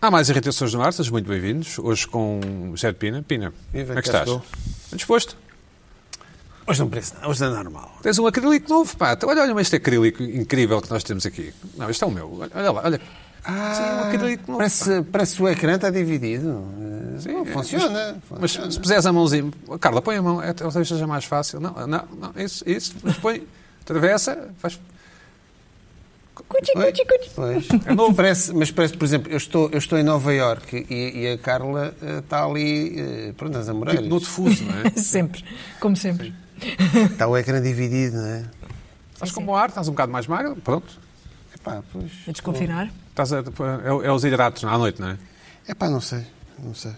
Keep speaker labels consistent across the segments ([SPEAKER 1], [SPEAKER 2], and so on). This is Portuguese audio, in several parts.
[SPEAKER 1] Há mais irritações no ar, sejam muito bem-vindos. Hoje com o Zé de Pina. Pina, como é que
[SPEAKER 2] cá
[SPEAKER 1] estás?
[SPEAKER 2] estou.
[SPEAKER 1] Disposto?
[SPEAKER 2] Hoje não parece nada, hoje não é normal.
[SPEAKER 1] Tens um acrílico novo, pá. Então, Olha, olha este acrílico incrível que nós temos aqui. Não, este é o meu. Olha, Olha lá, olha. Ah, Sim, um acrílico novo.
[SPEAKER 2] Parece, parece que o ecrã está dividido. Eh, não,
[SPEAKER 1] é,
[SPEAKER 2] funciona.
[SPEAKER 1] Mas se puseres a mãozinha. Carla, põe a mão, é, talvez seja mais fácil. Não, não, não, isso, isso. Mas põe, atravessa, faz.
[SPEAKER 3] Cuchi, cuchi, cuchi.
[SPEAKER 2] Pois.
[SPEAKER 1] É
[SPEAKER 2] É parece, mas parece, por exemplo, eu estou, eu estou em Nova Iorque e, e a Carla eh, está ali, eh, pronto, nas Amoreiras.
[SPEAKER 1] Tipo no difuso, não é?
[SPEAKER 3] Sempre, como sempre.
[SPEAKER 2] Está o ecrã dividido, não é?
[SPEAKER 1] Estás com o ar, estás um bocado mais magro, pronto.
[SPEAKER 2] Epá, pois.
[SPEAKER 3] A desconfinar?
[SPEAKER 1] Estás a- é, é os hidratos à noite, não é?
[SPEAKER 2] Epá, não sei, não sei.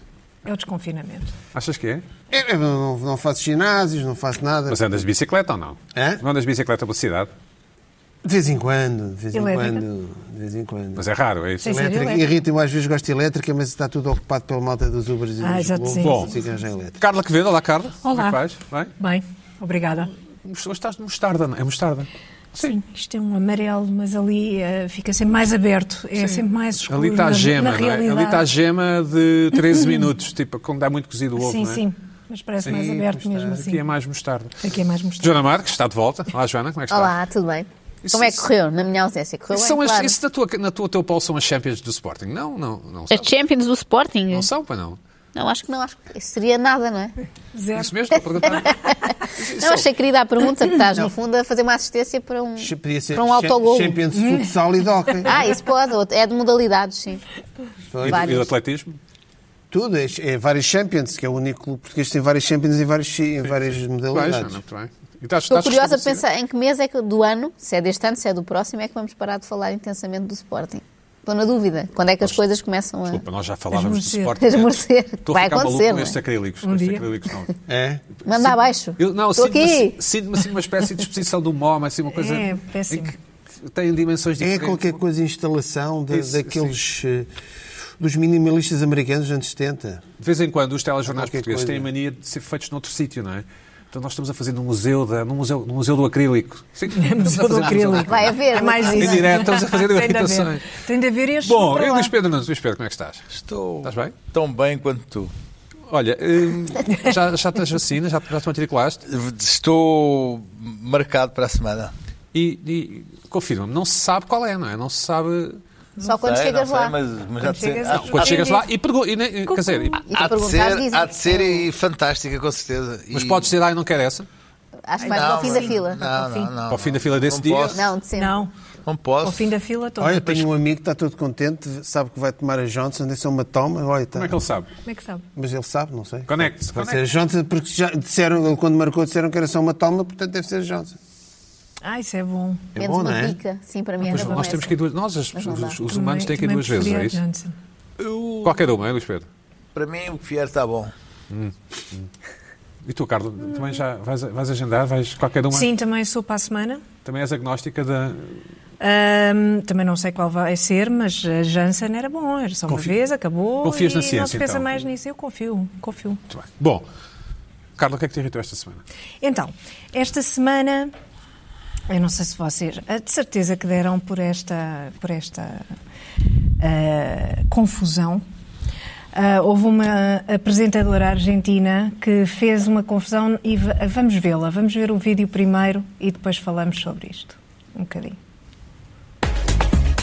[SPEAKER 3] É o desconfinamento.
[SPEAKER 1] Achas que é?
[SPEAKER 2] Eu, eu não, não faço ginásios, não faço nada.
[SPEAKER 1] Mas andas de bicicleta ou não?
[SPEAKER 2] Hã?
[SPEAKER 1] Não andas de bicicleta pela cidade?
[SPEAKER 2] De vez em quando, de vez em
[SPEAKER 3] Elétrica?
[SPEAKER 2] quando, de vez em quando.
[SPEAKER 1] Mas é raro, é isso?
[SPEAKER 3] Sim, sim.
[SPEAKER 2] Elétrica.
[SPEAKER 3] elétrica.
[SPEAKER 2] Irrita-me, às vezes gosto de elétrica, mas está tudo ocupado pela malta dos assim Ubers e
[SPEAKER 3] Ah,
[SPEAKER 2] dos
[SPEAKER 3] já
[SPEAKER 2] Globo,
[SPEAKER 3] sim.
[SPEAKER 2] não
[SPEAKER 1] Bom.
[SPEAKER 2] consigo arranjar é elétrica.
[SPEAKER 1] Carla Quevedo, olá Carla. Como é
[SPEAKER 3] Olá.
[SPEAKER 1] que vais? Bem?
[SPEAKER 3] Bem, obrigada.
[SPEAKER 1] Hoje estás de mostarda, não é? É mostarda.
[SPEAKER 3] Sim. isto é um amarelo, mas ali eh, fica sempre mais aberto, é sempre mais escuro.
[SPEAKER 1] Ali está a
[SPEAKER 3] na-
[SPEAKER 1] gema,
[SPEAKER 3] na
[SPEAKER 1] não é?
[SPEAKER 3] realidade.
[SPEAKER 1] Ali está a gema de 13 minutos, tipo, quando dá muito cozido o ovo,
[SPEAKER 3] Sim,
[SPEAKER 1] não é?
[SPEAKER 3] sim, mas parece mais
[SPEAKER 2] Sim,
[SPEAKER 3] aberto
[SPEAKER 2] pois
[SPEAKER 3] mesmo
[SPEAKER 2] está.
[SPEAKER 3] assim.
[SPEAKER 1] Aqui é mais mostarda.
[SPEAKER 3] Aqui é mais mostrado.
[SPEAKER 1] Joana Marques está de volta. Olá, Joana, como é que está?
[SPEAKER 4] Olá, tudo bem?
[SPEAKER 1] Isso-
[SPEAKER 4] Como é que correu? Na minha ausência, correu
[SPEAKER 1] Isso,
[SPEAKER 4] bem,
[SPEAKER 1] são as,
[SPEAKER 4] claro.
[SPEAKER 1] isso na tua, na tua teu polo são as Champions do Sporting? Não, não, não são.
[SPEAKER 4] As Champions do Sporting?
[SPEAKER 1] Não são, pois não.
[SPEAKER 4] Não, acho que não, acho que seria nada, não é?
[SPEAKER 3] Zero.
[SPEAKER 1] Isso mesmo, estou a perguntar.
[SPEAKER 4] Não, achei querida a pergunta que estás, no fundo, a fazer uma assistência para um,
[SPEAKER 2] Ch- Podia ser
[SPEAKER 4] para um
[SPEAKER 2] cha-
[SPEAKER 4] autogol.
[SPEAKER 2] Champions de futsal e de hockey.
[SPEAKER 4] Ah, isso pode, outra- é de modalidades, sim.
[SPEAKER 1] E do-
[SPEAKER 2] Foi.
[SPEAKER 1] E do
[SPEAKER 4] Várias.
[SPEAKER 1] atletismo?
[SPEAKER 2] Tudo, é, é vários Champions, que é o único clube português que tem vários Champions em, vários, em várias
[SPEAKER 1] Bem,
[SPEAKER 2] modalidades.
[SPEAKER 1] Joana, muito bem. E estás,
[SPEAKER 4] Estou
[SPEAKER 1] estás
[SPEAKER 4] curiosa a
[SPEAKER 1] restabelecida?
[SPEAKER 4] pensar em que mês é que do ano, se é deste ano, se é do próximo, é que vamos parar de falar intensamente do Sporting. Estou na dúvida. Quando é que as coisas começam a
[SPEAKER 1] Desculpa, nós já falávamos do
[SPEAKER 3] Esmorecer.
[SPEAKER 1] Sporting. antes.
[SPEAKER 4] esmorecer?
[SPEAKER 1] Estou a
[SPEAKER 4] Vai
[SPEAKER 1] ficar maluco
[SPEAKER 4] acontecer,
[SPEAKER 1] com
[SPEAKER 4] não é?
[SPEAKER 1] estes acrílicos.
[SPEAKER 3] Um
[SPEAKER 1] com estes
[SPEAKER 3] dia.
[SPEAKER 1] acrílicos novos.
[SPEAKER 2] É?
[SPEAKER 4] Manda abaixo.
[SPEAKER 1] Eu, não,
[SPEAKER 4] Estou
[SPEAKER 1] sinto-me
[SPEAKER 4] aqui.
[SPEAKER 1] sinto-me assim uma espécie de exposição do MoMA, assim uma coisa
[SPEAKER 3] É,
[SPEAKER 1] em
[SPEAKER 3] péssimo.
[SPEAKER 1] que tem dimensões
[SPEAKER 2] É
[SPEAKER 1] diferentes.
[SPEAKER 2] qualquer coisa, instalação de,
[SPEAKER 1] Isso,
[SPEAKER 2] daqueles. eh, dos minimalistas americanos dos anos 70.
[SPEAKER 1] De vez em quando os telejornais
[SPEAKER 2] Qualquer
[SPEAKER 1] portugueses
[SPEAKER 2] coisa.
[SPEAKER 1] têm a mania de ser feitos noutro sítio, não é? Então nós estamos a fazer num museu, da, num museu, num museu do acrílico. Sim, estamos a
[SPEAKER 3] Museu
[SPEAKER 1] fazer
[SPEAKER 3] do
[SPEAKER 1] num
[SPEAKER 3] acrílico.
[SPEAKER 4] Vai haver.
[SPEAKER 3] É mais
[SPEAKER 4] Em
[SPEAKER 3] isso.
[SPEAKER 1] direto, estamos a fazer
[SPEAKER 3] Tem de
[SPEAKER 1] irritações.
[SPEAKER 3] haver. Tem de haver este.
[SPEAKER 1] Bom,
[SPEAKER 3] é para
[SPEAKER 1] eu
[SPEAKER 3] lá.
[SPEAKER 1] Luís Pedro Nunes, Luís Pedro, como é que estás?
[SPEAKER 5] Estou
[SPEAKER 1] Estás bem?
[SPEAKER 5] tão bem quanto tu.
[SPEAKER 1] Olha, hum, já, já tens vacina, já, já te matriculaste
[SPEAKER 5] Estou marcado para a semana.
[SPEAKER 1] e, e confirma-me, não se sabe qual é, não é? Não se sabe.
[SPEAKER 4] Só quando
[SPEAKER 5] Sei,
[SPEAKER 4] chegas
[SPEAKER 5] não sei,
[SPEAKER 4] lá.
[SPEAKER 5] mas, mas há de ser,
[SPEAKER 3] chegas
[SPEAKER 5] há-
[SPEAKER 3] lá.
[SPEAKER 5] há-
[SPEAKER 1] Quando chegas lá e, pergu- e nem- quer dizer, e-
[SPEAKER 4] E
[SPEAKER 5] há
[SPEAKER 4] tu
[SPEAKER 5] de
[SPEAKER 4] perguntas,
[SPEAKER 5] ser,
[SPEAKER 4] dizem.
[SPEAKER 5] há de ser e fantástica, com certeza.
[SPEAKER 1] mas
[SPEAKER 5] E-
[SPEAKER 1] podes dizer, ah, eu não quero essa.
[SPEAKER 4] Acho que vais para o fim da
[SPEAKER 5] mas-
[SPEAKER 4] fila.
[SPEAKER 5] Não, não, não.
[SPEAKER 1] Para o fim da fila desse
[SPEAKER 5] não
[SPEAKER 1] dia.
[SPEAKER 5] Posso,
[SPEAKER 4] Não, de sempre.
[SPEAKER 3] Não,
[SPEAKER 5] Não
[SPEAKER 3] ao
[SPEAKER 5] posso.
[SPEAKER 3] fim da fila estou.
[SPEAKER 2] Olha,
[SPEAKER 3] Como
[SPEAKER 2] tenho um amigo que está todo contente, sabe que vai tomar a Johnson, disse uma toma. Olha, está-
[SPEAKER 1] Como é que ele sabe?
[SPEAKER 3] é que sabe?
[SPEAKER 2] Mas ele sabe, não sei.
[SPEAKER 1] Conecte-se.
[SPEAKER 2] Vai
[SPEAKER 1] conecte-se.
[SPEAKER 2] ser a Johnson, porque já disseram, ele quando marcou disseram que era só uma toma, portanto deve ser a Johnson.
[SPEAKER 3] Ah, isso é bom.
[SPEAKER 2] É
[SPEAKER 4] Menos
[SPEAKER 2] bom,
[SPEAKER 4] uma
[SPEAKER 2] não é?
[SPEAKER 4] pica. Sim, para mim é
[SPEAKER 1] Ah, Pois,
[SPEAKER 4] uma
[SPEAKER 1] nós temos que ir duas. Nós, as- os,
[SPEAKER 4] não dá.
[SPEAKER 1] os humanos, têm que ir
[SPEAKER 3] Também-
[SPEAKER 1] duas vezes, não
[SPEAKER 3] também
[SPEAKER 1] é isso?
[SPEAKER 3] preferia a Johnson.
[SPEAKER 5] Eu-
[SPEAKER 1] Qualquer uma, é, Luís Pedro?
[SPEAKER 5] para mim, o que vier está bom.
[SPEAKER 1] E tu, Carla, também já vais, vais agendar? Vais qualquer uma?
[SPEAKER 3] Sim, também sou para a semana.
[SPEAKER 1] Também és agnóstica da.
[SPEAKER 3] Ahm, também não sei qual vai ser, mas a Janssen era bom, era só uma
[SPEAKER 1] Confio-
[SPEAKER 3] vez, acabou.
[SPEAKER 1] Confias
[SPEAKER 3] e
[SPEAKER 1] na
[SPEAKER 3] Não
[SPEAKER 1] ciência,
[SPEAKER 3] se pensa
[SPEAKER 1] então?
[SPEAKER 3] mais nisso, eu confio, confio.
[SPEAKER 1] Muito bem. Bom, Carla, o que é que te irritou esta semana?
[SPEAKER 3] Então, esta semana, eu não sei se vocês, ah, de certeza que deram por esta, por esta ah, confusão. Ah, houve uma apresentadora argentina que fez uma confusão e v- vamos vê-la, vamos ver o vídeo primeiro e depois falamos sobre isto. Um bocadinho.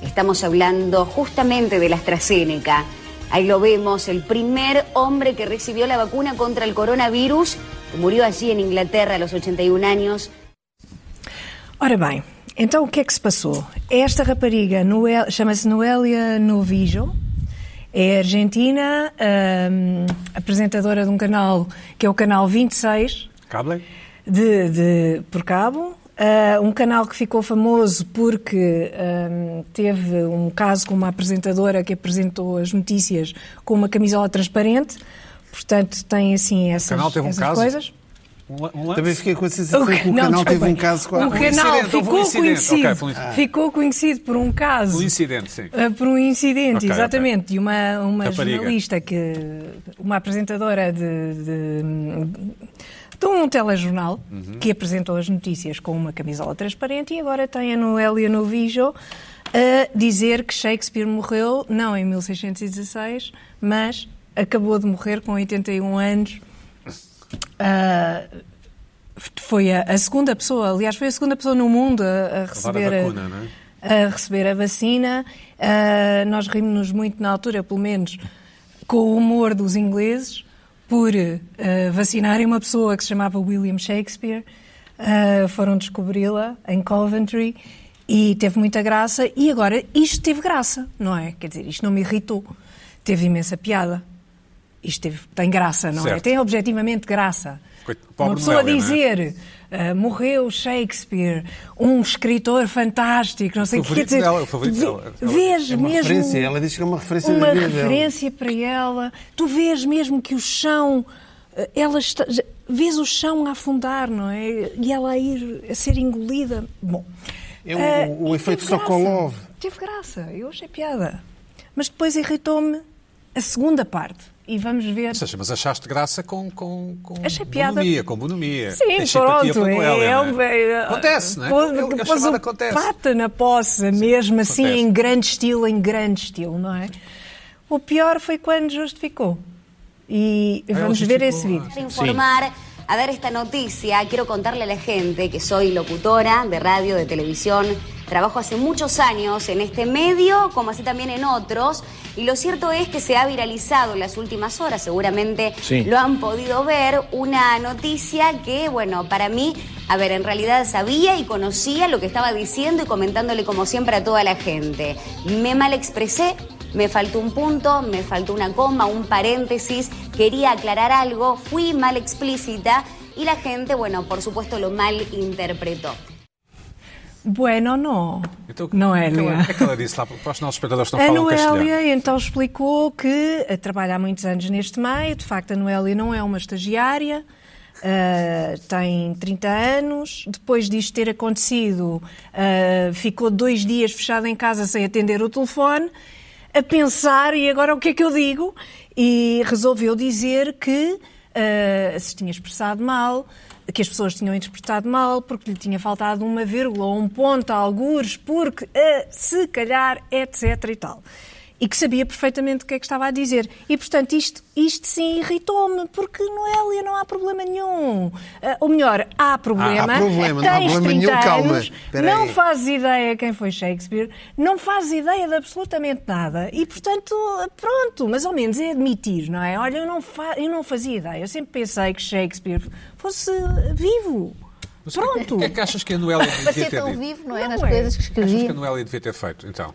[SPEAKER 6] Estamos hablando justamente de la AstraZeneca. Ahí lo vemos, el primer hombre que recibió la vacuna contra el coronavirus, que murió allí en Inglaterra a los 81 años.
[SPEAKER 3] Ora bem, então o que é que se passou? Esta rapariga Noel- chama-se Noelia Novijo, é argentina, hum, apresentadora de um canal que é o canal 26
[SPEAKER 1] Cable?
[SPEAKER 3] de, de- por cabo, ah, um canal que ficou famoso porque ahm, teve um caso com uma apresentadora que apresentou as notícias com uma camisola transparente. Portanto, tem assim essas,
[SPEAKER 1] canal teve um
[SPEAKER 3] essas
[SPEAKER 1] caso?
[SPEAKER 3] coisas.
[SPEAKER 1] Um, la- um lance?
[SPEAKER 2] Também fiquei com a sensação
[SPEAKER 3] O
[SPEAKER 2] que o
[SPEAKER 3] não,
[SPEAKER 2] canal teve
[SPEAKER 3] desculpem.
[SPEAKER 2] um caso com a...
[SPEAKER 3] O canal
[SPEAKER 1] incidente, houve um
[SPEAKER 3] ficou
[SPEAKER 1] incidente.
[SPEAKER 3] conhecido.
[SPEAKER 1] Ok, foi um incidente.
[SPEAKER 3] Ficou conhecido por um caso.
[SPEAKER 1] Um incidente, sim.
[SPEAKER 3] eh, Por um incidente,
[SPEAKER 1] Ok,
[SPEAKER 3] exatamente, de uma, uma
[SPEAKER 1] Rapariga.
[SPEAKER 3] jornalista que. uma apresentadora de. de, de um telejornal que apresentou as notícias com uma camisola transparente e agora tem a Noel e a Novijo a dizer que Shakespeare morreu, não em 1616, mas acabou de morrer com 81 anos ah, foi a, a segunda pessoa, aliás, foi a segunda pessoa no mundo a, a receber a,
[SPEAKER 1] vacuna, não é?
[SPEAKER 3] a receber a vacina. Ah, nós rimos-nos muito na altura, pelo menos, com o humor dos ingleses por ah, vacinarem uma pessoa que se chamava William Shakespeare. Ah, foram descobri-la em Coventry e teve muita graça. E agora isto teve graça, não é? Quer dizer, isto não me irritou. Teve imensa piada. Isto teve- tem graça, não é?
[SPEAKER 1] Certo.
[SPEAKER 3] Tem objetivamente graça.
[SPEAKER 1] Coit-
[SPEAKER 3] Uma
[SPEAKER 1] pobre
[SPEAKER 3] pessoa
[SPEAKER 1] Noélia, não é?
[SPEAKER 3] dizer ah, morreu Shakespeare, um escritor fantástico, não sei o que
[SPEAKER 1] favorito
[SPEAKER 3] quer dizer.
[SPEAKER 1] dela, o favorito
[SPEAKER 3] ve-
[SPEAKER 1] dela. Ela-
[SPEAKER 3] Vês
[SPEAKER 2] É uma
[SPEAKER 3] mesmo
[SPEAKER 2] referência, ela diz que é uma referência
[SPEAKER 3] uma
[SPEAKER 2] da vida dela.
[SPEAKER 3] referência para ela. Tu vês mesmo que o chão, eh, ela está, já- vês o chão a afundar, não é? E ela a ir a ser engolida. Bom.
[SPEAKER 2] É o-
[SPEAKER 3] eh,
[SPEAKER 2] o
[SPEAKER 3] e
[SPEAKER 2] efeito
[SPEAKER 3] teve graça.
[SPEAKER 2] Sokolov.
[SPEAKER 3] Teve graça, eu achei piada. Mas depois irritou-me a segunda parte. E vamos ver.
[SPEAKER 1] Ou seja, mas achaste graça com, com, com
[SPEAKER 3] Achei piada.
[SPEAKER 1] bonomia, com bonomia.
[SPEAKER 3] Sim,
[SPEAKER 1] Tens simpatia
[SPEAKER 3] pronto.
[SPEAKER 1] para com ela,
[SPEAKER 3] é,
[SPEAKER 1] não é?
[SPEAKER 3] um- é-
[SPEAKER 1] Acontece, não é?
[SPEAKER 3] pôs-
[SPEAKER 1] É o que a
[SPEAKER 3] pôs um
[SPEAKER 1] chamada
[SPEAKER 3] o
[SPEAKER 1] acontece.
[SPEAKER 3] Pata na poça, mesmo assim,
[SPEAKER 1] acontece.
[SPEAKER 3] em grande estilo, em grande estilo, não é? O pior foi quando justificou. E vamos ver
[SPEAKER 1] Ah, justificou,
[SPEAKER 3] esse vídeo.
[SPEAKER 6] Para informar, a dar esta noticia, quiero contarle a la gente que soy locutora de radio, de televisión. Trabajo hace muchos años en este medio, como así también en otros. Y lo cierto es que se ha viralizado en las últimas horas, seguramente
[SPEAKER 7] Sí.
[SPEAKER 6] lo han podido ver, una noticia que, bueno, para mí, a ver, en realidad sabía y conocía lo que estaba diciendo y comentándole como siempre a toda la gente. Me mal expresé, me faltó un punto, me faltó una coma, un paréntesis, quería aclarar algo, fui mal explícita y la gente, bueno, por supuesto lo mal interpretó.
[SPEAKER 3] Bueno, não.
[SPEAKER 1] ah. Então,
[SPEAKER 3] não é,
[SPEAKER 1] o que ela-
[SPEAKER 3] Lea?
[SPEAKER 1] O que é que ela disse lá para os nossos espectadores que não
[SPEAKER 3] A
[SPEAKER 1] falam castelhano?
[SPEAKER 3] Noélia então explicou que eh, trabalha há muitos anos neste meio. De facto, a Noélia não é uma estagiária, eh, tem 30 anos. Depois disto ter acontecido, eh, ficou dois dias fechada em casa sem atender o telefone, a pensar: e agora o que é que eu digo? E resolveu dizer que eh, se tinha expressado mal. Que as pessoas tinham interpretado mal porque lhe tinha faltado uma vírgula ou um ponto, algures, porque eh, se calhar, etc. e tal e que sabia perfeitamente o que é que estava a dizer. E, portanto, isto, isto sim irritou-me, porque Noélia não há problema nenhum. Ah, ou melhor, há problema.
[SPEAKER 2] Há- há problema, não há
[SPEAKER 3] Tens
[SPEAKER 2] problema
[SPEAKER 3] 30
[SPEAKER 2] nenhum, calma.
[SPEAKER 3] anos,
[SPEAKER 2] Espera
[SPEAKER 3] Não
[SPEAKER 2] aí.
[SPEAKER 3] fazes ideia quem foi Shakespeare, não fazes ideia de absolutamente nada. E, portanto, pronto, mas ao menos é admitir, não é? Olha, eu não, fa- eu não fazia ideia, eu sempre pensei que Shakespeare fosse vivo.
[SPEAKER 1] Mas o que-
[SPEAKER 3] Pronto.
[SPEAKER 1] O que é que achas que a Noélia devia
[SPEAKER 4] Parecia
[SPEAKER 1] ter
[SPEAKER 4] tão
[SPEAKER 1] dito?
[SPEAKER 4] vivo, não é?
[SPEAKER 3] Não
[SPEAKER 4] Nas
[SPEAKER 3] é.
[SPEAKER 4] coisas que
[SPEAKER 1] Achas que a
[SPEAKER 4] escrevi.
[SPEAKER 1] Noélia devia ter feito? Então,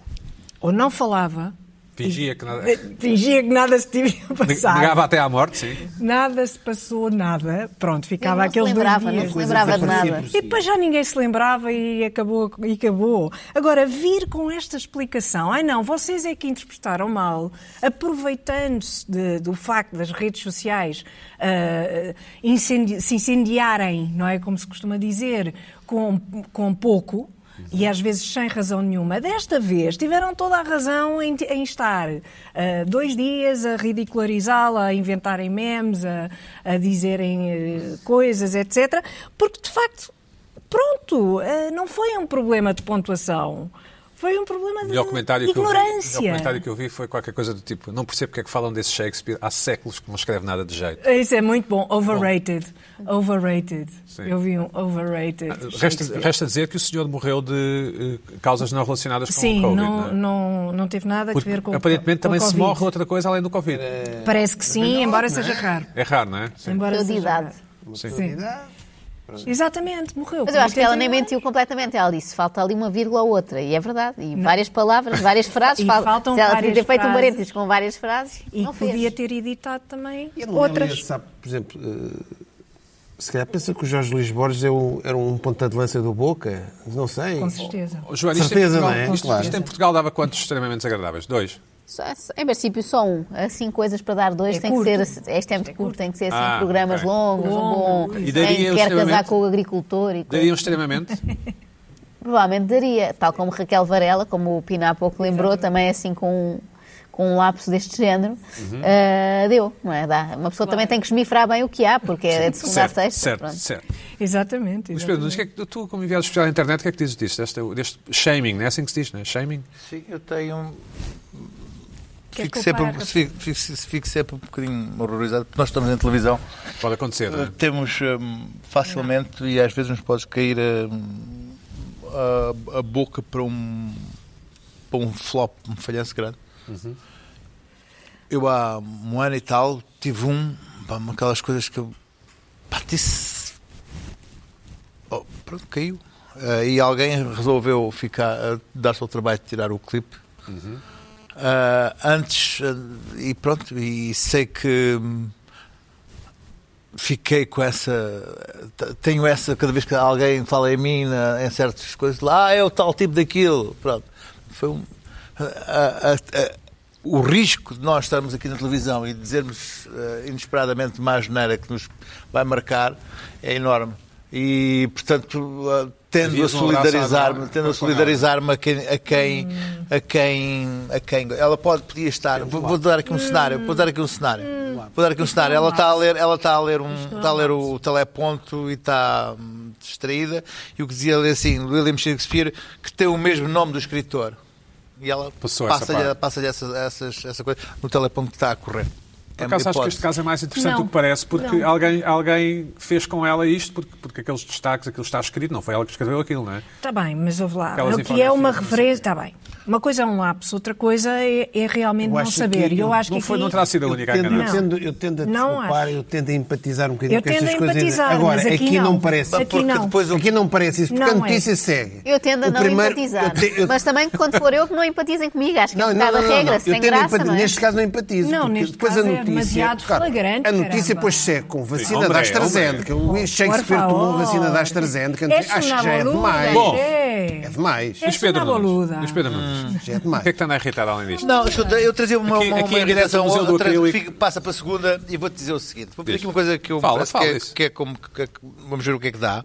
[SPEAKER 3] Ou não falava,
[SPEAKER 1] fingia É que nada...
[SPEAKER 3] fingia que nada se tinha passado.
[SPEAKER 1] Negava até à morte, sim.
[SPEAKER 3] Nada se passou, nada. Pronto, ficava
[SPEAKER 4] Não se
[SPEAKER 3] aqueles dois
[SPEAKER 4] lembrava,
[SPEAKER 3] dias.
[SPEAKER 4] não se lembrava de
[SPEAKER 2] Coisa
[SPEAKER 4] nada.
[SPEAKER 2] simples.
[SPEAKER 3] E depois já ninguém se lembrava e acabou. E acabou. Agora, vir com esta explicação, ai não, vocês é que interpretaram mal, aproveitando-se de- do facto das redes sociais ah, incendi- se incendiarem, não é como se costuma dizer, com, com pouco. E às vezes sem razão nenhuma. Desta vez tiveram toda a razão em, em estar ah, dois dias a ridicularizá-la, a inventarem memes, a, a dizerem eh, coisas, etc. Porque de facto, pronto, eh, não foi um problema de pontuação. Foi um problema
[SPEAKER 1] O
[SPEAKER 3] de
[SPEAKER 1] melhor comentário, que eu vi, o
[SPEAKER 3] ignorância.
[SPEAKER 1] melhor comentário que eu vi foi qualquer coisa do tipo não percebo porque é que falam desse Shakespeare, há séculos que não escreve nada de jeito.
[SPEAKER 3] Isso é muito bom. Overrated. Overrated.
[SPEAKER 1] Sim. Ah,
[SPEAKER 3] Eu vi um overrated.
[SPEAKER 1] Resta,
[SPEAKER 3] Shakespeare.
[SPEAKER 1] resta dizer que o senhor morreu de eh, causas não relacionadas com
[SPEAKER 3] Sim,
[SPEAKER 1] o Covid,
[SPEAKER 3] não,
[SPEAKER 1] é?
[SPEAKER 3] não, não teve nada
[SPEAKER 1] Porque
[SPEAKER 3] a ver com
[SPEAKER 1] aparentemente
[SPEAKER 3] com
[SPEAKER 1] também se
[SPEAKER 3] Covid.
[SPEAKER 1] morre outra coisa além do Covid.
[SPEAKER 3] Parece que sim, embora seja raro.
[SPEAKER 1] É raro, não é? Sim.
[SPEAKER 3] Embora
[SPEAKER 4] Eu de
[SPEAKER 3] seja
[SPEAKER 4] idade.
[SPEAKER 3] raro.
[SPEAKER 1] Sim.
[SPEAKER 3] Sim. Exatamente, morreu.
[SPEAKER 4] Mas eu acho que ela nem
[SPEAKER 3] 89.
[SPEAKER 4] mentiu completamente. Ela disse, falta ali uma vírgula ou outra. E é verdade. E várias palavras, várias frases.
[SPEAKER 3] E
[SPEAKER 4] fal-
[SPEAKER 3] faltam
[SPEAKER 4] Se ela
[SPEAKER 3] várias
[SPEAKER 4] podia ter feito um
[SPEAKER 3] frases.
[SPEAKER 4] parênteses com várias frases,
[SPEAKER 3] E
[SPEAKER 4] não
[SPEAKER 3] podia
[SPEAKER 4] fez.
[SPEAKER 3] ter editado também
[SPEAKER 2] E a Noelia
[SPEAKER 3] outras.
[SPEAKER 2] sabe, por exemplo, eh, Se calhar pensa que o Jorge Luís Borges é o- era um ponta de lança do Boca. Não sei.
[SPEAKER 3] Com certeza.
[SPEAKER 1] Oh, Joana, isto
[SPEAKER 2] Certeza,
[SPEAKER 1] em Portugal,
[SPEAKER 2] não é?
[SPEAKER 1] isto- isto
[SPEAKER 2] Claro.
[SPEAKER 1] em Portugal dava quantos extremamente desagradáveis? Dois.
[SPEAKER 4] Só- em princípio, só um. Assim, coisas para dar dois,
[SPEAKER 3] É
[SPEAKER 4] tem
[SPEAKER 3] curto.
[SPEAKER 4] que ser. Este é muito curto, tem que ser assim,
[SPEAKER 1] Ah,
[SPEAKER 4] programas
[SPEAKER 1] ok.
[SPEAKER 4] longos, um bom.
[SPEAKER 3] Longo,
[SPEAKER 1] E daria
[SPEAKER 4] quem
[SPEAKER 1] o
[SPEAKER 4] quer casar
[SPEAKER 1] extremamente?
[SPEAKER 4] com o agricultor e coisas.
[SPEAKER 1] Daria um extremamente?
[SPEAKER 4] Provavelmente daria, tal como Raquel Varela, como o Pina há pouco lembrou, também assim com um, com um lapso deste género,
[SPEAKER 2] Uhum.
[SPEAKER 4] ah, deu, não é? Dá. Uma pessoa também tem que esmifrar bem o que há, porque é de segunda a
[SPEAKER 1] certo,
[SPEAKER 4] sexta.
[SPEAKER 1] certo,
[SPEAKER 4] pronto.
[SPEAKER 1] certo.
[SPEAKER 3] Exatamente.
[SPEAKER 1] Mas Pedro, mas o que é que, tu, como enviado especial à internet, o que é que dizes disto? Deste, deste shaming, não é assim que se diz, não é? Shaming?
[SPEAKER 5] Sim, eu tenho. um-
[SPEAKER 3] Quer
[SPEAKER 5] Fico sempre, um
[SPEAKER 3] culpar?
[SPEAKER 5] fico, fico- fico sempre um bocadinho horrorizado, porque nós estamos em televisão.
[SPEAKER 1] Pode acontecer, não é?
[SPEAKER 5] Eh, Temos hum, facilmente, e às vezes nos pode cair hum, a, a boca para um, para um flop, um falhanço grande. Eu há um ano e tal tive um, pá, uma aquelas coisas que eu pá, disse. Oh, pronto, caiu. Ah, e alguém resolveu ficar a dar-se ao trabalho de tirar o clipe. Ah, antes, ah, e pronto, e sei que hum, fiquei com essa. t- Tenho essa, cada vez que alguém fala em mim na- em certas coisas, lá "Ah, é o tal tipo daquilo. Pronto. Foi um. a- a- a- o risco de nós estarmos aqui na televisão e dizermos eh, inesperadamente mais maneira que nos vai marcar é enorme. E, portanto, eh, tendo a
[SPEAKER 1] Havias um abraço à
[SPEAKER 5] solidarizar-me,
[SPEAKER 1] Adora,
[SPEAKER 5] tendo a
[SPEAKER 1] com ela.
[SPEAKER 5] solidarizar-me a quem, a quem, a quem, a quem, ela pode, podia estar, vou, vou dar aqui um cenário, vou dar aqui um cenário, vou dar aqui um cenário, ela está a ler, ela está a ler um, está a ler o teleponto e está hum, distraída, e o que dizia ali assim, William Shakespeare, que tem o mesmo nome do escritor, e ela
[SPEAKER 1] Passou essa
[SPEAKER 5] passa-lhe
[SPEAKER 1] parte.
[SPEAKER 5] passa essa, essas- essa coisa no teleponto que está a correr.
[SPEAKER 1] Por
[SPEAKER 5] É uma
[SPEAKER 1] acaso acho que
[SPEAKER 5] hipótese.
[SPEAKER 1] este caso é mais interessante
[SPEAKER 3] Não.
[SPEAKER 1] do que parece, porque
[SPEAKER 3] Não.
[SPEAKER 1] alguém, alguém fez com ela isto, porque, porque aqueles destaques, aquilo está escrito, não foi ela que escreveu aquilo, não é?
[SPEAKER 3] Está Tá bem, mas houve lá.
[SPEAKER 1] Aquelas
[SPEAKER 3] O que é
[SPEAKER 1] infografias, não
[SPEAKER 3] uma
[SPEAKER 1] sei
[SPEAKER 3] referência. Está bem. Uma coisa é um lapso, outra coisa é, é realmente
[SPEAKER 2] Eu
[SPEAKER 3] não
[SPEAKER 2] acho
[SPEAKER 3] saber.
[SPEAKER 2] que
[SPEAKER 3] E eu acho
[SPEAKER 1] não
[SPEAKER 3] que
[SPEAKER 1] foi,
[SPEAKER 3] aqui-
[SPEAKER 1] não terá sido a única a
[SPEAKER 2] tendo,
[SPEAKER 1] enganar-se.
[SPEAKER 2] eu, tendo, eu tendo a
[SPEAKER 3] Não
[SPEAKER 2] desculpar,
[SPEAKER 3] acho.
[SPEAKER 2] eu tendo a empatizar um bocadinho
[SPEAKER 3] Eu
[SPEAKER 2] com estas
[SPEAKER 3] tendo a
[SPEAKER 2] coisas. ainda.
[SPEAKER 3] empatizar,
[SPEAKER 2] Agora,
[SPEAKER 3] mas aqui
[SPEAKER 2] não,
[SPEAKER 3] não.
[SPEAKER 2] parece.
[SPEAKER 3] Aqui
[SPEAKER 5] Porque
[SPEAKER 3] não.
[SPEAKER 5] depois
[SPEAKER 2] Aqui não parece isso, porque a
[SPEAKER 3] Não é.
[SPEAKER 2] notícia segue.
[SPEAKER 4] Eu tendo a
[SPEAKER 2] O
[SPEAKER 4] não
[SPEAKER 2] primeiro-
[SPEAKER 4] empatizar.
[SPEAKER 2] eu te- eu-
[SPEAKER 4] Mas também quando for eu que não empatizem comigo, acho que é um bocado a regra, se
[SPEAKER 2] Eu
[SPEAKER 4] tem
[SPEAKER 2] tendo a
[SPEAKER 4] graça,
[SPEAKER 2] empati-
[SPEAKER 4] não é?
[SPEAKER 2] Neste caso não empatizo.
[SPEAKER 3] Não,
[SPEAKER 2] porque
[SPEAKER 3] neste
[SPEAKER 2] depois
[SPEAKER 3] caso
[SPEAKER 2] a
[SPEAKER 3] é
[SPEAKER 2] notícia,
[SPEAKER 3] demasiado
[SPEAKER 2] claro,
[SPEAKER 3] flagrante,
[SPEAKER 2] A notícia
[SPEAKER 3] caramba.
[SPEAKER 2] depois segue com vacina
[SPEAKER 1] Hombre,
[SPEAKER 2] da AstraZeneca. O Shakespeare
[SPEAKER 3] Por
[SPEAKER 2] tomou
[SPEAKER 3] favor.
[SPEAKER 2] a vacina da AstraZeneca. não sei,
[SPEAKER 3] És
[SPEAKER 2] Acho que
[SPEAKER 3] uma
[SPEAKER 2] já é
[SPEAKER 3] boluda,
[SPEAKER 2] demais.
[SPEAKER 1] Bom.
[SPEAKER 3] é.
[SPEAKER 2] É demais.
[SPEAKER 3] És
[SPEAKER 1] Luís Pedro
[SPEAKER 3] uma
[SPEAKER 1] Nunes.
[SPEAKER 3] boluda.
[SPEAKER 1] Luís Pedro Nunes.
[SPEAKER 2] Já é
[SPEAKER 1] O que é
[SPEAKER 2] demais.
[SPEAKER 1] que está a irritar além disto?
[SPEAKER 5] Hum. Não, escuta, eu trazia uma,
[SPEAKER 1] Aqui-
[SPEAKER 5] uma,
[SPEAKER 1] aqui
[SPEAKER 5] uma
[SPEAKER 1] em direto ao
[SPEAKER 5] irritação,
[SPEAKER 1] Museu do
[SPEAKER 5] outra
[SPEAKER 1] Acrílico.
[SPEAKER 5] fica- passa para a segunda e vou-te dizer o seguinte. Vou pedir
[SPEAKER 1] Diz.
[SPEAKER 5] aqui uma coisa que eu
[SPEAKER 1] Fala,
[SPEAKER 5] parece
[SPEAKER 1] fala
[SPEAKER 5] que, é,
[SPEAKER 1] isso.
[SPEAKER 5] que é como... que é- vamos ver o que é que dá.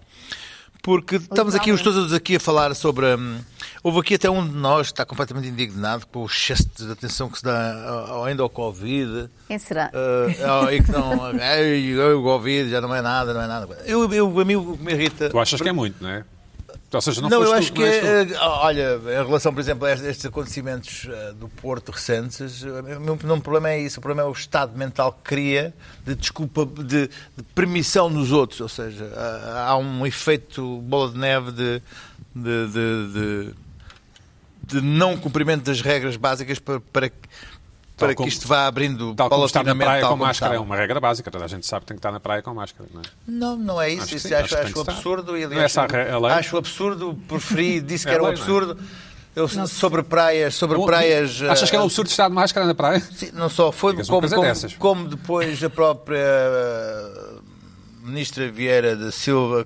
[SPEAKER 5] Porque estamos aqui, os todos aqui a falar sobre... hum, houve aqui até um de nós que está completamente indignado com o excesso de atenção que se dá ao- ainda ao Covid.
[SPEAKER 4] Quem será?
[SPEAKER 5] Ah, e que não... Ai, eu, o Covid já não é nada, não é nada. Eu, eu, a mim o que me irrita...
[SPEAKER 1] Tu achas que é muito, não é? Ou seja, não,
[SPEAKER 5] Não,
[SPEAKER 1] foste
[SPEAKER 5] eu
[SPEAKER 1] tu,
[SPEAKER 5] acho que,
[SPEAKER 1] não és tu.
[SPEAKER 5] eh, olha, em relação, por exemplo, a est- estes acontecimentos eh, do Porto recentes, eh, o meu o meu problema é isso, o problema é o estado mental que cria de desculpa, de, de permissão nos outros, ou seja, há- há um efeito bola de neve de- de- de- de de não cumprimento das regras básicas para, para, para que
[SPEAKER 1] como-
[SPEAKER 5] isto vá abrindo
[SPEAKER 1] Tal como estar na
[SPEAKER 5] paulatinamente,
[SPEAKER 1] praia
[SPEAKER 5] tal
[SPEAKER 1] com
[SPEAKER 5] como
[SPEAKER 1] máscara é
[SPEAKER 5] estava.
[SPEAKER 1] uma regra básica. Toda a gente sabe que tem que estar na praia com máscara, não é?
[SPEAKER 5] Não, não é isso.
[SPEAKER 1] Acho que
[SPEAKER 5] Isso
[SPEAKER 1] sim,
[SPEAKER 5] acho,
[SPEAKER 1] acho que
[SPEAKER 5] acho
[SPEAKER 1] tem que estar.
[SPEAKER 5] absurdo. E,
[SPEAKER 1] Não é
[SPEAKER 5] aliás,
[SPEAKER 1] essa a re- a lei?
[SPEAKER 5] acho absurdo, preferi, disse que
[SPEAKER 1] É
[SPEAKER 5] era um
[SPEAKER 1] lei, não é?
[SPEAKER 5] absurdo. Eu- sobre praias, sobre
[SPEAKER 1] Bom,
[SPEAKER 5] praias.
[SPEAKER 1] Achas que é um
[SPEAKER 5] ah,
[SPEAKER 1] absurdo estar de máscara na praia?
[SPEAKER 5] Sim, não só foi,
[SPEAKER 1] Digas uma
[SPEAKER 5] como,
[SPEAKER 1] coisa
[SPEAKER 5] como,
[SPEAKER 1] dessas.
[SPEAKER 5] como depois a própria eh, ministra Vieira da Silva,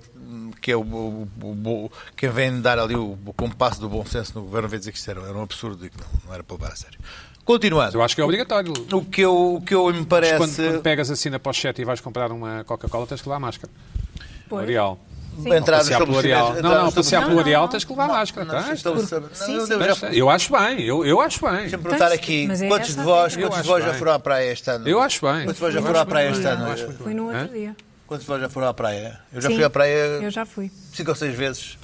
[SPEAKER 5] que é o, o- o- o- quem vem dar ali o, o compasso do bom senso no governo, veio dizer que isto era, era um absurdo e que não, não era para levar a sério.
[SPEAKER 1] Mas
[SPEAKER 5] Continuando,
[SPEAKER 1] Eu acho que é obrigatório.
[SPEAKER 5] o que, eu, o que eu me
[SPEAKER 1] Mas
[SPEAKER 5] parece.
[SPEAKER 1] Quando, quando pegas assim na pochete e vais comprar uma Coca-Cola, tens que levar máscara.
[SPEAKER 3] Pois.
[SPEAKER 1] L'Oreal.
[SPEAKER 5] entradas
[SPEAKER 1] Passear pelo
[SPEAKER 5] estabelecidas-
[SPEAKER 1] Areal. Não,
[SPEAKER 5] entradas
[SPEAKER 1] não, passear
[SPEAKER 5] estabelecidas-
[SPEAKER 1] pelo Areal tens que levar máscara.
[SPEAKER 5] Não,
[SPEAKER 1] tá?
[SPEAKER 5] estou- estou- não, eu devo já-
[SPEAKER 1] Deixa- Eu acho bem, eu, eu acho bem.
[SPEAKER 5] Deixa-me perguntar
[SPEAKER 3] Mas-
[SPEAKER 5] aqui,
[SPEAKER 3] mas é
[SPEAKER 5] quantos
[SPEAKER 3] essa
[SPEAKER 5] de
[SPEAKER 3] a
[SPEAKER 5] vós,
[SPEAKER 3] regra.
[SPEAKER 1] Eu
[SPEAKER 5] quantos de
[SPEAKER 1] acho
[SPEAKER 5] vós já
[SPEAKER 1] bem.
[SPEAKER 5] foram à praia este ano?
[SPEAKER 1] Eu acho bem.
[SPEAKER 5] Quantos de vós já
[SPEAKER 1] Eu
[SPEAKER 5] foram à
[SPEAKER 1] acho
[SPEAKER 5] praia
[SPEAKER 1] bem.
[SPEAKER 5] este ano?
[SPEAKER 3] Foi no outro
[SPEAKER 1] Hã?
[SPEAKER 3] dia.
[SPEAKER 5] Quantos de vós já foram à praia? Eu já
[SPEAKER 3] Sim,
[SPEAKER 5] fui à
[SPEAKER 3] Eu
[SPEAKER 5] praia
[SPEAKER 3] já fui.
[SPEAKER 5] cinco ou seis vezes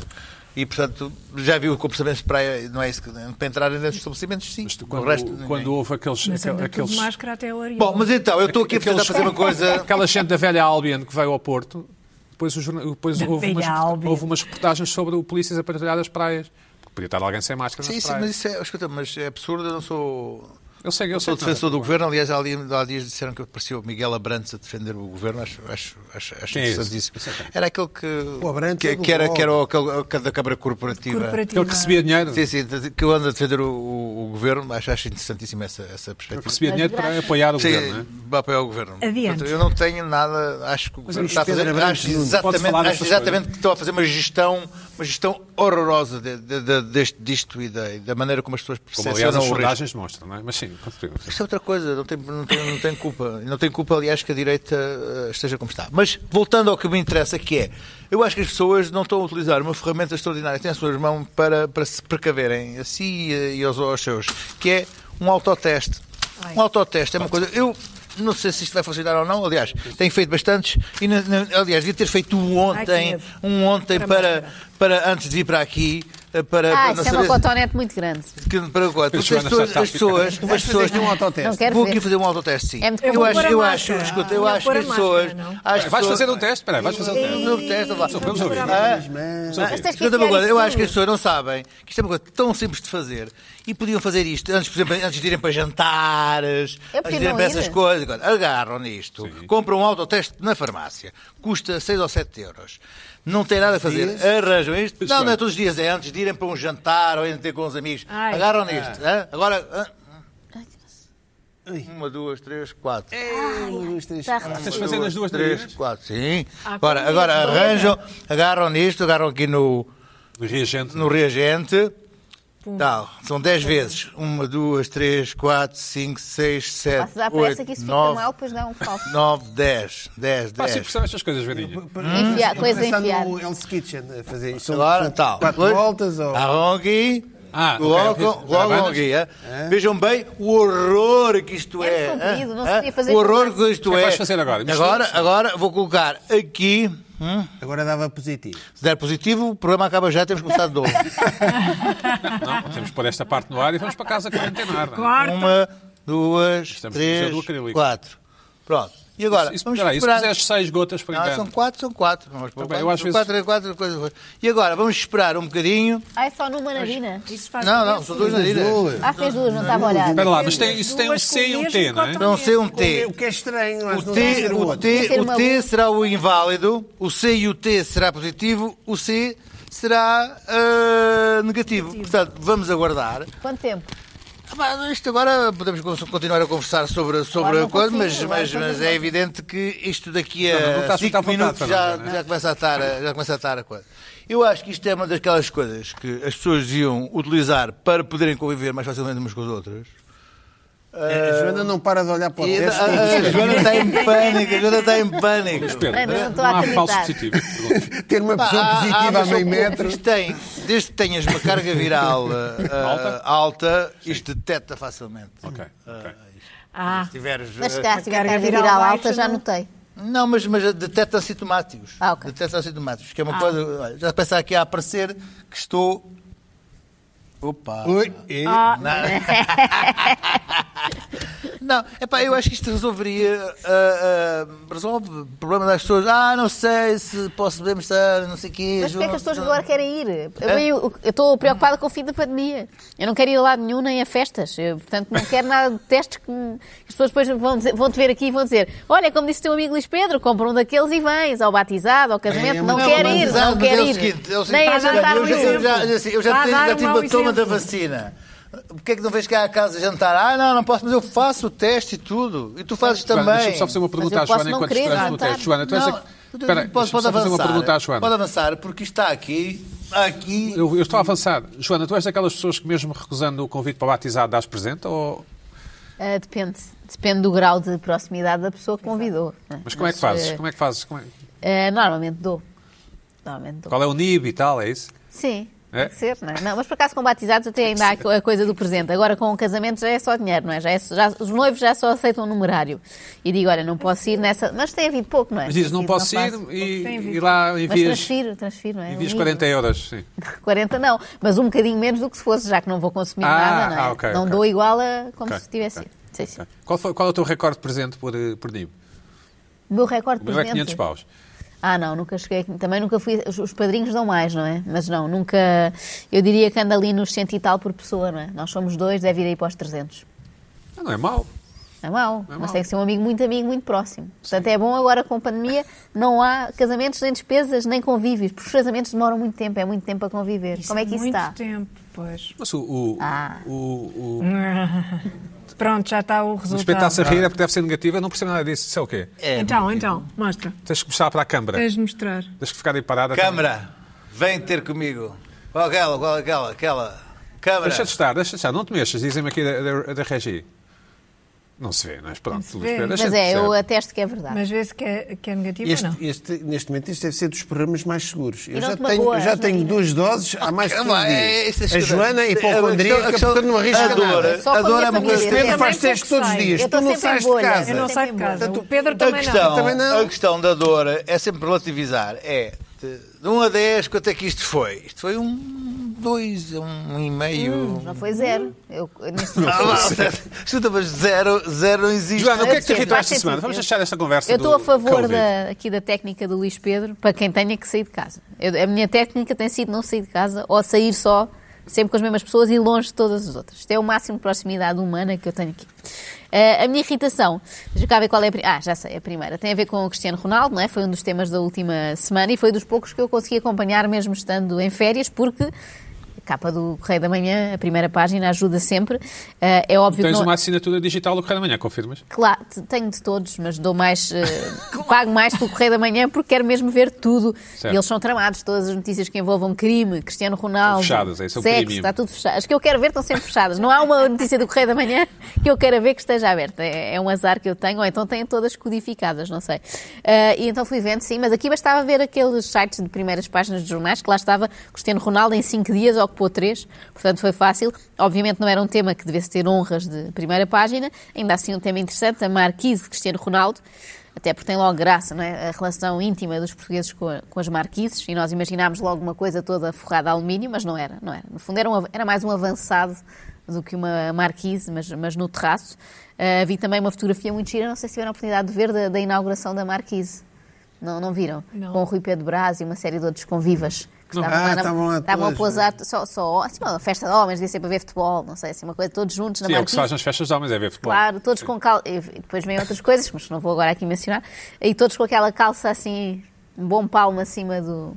[SPEAKER 5] e, portanto, já vi o comportamento de praia, não é isso que. Para entrar nesses estabelecimentos, sim.
[SPEAKER 1] Mas tu,
[SPEAKER 5] o resto,
[SPEAKER 1] quando,
[SPEAKER 5] ninguém.
[SPEAKER 1] quando houve aqueles.
[SPEAKER 3] Mas
[SPEAKER 1] aquel-
[SPEAKER 3] anda tudo de
[SPEAKER 1] aqueles
[SPEAKER 3] máscara até o Oriol.
[SPEAKER 5] Bom, mas então, eu estou aqui a tentar
[SPEAKER 1] aqueles-
[SPEAKER 5] fazer uma coisa.
[SPEAKER 1] Aquela gente da velha Albion que veio ao Porto, depois, o jorna- depois
[SPEAKER 3] Da
[SPEAKER 1] houve, umas,
[SPEAKER 3] velha Albion.
[SPEAKER 1] houve umas reportagens sobre o polícias a patrulhar as praias. Porque Podia estar alguém sem máscara
[SPEAKER 5] Sim,
[SPEAKER 1] nas
[SPEAKER 5] sim,
[SPEAKER 1] praias.
[SPEAKER 5] mas isso é. Escuta, mas é absurdo, eu não sou.
[SPEAKER 1] Eu sei, eu
[SPEAKER 5] Eu sou
[SPEAKER 1] sei. que não.
[SPEAKER 5] defensor do governo, aliás, há ali- há dias disseram que apareceu o Miguel Abrantes a defender o governo, acho, acho, acho, acho
[SPEAKER 1] Quem é esse?
[SPEAKER 5] interessantíssimo. Era aquele que,
[SPEAKER 2] O Abrantes
[SPEAKER 5] que,
[SPEAKER 2] é do
[SPEAKER 5] que era, que era o,
[SPEAKER 2] Bloco.
[SPEAKER 5] aquele- aquele da Câmara Corporativa.
[SPEAKER 3] Corporativa.
[SPEAKER 1] Aquele que recebia dinheiro.
[SPEAKER 5] Sim, sim, que anda a defender o, o- o governo, acho, acho interessantíssima essa, essa
[SPEAKER 1] Eu
[SPEAKER 5] perspectiva.
[SPEAKER 1] recebia dinheiro para apoiar o
[SPEAKER 5] Sim,
[SPEAKER 1] governo, não é?
[SPEAKER 5] papel ao governo.
[SPEAKER 3] Adiante.
[SPEAKER 5] Portanto, Eu não tenho nada, acho que o governo
[SPEAKER 2] isto
[SPEAKER 5] está a fazer,
[SPEAKER 2] Pedro Abrantes
[SPEAKER 5] acho
[SPEAKER 2] Nunes,
[SPEAKER 1] pode
[SPEAKER 5] exatamente,
[SPEAKER 1] falar
[SPEAKER 5] acho
[SPEAKER 1] destas
[SPEAKER 5] exatamente
[SPEAKER 1] coisas.
[SPEAKER 5] que estão a fazer uma gestão, uma gestão horrorosa de, de, de- deste, disto e da, e da maneira como as pessoas
[SPEAKER 1] Como aliás é um as
[SPEAKER 5] percepcionam o risco.
[SPEAKER 1] sondagens mostram, não é? Mas sim, continua.
[SPEAKER 5] Isso é outra coisa, não tem, não tem, não tem culpa. E Não tem culpa, aliás, que a direita eh, esteja como está. Mas voltando ao que me interessa, que é, eu acho que as pessoas não estão a utilizar uma ferramenta extraordinária que têm as suas mãos para, para se precaverem a si e, e aos, aos seus, que é um autoteste.
[SPEAKER 3] Ai.
[SPEAKER 5] Um autoteste é uma coisa. Eu não sei se isto vai funcionar ou não, aliás, tenho feito bastantes, e na- na- aliás, devia ter feito um
[SPEAKER 3] Ai, que
[SPEAKER 5] ontem,
[SPEAKER 3] medo.
[SPEAKER 5] um ontem
[SPEAKER 3] Para
[SPEAKER 5] para,
[SPEAKER 3] máscara.
[SPEAKER 5] para antes de vir para aqui. eh, Para,
[SPEAKER 4] Ah,
[SPEAKER 5] para
[SPEAKER 4] isso é
[SPEAKER 5] não
[SPEAKER 4] uma
[SPEAKER 5] saber-
[SPEAKER 4] cotonete muito grande.
[SPEAKER 5] que me preocupa. Porque As
[SPEAKER 1] Joana
[SPEAKER 5] pessoas,
[SPEAKER 1] está
[SPEAKER 5] as pessoas, as pessoas
[SPEAKER 2] fazer aqui um autoteste.
[SPEAKER 4] Não quero
[SPEAKER 5] Vou
[SPEAKER 4] ver.
[SPEAKER 5] aqui fazer um autoteste, sim.
[SPEAKER 4] É muito
[SPEAKER 5] eu
[SPEAKER 4] complicado.
[SPEAKER 3] Vou
[SPEAKER 5] acho,
[SPEAKER 3] pôr a
[SPEAKER 5] eu acho,
[SPEAKER 3] máscara.
[SPEAKER 5] escuta, eu
[SPEAKER 3] Vou
[SPEAKER 5] acho
[SPEAKER 3] pôr
[SPEAKER 5] que
[SPEAKER 3] a
[SPEAKER 5] as pessoas.
[SPEAKER 3] máscara, não?
[SPEAKER 5] as
[SPEAKER 1] Vais
[SPEAKER 5] pessoas-
[SPEAKER 1] fazer um teste? Espera aí, vais fazer um teste.
[SPEAKER 5] Vamos fazer um teste, vamos
[SPEAKER 1] Só
[SPEAKER 5] lá.
[SPEAKER 1] podemos ouvir.
[SPEAKER 5] Ah,
[SPEAKER 1] Vamos ouvir.
[SPEAKER 4] Mas tens que
[SPEAKER 5] Escuta uma
[SPEAKER 4] enfiar
[SPEAKER 5] coisa, eu
[SPEAKER 4] isso
[SPEAKER 5] acho que as
[SPEAKER 4] tudo.
[SPEAKER 5] pessoas não sabem que isto é uma coisa tão simples de fazer e podiam fazer isto antes, por exemplo, antes de irem para jantares,
[SPEAKER 4] Eu
[SPEAKER 5] antes
[SPEAKER 4] prefiro
[SPEAKER 5] de irem
[SPEAKER 4] não
[SPEAKER 5] para
[SPEAKER 4] ir.
[SPEAKER 5] essas coisas. Agora, Agarram nisto, compram um autoteste na farmácia, custa 6 ou 7 euros. Não tem nada a fazer. Arranjam isto. Não, não é todos os dias, é antes de irem para um jantar ou irem ter com os amigos.
[SPEAKER 3] Ai.
[SPEAKER 1] Ah.
[SPEAKER 5] Agarram nisto. hã? Agora. hã? Uma, duas, três, quatro.
[SPEAKER 4] Tá.
[SPEAKER 1] Tens de fazer É, nas duas
[SPEAKER 5] três,
[SPEAKER 1] narinas.
[SPEAKER 5] quatro, sim.
[SPEAKER 3] Ah,
[SPEAKER 5] Agora,
[SPEAKER 3] como
[SPEAKER 5] agora
[SPEAKER 3] isso,
[SPEAKER 5] arranjam, agarram nisto, agarram aqui no,
[SPEAKER 1] No reagente.
[SPEAKER 5] no reagente. Tal, são 10 vezes. 1, 2, 3, 4, 5, 6,
[SPEAKER 4] Ah,
[SPEAKER 5] 7,
[SPEAKER 4] se dá pressa que isso
[SPEAKER 5] 8,
[SPEAKER 4] fica
[SPEAKER 5] 9,
[SPEAKER 4] mal, pois dá um falso.
[SPEAKER 5] 9, 10. 10,
[SPEAKER 1] Passa
[SPEAKER 5] 10.
[SPEAKER 1] impressão estas coisas, Verinha.
[SPEAKER 4] Enfiar, coisa
[SPEAKER 2] Pensar
[SPEAKER 4] enfiar.
[SPEAKER 2] no Hell's Kitchen, a fazer isto. São-
[SPEAKER 5] Agora,
[SPEAKER 2] são
[SPEAKER 5] tal.
[SPEAKER 2] Quatro
[SPEAKER 5] Depois,
[SPEAKER 2] voltas ou...
[SPEAKER 5] Arrancam aqui.
[SPEAKER 1] Ah, ok.
[SPEAKER 5] colocam, colocam
[SPEAKER 1] Abanas.
[SPEAKER 5] aqui. é? Vejam bem o horror que isto
[SPEAKER 4] Era
[SPEAKER 5] é.
[SPEAKER 4] comprido,
[SPEAKER 5] é?
[SPEAKER 4] não se podia
[SPEAKER 5] É?
[SPEAKER 4] fazer
[SPEAKER 5] o horror
[SPEAKER 4] tudo.
[SPEAKER 5] que
[SPEAKER 1] O que
[SPEAKER 5] isto
[SPEAKER 1] é
[SPEAKER 5] é.
[SPEAKER 1] que vais fazer agora?
[SPEAKER 5] Agora, agora vou colocar aqui. hum?
[SPEAKER 2] Agora dava positivo.
[SPEAKER 5] Se der positivo, o programa acaba já, temos que começar de novo.
[SPEAKER 1] Não, temos que pôr esta parte no ar e vamos para casa quarentenar. não é?
[SPEAKER 3] Corta.
[SPEAKER 5] Uma, duas,
[SPEAKER 1] Estamos a fazer do
[SPEAKER 5] três,
[SPEAKER 1] acrílico.
[SPEAKER 5] quatro. Pronto. E agora?
[SPEAKER 1] Isso-
[SPEAKER 5] vamos
[SPEAKER 1] espera aí, se
[SPEAKER 5] esperar.
[SPEAKER 1] fizeres seis gotas, por
[SPEAKER 5] Não, são
[SPEAKER 1] engano.
[SPEAKER 5] quatro, são quatro. Vamos pôr
[SPEAKER 1] Também,
[SPEAKER 5] quatro,
[SPEAKER 1] eu às
[SPEAKER 5] são
[SPEAKER 1] vezes-
[SPEAKER 5] quatro, é quatro, coisa, coisa. E agora, vamos esperar um bocadinho.
[SPEAKER 4] Ah, é só numa narina.
[SPEAKER 3] Isso faz
[SPEAKER 5] Não, não,
[SPEAKER 3] diferença.
[SPEAKER 5] são duas narinas.
[SPEAKER 4] Ah, fez duas, não
[SPEAKER 3] é
[SPEAKER 4] estava a olhar.
[SPEAKER 1] Espera lá, mas tem, isso tem um
[SPEAKER 3] Duas com
[SPEAKER 1] C e um
[SPEAKER 3] mesmo
[SPEAKER 1] T, não é?
[SPEAKER 3] cotão.
[SPEAKER 5] Não sei um T.
[SPEAKER 2] O que é estranho,
[SPEAKER 5] O
[SPEAKER 2] acho que não deve
[SPEAKER 5] T,
[SPEAKER 2] ser o
[SPEAKER 5] o
[SPEAKER 2] outro.
[SPEAKER 4] Deve
[SPEAKER 5] T,
[SPEAKER 4] ser
[SPEAKER 5] o
[SPEAKER 4] uma
[SPEAKER 5] T
[SPEAKER 4] boa.
[SPEAKER 5] será o inválido, o C e o T será positivo, o C será ah, negativo. Portanto, vamos aguardar.
[SPEAKER 4] Quanto tempo?
[SPEAKER 5] Ah, pá, Isto agora podemos con- continuar a conversar sobre, sobre
[SPEAKER 4] Agora
[SPEAKER 5] a
[SPEAKER 4] não
[SPEAKER 5] coisa,
[SPEAKER 4] consigo,
[SPEAKER 5] mas,
[SPEAKER 4] agora
[SPEAKER 5] mas,
[SPEAKER 4] não
[SPEAKER 5] mas
[SPEAKER 4] consigo.
[SPEAKER 5] é evidente que isto daqui
[SPEAKER 1] Não, não, não está
[SPEAKER 5] a
[SPEAKER 1] a sentar
[SPEAKER 5] 5
[SPEAKER 1] vontade,
[SPEAKER 5] minutos já,
[SPEAKER 1] Fernando, não é?
[SPEAKER 5] já, começa a estar, a- já começa a estar a coisa. Eu acho que isto é uma daquelas coisas que as pessoas deviam utilizar para poderem conviver mais facilmente umas com as outras.
[SPEAKER 2] A Joana não para de olhar para o
[SPEAKER 5] E a,
[SPEAKER 2] teste.
[SPEAKER 5] a- a Joana está em pânico, a Joana está em pânico.
[SPEAKER 1] Mas Pedro,
[SPEAKER 4] Bem, É, mas não
[SPEAKER 1] não
[SPEAKER 4] estou a
[SPEAKER 1] há
[SPEAKER 4] acreditar.
[SPEAKER 1] falso positivo. Pergunta.
[SPEAKER 2] Ter uma
[SPEAKER 5] Pá,
[SPEAKER 2] pessoa
[SPEAKER 5] há- há-
[SPEAKER 2] positiva a
[SPEAKER 5] mas
[SPEAKER 2] meio
[SPEAKER 5] o-
[SPEAKER 2] metro.
[SPEAKER 5] Isto tem, desde que tenhas uma carga viral ah, ah,
[SPEAKER 1] Alta?
[SPEAKER 5] alta, isto detecta facilmente.
[SPEAKER 1] Ok, ok.
[SPEAKER 3] Ah,
[SPEAKER 5] Se tiveres,
[SPEAKER 4] Mas
[SPEAKER 5] ah,
[SPEAKER 4] cá, se a
[SPEAKER 3] carga
[SPEAKER 4] carga
[SPEAKER 3] viral
[SPEAKER 4] viral
[SPEAKER 3] baixa,
[SPEAKER 4] alta, já
[SPEAKER 3] não?
[SPEAKER 4] notei.
[SPEAKER 5] Não, mas, mas detecta sintomáticos.
[SPEAKER 4] Ah, ok. Ah.
[SPEAKER 5] Detecta sintomáticos, que é uma coisa. olha, já pensar aqui a aparecer que estou. Opa!
[SPEAKER 2] Ui, e-
[SPEAKER 5] Não, epá, eu acho que isto resolveria. ah, ah, resolve problemas das pessoas. Ah, não sei se posso beber, mas, ah, não sei o quê.
[SPEAKER 4] Mas porquê é que as pessoas
[SPEAKER 5] Não- É.
[SPEAKER 4] agora querem ir? Eu- Eu eu estou preocupada com o fim da pandemia. Eu não quero ir a lado nenhum, nem a festas. Eu, portanto, não quero nada de testes que me- que as pessoas depois vão, dizer- vão te ver aqui e vão dizer olha, como disse o teu amigo Luís Pedro, compra um daqueles e vens ao batizado, ao casamento. não,
[SPEAKER 5] Não,
[SPEAKER 4] quero
[SPEAKER 5] mas
[SPEAKER 4] ir,
[SPEAKER 5] exato,
[SPEAKER 4] não
[SPEAKER 5] mas
[SPEAKER 4] quero
[SPEAKER 5] é o
[SPEAKER 4] ir.
[SPEAKER 5] seguinte, é o seguinte,
[SPEAKER 4] nem um a
[SPEAKER 3] Está a dar
[SPEAKER 4] jantar
[SPEAKER 5] Eu já, eu
[SPEAKER 4] nenhum.
[SPEAKER 5] já, eu já- eu já
[SPEAKER 3] Vai
[SPEAKER 5] tive- já
[SPEAKER 3] dar um
[SPEAKER 5] tive
[SPEAKER 3] mau
[SPEAKER 5] a toma da
[SPEAKER 3] exemplo.
[SPEAKER 5] vacina. Porquê é que não vens cá à casa jantar? Ah, não, não posso, mas eu faço o teste e tudo. E tu fazes
[SPEAKER 1] Joana,
[SPEAKER 5] também.
[SPEAKER 1] Deixa-me só fazer uma pergunta à
[SPEAKER 4] eu posso
[SPEAKER 1] Joana
[SPEAKER 4] não
[SPEAKER 1] enquanto
[SPEAKER 4] querer tá?
[SPEAKER 1] esperamos o
[SPEAKER 4] jantar.
[SPEAKER 1] teste. Joana, tu és
[SPEAKER 5] Não,
[SPEAKER 1] a...
[SPEAKER 5] tu-
[SPEAKER 1] Espera, aí,
[SPEAKER 5] pode,
[SPEAKER 1] deixa-me
[SPEAKER 5] pode
[SPEAKER 1] só fazer
[SPEAKER 5] avançar.
[SPEAKER 1] uma pergunta à
[SPEAKER 5] Pode
[SPEAKER 1] Joana.
[SPEAKER 5] avançar, porque está aqui. Aqui.
[SPEAKER 1] Eu, eu estou a avançar. Joana, tu és daquelas pessoas que mesmo recusando o convite para batizar dás presente ou...
[SPEAKER 4] Ah, depende. Depende do grau de proximidade da pessoa que convidou. não
[SPEAKER 1] Mas como é que fazes? Como é que fazes? Como é-
[SPEAKER 4] eh, normalmente dou. Normalmente dou.
[SPEAKER 1] Qual é o nib e tal, é isso?
[SPEAKER 4] Sim,
[SPEAKER 1] É?
[SPEAKER 4] tem que ser, não é? Não, mas por acaso com batizados até ainda há a co- a coisa do presente. Agora com o casamento já é só dinheiro, não é? Já é- já- os noivos já só aceitam um numerário. E digo, olha, não posso ir nessa... Mas tem havido pouco, não é?
[SPEAKER 1] Mas dizes, não
[SPEAKER 4] Tem havido,
[SPEAKER 1] posso ir
[SPEAKER 4] faço.
[SPEAKER 3] Tem
[SPEAKER 1] e,
[SPEAKER 3] visto.
[SPEAKER 1] e lá
[SPEAKER 4] Mas
[SPEAKER 1] envias,
[SPEAKER 4] transfiro, transfiro, não é?
[SPEAKER 1] envias
[SPEAKER 4] Um
[SPEAKER 1] 40 euros. Sim.
[SPEAKER 4] livro. 40 não, mas um bocadinho menos do que se fosse, já que não vou consumir
[SPEAKER 1] Ah,
[SPEAKER 4] nada, não é?
[SPEAKER 1] ah, ok,
[SPEAKER 4] não
[SPEAKER 1] ok.
[SPEAKER 4] dou igual a como
[SPEAKER 1] Ok,
[SPEAKER 4] se tivesse
[SPEAKER 1] ok,
[SPEAKER 4] ido. Sim, sim.
[SPEAKER 1] Ok. Qual, foi, qual é o teu recorde de presente por, eh, por nib?
[SPEAKER 4] O meu recorde
[SPEAKER 1] O
[SPEAKER 4] de
[SPEAKER 1] meu é
[SPEAKER 4] presente...
[SPEAKER 1] 500 paus.
[SPEAKER 4] Ah, não, nunca cheguei. Também nunca fui. Os, os padrinhos dão mais, não é? Mas não, nunca. Eu diria que anda ali nos cento e tal por pessoa, não é? Nós somos dois, deve ir aí para os 300.
[SPEAKER 1] Ah, não é mau.
[SPEAKER 4] É mau,
[SPEAKER 1] É mau.
[SPEAKER 4] mas tem que ser um amigo muito amigo, muito próximo. Portanto, é bom agora com a pandemia, não há casamentos, nem despesas, nem convívios, porque os casamentos demoram muito tempo, é muito tempo a
[SPEAKER 3] é
[SPEAKER 4] conviver. Como é que isso
[SPEAKER 3] muito
[SPEAKER 4] está?
[SPEAKER 3] tempo, pois.
[SPEAKER 1] Mas o, o,
[SPEAKER 4] Ah.
[SPEAKER 1] o- o-
[SPEAKER 3] Pronto, já está o
[SPEAKER 1] O
[SPEAKER 3] resultado.
[SPEAKER 1] espelho está a rir é porque deve ser negativo. Eu não percebo nada disso. Isso é o quê?
[SPEAKER 5] É,
[SPEAKER 3] Então, então, mostra.
[SPEAKER 1] Tens que puxar para a câmara.
[SPEAKER 3] Tens de mostrar.
[SPEAKER 1] Tens que ficar aí parada.
[SPEAKER 5] Câmara, vem ter comigo. Qual aquela, qual aquela, aquela. Câmara.
[SPEAKER 1] Então, Deixa de estar, deixa de estar. Não te mexas. Dizem-me aqui da, da, da regi. Não se vê, não é? Pronto,
[SPEAKER 3] se
[SPEAKER 1] Luís
[SPEAKER 3] vê.
[SPEAKER 1] Pedro, deixa
[SPEAKER 4] Mas
[SPEAKER 1] de
[SPEAKER 4] é,
[SPEAKER 1] ser.
[SPEAKER 4] eu atesto que é verdade.
[SPEAKER 3] Mas vê-se que é, que é negativo
[SPEAKER 2] Este,
[SPEAKER 3] ou não?
[SPEAKER 2] este- neste momento, este deve ser dos programas mais seguros. Eu
[SPEAKER 4] E
[SPEAKER 2] já
[SPEAKER 4] não te
[SPEAKER 2] tenho,
[SPEAKER 4] magoa,
[SPEAKER 2] eu já tenho
[SPEAKER 4] Marina.
[SPEAKER 2] duas doses há mais de 15
[SPEAKER 5] Calma lá,
[SPEAKER 2] dias.
[SPEAKER 5] é- é- isso é
[SPEAKER 2] a
[SPEAKER 5] então, escura.
[SPEAKER 2] Joana é
[SPEAKER 5] A questão- a
[SPEAKER 2] hipocondríaca,
[SPEAKER 5] questão-
[SPEAKER 2] portanto não arrisca
[SPEAKER 5] a dor,
[SPEAKER 2] nada.
[SPEAKER 4] Só com a minha
[SPEAKER 5] Adora
[SPEAKER 4] família.
[SPEAKER 5] porque-
[SPEAKER 4] Eu
[SPEAKER 2] Pedro
[SPEAKER 4] também
[SPEAKER 2] faz
[SPEAKER 3] pouco
[SPEAKER 2] testes todos os
[SPEAKER 3] sei.
[SPEAKER 2] dias. Tu
[SPEAKER 4] Eu estou
[SPEAKER 2] não
[SPEAKER 4] sempre em
[SPEAKER 2] sais de
[SPEAKER 4] bolha.
[SPEAKER 2] casa.
[SPEAKER 3] Eu não
[SPEAKER 4] Sempre
[SPEAKER 3] saio de
[SPEAKER 4] embora.
[SPEAKER 3] casa. O
[SPEAKER 2] Portanto,
[SPEAKER 3] Pedro
[SPEAKER 5] a
[SPEAKER 3] também
[SPEAKER 5] questão,
[SPEAKER 3] não.
[SPEAKER 2] Também não.
[SPEAKER 5] A questão da dor é sempre relativizar. É de de 1 a 10, quanto é que isto foi? Isto foi um 2, um e
[SPEAKER 1] Hum.
[SPEAKER 5] meio.
[SPEAKER 4] Não foi zero. Eu, neste
[SPEAKER 5] Ah, lá, Escuta, mas zero, zero existe.
[SPEAKER 1] Joana, o que é que te
[SPEAKER 4] Deve ser,
[SPEAKER 1] irritou
[SPEAKER 4] faz
[SPEAKER 1] esta semana?
[SPEAKER 4] sentido.
[SPEAKER 1] Vamos deixar esta conversa
[SPEAKER 4] Eu estou
[SPEAKER 1] do
[SPEAKER 4] a favor
[SPEAKER 1] Covid.
[SPEAKER 4] da, aqui da técnica do Luís Pedro para quem tenha que sair de casa. Eu- a minha técnica tem sido não sair de casa ou sair só, sempre com as mesmas pessoas e longe de todas as outras. Isto é o máximo de proximidade humana que eu tenho aqui. Ah, a minha irritação, deixa cá ver qual é a pri- Ah, já sei, a primeira. Tem a ver com o Cristiano Ronaldo, não é? Foi um dos temas da última semana e foi dos poucos que eu consegui acompanhar mesmo estando em férias, porque a capa do Correio da Manhã, a primeira página, ajuda sempre. Ah, é óbvio que
[SPEAKER 1] Tens
[SPEAKER 4] não...
[SPEAKER 1] uma assinatura digital do Correio da Manhã, confirmas?
[SPEAKER 4] Claro, te- tenho de todos, mas dou mais, eh, pago mais pelo Correio da Manhã porque quero mesmo ver tudo.
[SPEAKER 1] Certo.
[SPEAKER 4] E eles são tramados, todas as notícias que envolvam crime, Cristiano Ronaldo,
[SPEAKER 1] Estão fechadas, esse é o
[SPEAKER 4] sexo,
[SPEAKER 1] premium.
[SPEAKER 4] está tudo fechado. As que eu quero ver estão sempre fechadas. Não há uma notícia do Correio da Manhã que eu queira ver que esteja aberta. É, é um azar que eu tenho, ou então têm todas codificadas, não sei. Eh, e então fui vendo, sim, mas aqui bastava ver aqueles sites de primeiras páginas de jornais que lá estava Cristiano Ronaldo em cinco dias ocupou três, portanto foi fácil. Obviamente não era um tema que devesse ter honras de primeira página, ainda assim um tema interessante, a marquise de Cristiano Ronaldo. Até porque tem logo graça, não é? A relação íntima dos portugueses com, a- com as marquises, e nós imaginámos logo uma coisa toda forrada de alumínio, mas não era, não era. No fundo era, um av- era mais um avançado do que uma marquise, mas, mas no terraço. Ah, vi também uma fotografia muito gira, não sei se tiveram a oportunidade de ver, da, da inauguração da marquise. Não, não viram?
[SPEAKER 3] Não.
[SPEAKER 4] Com o Rui Pedro Brás e uma série de outros convivas. que
[SPEAKER 2] Ah, estavam lá
[SPEAKER 4] estavam a
[SPEAKER 2] todos,
[SPEAKER 4] pousar,
[SPEAKER 1] né?
[SPEAKER 4] só, só assim, uma festa de homens, devia ser para ver futebol, não sei, assim, uma coisa, todos juntos na
[SPEAKER 1] Sim, é o que
[SPEAKER 4] marquise.
[SPEAKER 1] se faz nas festas de homens, é ver futebol.
[SPEAKER 4] Claro, todos com calça. Depois vêm outras coisas, mas não vou agora aqui mencionar. E todos com aquela calça assim, um bom palmo acima do,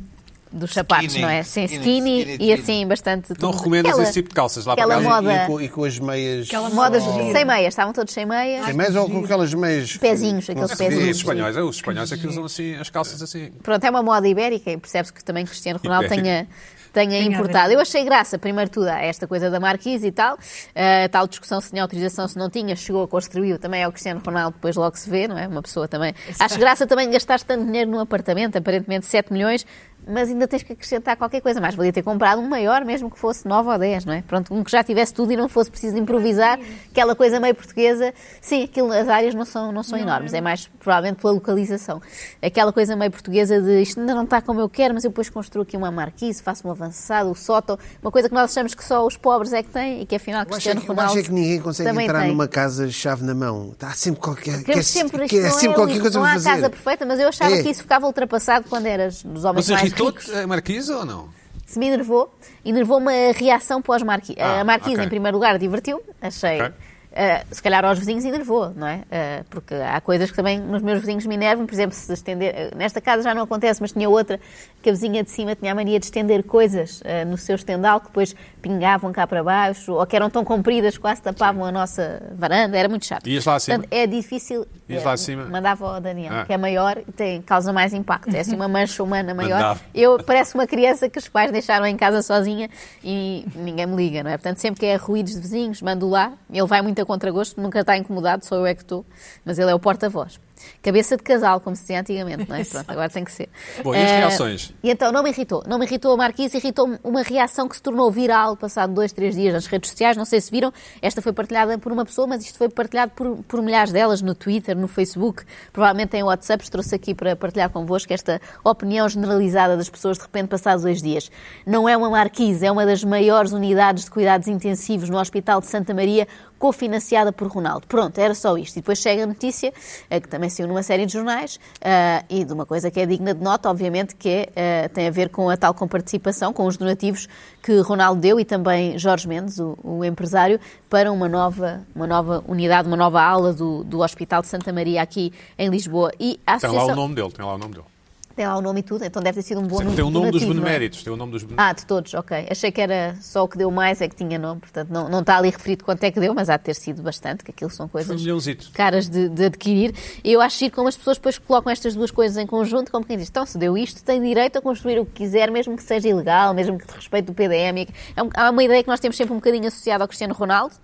[SPEAKER 4] dos sapatos,
[SPEAKER 5] Skinny,
[SPEAKER 4] não é? Sim,
[SPEAKER 5] skinny,
[SPEAKER 4] skinny,
[SPEAKER 5] skinny,
[SPEAKER 4] e
[SPEAKER 5] skinny.
[SPEAKER 4] assim, bastante.
[SPEAKER 1] Não recomendas esse tipo de calças lá para
[SPEAKER 4] aquela
[SPEAKER 1] casa?
[SPEAKER 4] moda.
[SPEAKER 2] E com, e com as meias.
[SPEAKER 3] Aquela
[SPEAKER 4] Modas
[SPEAKER 3] Oh.
[SPEAKER 4] sem meias, estavam todos sem meias.
[SPEAKER 2] Sem meias ou com aquelas meias.
[SPEAKER 4] Pezinhos, aqueles
[SPEAKER 2] Não se vê.
[SPEAKER 1] E os
[SPEAKER 4] pezinhos.
[SPEAKER 1] espanhóis, é, os espanhóis é que usam assim as calças assim.
[SPEAKER 4] Pronto, é uma moda ibérica e percebe-se que também Cristiano Ronaldo
[SPEAKER 1] Ibérica.
[SPEAKER 4] tenha, tenha
[SPEAKER 3] Tenha
[SPEAKER 4] importado.
[SPEAKER 3] havido.
[SPEAKER 4] Eu achei graça, primeiro de tudo, a esta coisa da Marquise e tal, eh, tal discussão se tinha autorização, se não tinha, chegou a construir, também é o Cristiano Ronaldo, depois logo se vê, não é? Uma pessoa também. Acho graça também gastar tanto dinheiro num apartamento, aparentemente 7 milhões, mas ainda tens que acrescentar qualquer coisa. Mais valia ter comprado um maior, mesmo que fosse 9 ou 10, não é? Pronto, um que já tivesse tudo e não fosse preciso improvisar, aquela coisa meio portuguesa. Sim, aquilo, as áreas não são, não são enormes, é mais provavelmente pela localização. Aquela coisa meio portuguesa de isto ainda não está como eu quero, mas eu depois construo aqui uma marquise, faço um avançado, um sótão, uma coisa que nós achamos que só os pobres é que têm e que afinal
[SPEAKER 2] Eu acho, é
[SPEAKER 4] Cristiano
[SPEAKER 2] que- eu
[SPEAKER 4] Ronaldo
[SPEAKER 2] acho é que ninguém consegue
[SPEAKER 4] também
[SPEAKER 2] entrar
[SPEAKER 4] tem.
[SPEAKER 2] numa casa chave na mão. Há sempre qualquer, quer,
[SPEAKER 4] Queremos sempre,
[SPEAKER 2] quer-
[SPEAKER 4] isto não
[SPEAKER 2] sempre
[SPEAKER 4] é
[SPEAKER 2] qualquer
[SPEAKER 4] lindo,
[SPEAKER 2] coisa
[SPEAKER 4] não
[SPEAKER 2] para
[SPEAKER 4] há
[SPEAKER 2] fazer.
[SPEAKER 4] casa perfeita, mas eu achava
[SPEAKER 2] É.
[SPEAKER 4] que isso ficava ultrapassado quando eras dos homens
[SPEAKER 1] Mas
[SPEAKER 4] mais
[SPEAKER 1] irritou-te
[SPEAKER 4] ricos.
[SPEAKER 1] a é marquise ou não?
[SPEAKER 4] se me enervou, enervou uma reação pós marquise.
[SPEAKER 1] Ah,
[SPEAKER 4] a marquise,
[SPEAKER 1] ok.
[SPEAKER 4] em primeiro lugar, divertiu, achei.
[SPEAKER 1] Ok.
[SPEAKER 4] eh, se calhar aos vizinhos enervou, não é? Eh, porque há coisas que também nos meus vizinhos me enervam, por exemplo, se estender. eh, nesta casa já não acontece, mas tinha outra que a vizinha de cima tinha a mania de estender coisas eh, no seu estendal que depois pingavam cá para baixo ou que eram tão compridas que quase tapavam a nossa varanda, era muito chato.
[SPEAKER 1] Ias lá acima?
[SPEAKER 4] Portanto, é difícil.
[SPEAKER 1] Ias
[SPEAKER 4] eh,
[SPEAKER 1] lá acima?
[SPEAKER 4] Mandava ao Daniel,
[SPEAKER 1] Ah.
[SPEAKER 4] que é maior e tem, causa mais impacto. É assim uma mancha humana maior.
[SPEAKER 1] Mandava.
[SPEAKER 4] Eu parece uma criança que os pais deixaram em casa sozinha e ninguém me liga, não é? Portanto, sempre que é ruídos de vizinhos, mando lá. Ele vai muito a contragosto, nunca está incomodado, sou eu é que estou, mas ele é o porta-voz. Cabeça de casal, como se dizia antigamente, não é? Pronto, agora tem que ser.
[SPEAKER 1] Bom, e as
[SPEAKER 4] Eh,
[SPEAKER 1] reações?
[SPEAKER 4] e então não me irritou. Não me irritou a Marquise, irritou-me uma reação que se tornou viral passado dois, três dias nas redes sociais. Não sei se viram, esta foi partilhada por uma pessoa, mas isto foi partilhado por, por milhares delas no Twitter, no Facebook, provavelmente em WhatsApp. Trouxe aqui para partilhar convosco esta opinião generalizada das pessoas de repente passados dois dias. Não é uma Marquise, é uma das maiores unidades de cuidados intensivos no Hospital de Santa Maria, cofinanciada por Ronaldo. Pronto, era só isto. E depois chega a notícia, eh, que também saiu numa série de jornais, ah, e de uma coisa que é digna de nota, obviamente, que é, eh, tem a ver com a tal comparticipação, com os donativos que Ronaldo deu e também Jorge Mendes, o, o empresário, para uma nova, uma nova unidade, uma nova ala do, do Hospital de Santa Maria aqui em Lisboa. E a
[SPEAKER 1] Tem lá
[SPEAKER 4] associação...
[SPEAKER 1] o nome dele, tem lá o nome dele.
[SPEAKER 4] Tem lá o nome e tudo, então deve ter sido um bom
[SPEAKER 1] Tem o nome dos
[SPEAKER 4] donativo, não é?
[SPEAKER 1] beneméritos. Tem o nome dos ben-
[SPEAKER 4] Ah, de todos, ok. Achei que era só o que deu mais é que tinha nome, portanto não, não está ali referido quanto é que deu, mas há de ter sido bastante, que aquilo são
[SPEAKER 1] Foi um
[SPEAKER 4] coisas
[SPEAKER 1] milhãozito.
[SPEAKER 4] caras de, de adquirir. E eu acho giro como as pessoas depois colocam estas duas coisas em conjunto, como quem diz, então se deu isto, tem direito a construir o que quiser, mesmo que seja ilegal, mesmo que de respeito do PDM. É um- há uma ideia que nós temos sempre um bocadinho associada ao Cristiano Ronaldo,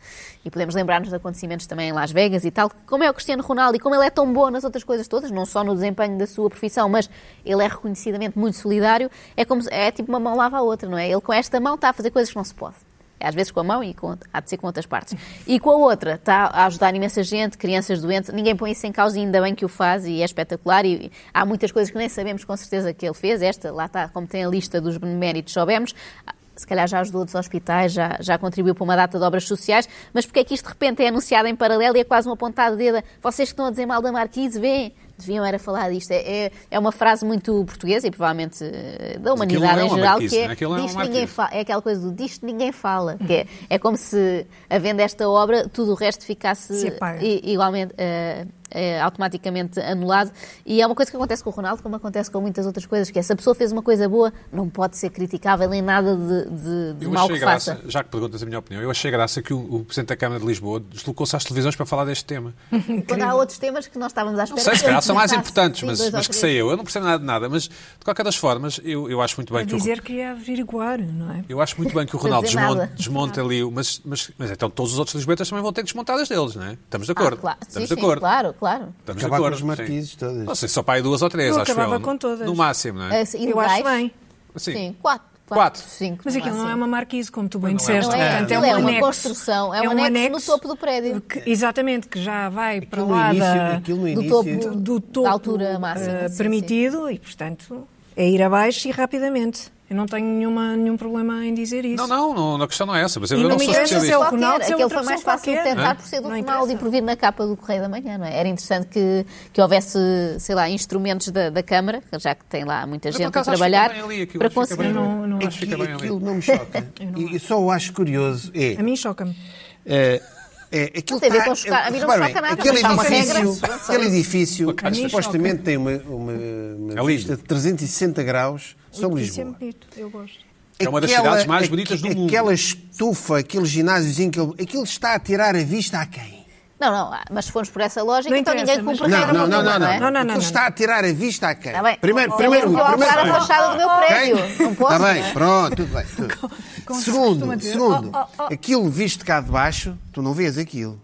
[SPEAKER 4] e podemos lembrar-nos de acontecimentos também em Las Vegas e tal, como é o Cristiano Ronaldo e como ele é tão bom nas outras coisas todas, não só no desempenho da sua profissão, mas ele é reconhecidamente muito solidário, é, como, se- é tipo uma mão lava a outra, não é? Ele com esta mão está a fazer coisas que não se pode. É às vezes com a mão e com, há de ser com outras partes. E com a outra, está a ajudar imensa gente, crianças doentes, ninguém põe isso em causa e ainda bem que o faz e é espetacular. E, e há muitas coisas que nem sabemos com certeza que ele fez. Esta, lá está, como tem a lista dos beneméritos, soubemos. Ah, Se calhar já ajudou outros hospitais, já, já contribuiu para uma data de obras sociais, mas porque é que isto de repente é anunciado em paralelo e é quase uma pontada de dedo? a, Vocês que estão a dizer mal da Marquise, vêem. Deviam era falar disto. É, é, é uma frase muito portuguesa e provavelmente eh, da
[SPEAKER 1] aquilo
[SPEAKER 4] humanidade
[SPEAKER 1] não é
[SPEAKER 4] em
[SPEAKER 1] uma
[SPEAKER 4] geral,
[SPEAKER 1] Marquise,
[SPEAKER 4] que é,
[SPEAKER 1] né? Aquilo é uma
[SPEAKER 4] disto ninguém
[SPEAKER 1] Marquise.
[SPEAKER 4] fa- é aquela coisa do disto ninguém fala, que é, é como se, havendo esta obra, tudo o resto ficasse
[SPEAKER 3] Se apaga.
[SPEAKER 4] i- igualmente, eh, eh, automaticamente anulado. E é uma coisa que acontece com o Ronaldo, como acontece com muitas outras coisas, que é, se a pessoa fez uma coisa boa, não pode ser criticável em nada de, de- de
[SPEAKER 1] Eu
[SPEAKER 4] mal
[SPEAKER 1] achei
[SPEAKER 4] que
[SPEAKER 1] graça,
[SPEAKER 4] faça.
[SPEAKER 1] já que perguntas a minha opinião, eu achei graça que o, o Presidente da Câmara de Lisboa deslocou-se às televisões para falar deste tema.
[SPEAKER 4] E Quando há outros temas que nós estávamos à espera...
[SPEAKER 1] Não sei, se
[SPEAKER 4] que ele
[SPEAKER 1] calhar são mais
[SPEAKER 4] comentasse,
[SPEAKER 1] importantes,
[SPEAKER 4] sim,
[SPEAKER 1] mas,
[SPEAKER 4] dois ou
[SPEAKER 1] mas que
[SPEAKER 4] três.
[SPEAKER 1] sei eu. Eu não percebo nada de nada, mas de qualquer das formas, eu, eu acho muito
[SPEAKER 3] A
[SPEAKER 1] bem que o,
[SPEAKER 3] dizer que ia averiguar, não é?
[SPEAKER 1] eu acho muito bem que o
[SPEAKER 4] Não
[SPEAKER 1] Ronaldo
[SPEAKER 4] dizer
[SPEAKER 1] desmonte,
[SPEAKER 4] nada.
[SPEAKER 1] desmonte ali, o- mas, mas, mas então todos os outros Lisboetas também vão ter desmontadas deles, não é? Estamos de
[SPEAKER 4] Ah,
[SPEAKER 1] acordo.
[SPEAKER 4] claro,
[SPEAKER 1] Estamos
[SPEAKER 4] sim,
[SPEAKER 1] de
[SPEAKER 4] sim,
[SPEAKER 1] acordo.
[SPEAKER 4] claro, claro.
[SPEAKER 1] Estamos
[SPEAKER 2] Acabar
[SPEAKER 1] de
[SPEAKER 2] com
[SPEAKER 1] acordo.
[SPEAKER 2] os marquises
[SPEAKER 1] sim.
[SPEAKER 2] todas.
[SPEAKER 1] Não sei, só para aí duas ou três,
[SPEAKER 3] Eu
[SPEAKER 1] acho
[SPEAKER 3] acabava
[SPEAKER 1] eu.
[SPEAKER 3] com todas.
[SPEAKER 1] No máximo, não é?
[SPEAKER 4] Ah, sim,
[SPEAKER 3] Eu acho
[SPEAKER 4] ilegais.
[SPEAKER 3] bem.
[SPEAKER 1] Sim.
[SPEAKER 4] Sim, quatro.
[SPEAKER 1] Quatro.
[SPEAKER 4] cinco,
[SPEAKER 3] Mas
[SPEAKER 4] no
[SPEAKER 3] aquilo não é
[SPEAKER 4] máximo.
[SPEAKER 3] uma marquise, como tu bem disseste.
[SPEAKER 4] Não é,
[SPEAKER 3] portanto,
[SPEAKER 4] aquilo
[SPEAKER 3] um
[SPEAKER 4] assim? é uma
[SPEAKER 3] anexo.
[SPEAKER 4] construção, é um anexo no topo do prédio.
[SPEAKER 3] que- exatamente, que já vai para
[SPEAKER 2] Aquilo no
[SPEAKER 3] lá
[SPEAKER 2] início,
[SPEAKER 3] da,
[SPEAKER 2] aquilo no
[SPEAKER 4] do
[SPEAKER 2] início
[SPEAKER 4] topo.
[SPEAKER 3] do
[SPEAKER 4] Da
[SPEAKER 3] topo
[SPEAKER 4] altura máxima,
[SPEAKER 3] eh,
[SPEAKER 4] sim,
[SPEAKER 3] permitido e, portanto, é ir abaixo e rapidamente. Eu não tenho nenhuma, nenhum problema em dizer isso.
[SPEAKER 1] Não, não, não, a questão não é essa, mas eu,
[SPEAKER 3] E
[SPEAKER 1] eu
[SPEAKER 3] não
[SPEAKER 1] não
[SPEAKER 3] me
[SPEAKER 1] sou
[SPEAKER 3] interessa se
[SPEAKER 1] especialista.
[SPEAKER 3] é o Ronaldo, se é
[SPEAKER 4] aquele
[SPEAKER 3] outra
[SPEAKER 4] foi mais
[SPEAKER 3] pessoa
[SPEAKER 4] fácil de
[SPEAKER 3] qualquer.
[SPEAKER 4] tentar por ser do
[SPEAKER 3] Não
[SPEAKER 4] Ronaldo e
[SPEAKER 3] interessa.
[SPEAKER 4] por vir na capa do Correio da Manhã, não é? Era interessante que, que houvesse, sei lá, instrumentos da, da Câmara, já que tem lá muita
[SPEAKER 1] Mas, por
[SPEAKER 4] gente a
[SPEAKER 1] acaso, acho que
[SPEAKER 4] trabalhar,
[SPEAKER 1] fica bem ali, aquilo,
[SPEAKER 4] para
[SPEAKER 1] acho que fica
[SPEAKER 4] conseguir.
[SPEAKER 1] bem ali.
[SPEAKER 3] Não, não
[SPEAKER 1] Acho que fica bem ali.
[SPEAKER 2] Aquilo não me choca. E só o acho curioso é.
[SPEAKER 3] A mim choca-me.
[SPEAKER 2] É, é, aquilo
[SPEAKER 4] Não tem a ver
[SPEAKER 2] tá-
[SPEAKER 4] com chocar. A mim não
[SPEAKER 2] repara
[SPEAKER 4] choca
[SPEAKER 2] bem,
[SPEAKER 4] nada,
[SPEAKER 2] Aquele
[SPEAKER 4] mas há uma
[SPEAKER 2] edifício,
[SPEAKER 4] regra.
[SPEAKER 2] aquele edifício
[SPEAKER 3] caixa.
[SPEAKER 2] supostamente tem uma, uma, uma
[SPEAKER 1] É lindo.
[SPEAKER 2] vista de 360 graus sobre
[SPEAKER 3] Isso é
[SPEAKER 2] Lisboa.
[SPEAKER 3] bonito, eu gosto.
[SPEAKER 1] É uma das cidades mais bonitas do
[SPEAKER 2] aque-
[SPEAKER 1] mundo.
[SPEAKER 2] Aquela estufa, aquele ginásiozinho, que ele- aquilo está a tirar a vista a quem?
[SPEAKER 4] Não, não, ah, mas se formos por essa lógica,
[SPEAKER 3] Não
[SPEAKER 4] então ninguém
[SPEAKER 3] interessa, mas-
[SPEAKER 4] cumpre regra
[SPEAKER 3] Não,
[SPEAKER 4] nenhuma, não, é?
[SPEAKER 3] não, não,
[SPEAKER 2] Aquilo
[SPEAKER 3] não.
[SPEAKER 2] está a tirar a vista a quem?
[SPEAKER 4] Está bem.
[SPEAKER 2] Primeiro,
[SPEAKER 4] Ou-
[SPEAKER 2] primeiro,
[SPEAKER 4] ou- ou
[SPEAKER 2] primeiro.
[SPEAKER 4] alterar a fachada do meu prédio. Não
[SPEAKER 3] Tá
[SPEAKER 4] posso,
[SPEAKER 2] Está
[SPEAKER 4] não
[SPEAKER 2] bem,
[SPEAKER 4] é?
[SPEAKER 2] pronto, tudo bem. tudo.
[SPEAKER 3] como se costuma
[SPEAKER 2] Segundo,
[SPEAKER 3] dizer.
[SPEAKER 2] segundo,
[SPEAKER 3] Oh, oh, oh.
[SPEAKER 2] aquilo visto cá de baixo, tu não vês aquilo.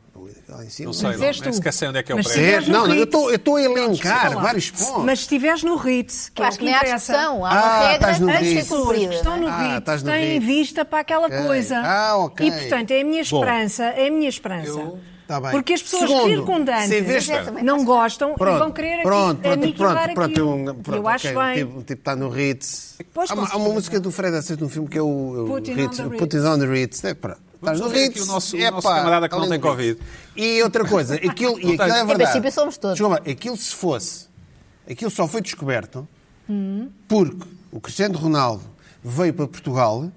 [SPEAKER 2] Lá em cima.
[SPEAKER 1] Não sei, não,
[SPEAKER 3] és
[SPEAKER 1] nem
[SPEAKER 3] tu.
[SPEAKER 1] sequer sei onde é que é o
[SPEAKER 3] Mas
[SPEAKER 1] prédio.
[SPEAKER 3] se
[SPEAKER 2] É,
[SPEAKER 3] estiveres no
[SPEAKER 2] não, não, eu
[SPEAKER 3] Ritz-
[SPEAKER 2] estou- eu estou a elencar
[SPEAKER 3] Sei lá.
[SPEAKER 2] vários pontos.
[SPEAKER 3] Mas se estiveres no Ritz, que
[SPEAKER 4] Eu
[SPEAKER 3] é o
[SPEAKER 4] acho
[SPEAKER 3] que
[SPEAKER 4] que nem há
[SPEAKER 3] interessa,
[SPEAKER 4] discussão, há uma
[SPEAKER 2] Ah,
[SPEAKER 4] regra
[SPEAKER 2] estás no
[SPEAKER 4] que tem que
[SPEAKER 2] risco.
[SPEAKER 4] ser
[SPEAKER 3] pessoas que
[SPEAKER 4] cumprida.
[SPEAKER 3] estão no
[SPEAKER 2] Ah,
[SPEAKER 3] Ritz
[SPEAKER 2] estás no
[SPEAKER 3] têm
[SPEAKER 2] Ritz.
[SPEAKER 3] vista para aquela
[SPEAKER 2] Ok.
[SPEAKER 3] coisa.
[SPEAKER 2] Ah, ok.
[SPEAKER 3] E, portanto, é a minha
[SPEAKER 1] Bom.
[SPEAKER 3] esperança. É a minha esperança.
[SPEAKER 2] Tá bem.
[SPEAKER 3] Porque as pessoas
[SPEAKER 2] Segundo,
[SPEAKER 3] circundantes
[SPEAKER 2] se vês-
[SPEAKER 3] não gostam
[SPEAKER 2] Pronto,
[SPEAKER 3] e vão querer aqui, é
[SPEAKER 2] pronto, pronto,
[SPEAKER 3] aniquilar
[SPEAKER 2] pronto, pronto,
[SPEAKER 3] aquilo.
[SPEAKER 2] um- pronto,
[SPEAKER 3] eu acho
[SPEAKER 2] ok,
[SPEAKER 3] bem.
[SPEAKER 2] O tipo, o tipo está no Ritz.
[SPEAKER 3] Pois,
[SPEAKER 2] há, uma,
[SPEAKER 3] com
[SPEAKER 2] há uma
[SPEAKER 3] certeza.
[SPEAKER 2] música do Fred Assis num filme que é o, o
[SPEAKER 3] Putin
[SPEAKER 2] Ritz,
[SPEAKER 3] on the
[SPEAKER 2] Putin on the Ritz. É, pronto. Estás
[SPEAKER 1] Vamos
[SPEAKER 2] no
[SPEAKER 1] fazer
[SPEAKER 2] Ritz.
[SPEAKER 1] aqui o nosso- o
[SPEAKER 2] é
[SPEAKER 1] nosso
[SPEAKER 2] pá,
[SPEAKER 1] camarada que não tem
[SPEAKER 2] além do Ritz.
[SPEAKER 1] Covid.
[SPEAKER 2] E outra coisa, aquilo, e aquilo é
[SPEAKER 1] tem.
[SPEAKER 2] verdade.
[SPEAKER 4] princípio somos todos.
[SPEAKER 2] Desculpa, aquilo se fosse, aquilo só foi descoberto
[SPEAKER 3] Hum.
[SPEAKER 2] porque o Cristiano Ronaldo veio para Portugal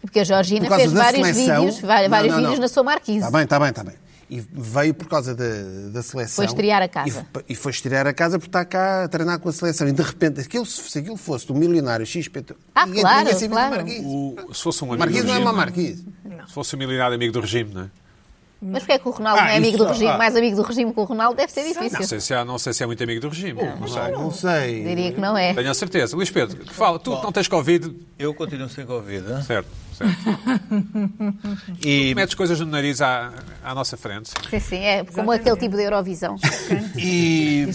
[SPEAKER 4] Porque a Georgina
[SPEAKER 2] por causa
[SPEAKER 4] fez
[SPEAKER 2] da
[SPEAKER 4] vários
[SPEAKER 2] seleção.
[SPEAKER 4] vídeos, va-
[SPEAKER 2] Não,
[SPEAKER 4] vários
[SPEAKER 2] não, não.
[SPEAKER 4] vídeos na sua marquise.
[SPEAKER 3] Tá
[SPEAKER 2] Está bem, está bem, está bem. E veio por causa da, da seleção.
[SPEAKER 4] Foi estrear a
[SPEAKER 2] E,
[SPEAKER 4] casa.
[SPEAKER 2] f- e foi estrear a casa porque está cá a treinar com a seleção. E de repente, aquilo, se se aquilo fosse do milionário XP.
[SPEAKER 4] Ah,
[SPEAKER 2] ninguém,
[SPEAKER 4] claro,
[SPEAKER 2] ninguém sabia do
[SPEAKER 4] claro.
[SPEAKER 2] Marquise.
[SPEAKER 1] O- se fosse um amigo
[SPEAKER 2] Marquise
[SPEAKER 1] do
[SPEAKER 2] não é uma
[SPEAKER 1] regime,
[SPEAKER 2] Marquise.
[SPEAKER 1] Se fosse um milionário amigo do regime, não é?
[SPEAKER 4] Mas porque é que o Ronaldo
[SPEAKER 2] Ah,
[SPEAKER 4] não é amigo
[SPEAKER 2] isso,
[SPEAKER 4] do regime?
[SPEAKER 2] ah.
[SPEAKER 4] Mais amigo do regime que o Ronaldo deve ser
[SPEAKER 1] Não
[SPEAKER 4] difícil.
[SPEAKER 1] sei se, há, não sei se é muito amigo do regime. Não, sei.
[SPEAKER 2] Não sei.
[SPEAKER 4] Diria que não é.
[SPEAKER 1] Tenho a certeza. Luís Pedro, fala, tu que não tens Covid,
[SPEAKER 5] Eu continuo sem Covid. hã?
[SPEAKER 1] certo? certo.
[SPEAKER 5] E,
[SPEAKER 1] Metes coisas no nariz à, à nossa frente.
[SPEAKER 4] Sim, sim, é como aquele tipo de Eurovisão.
[SPEAKER 5] e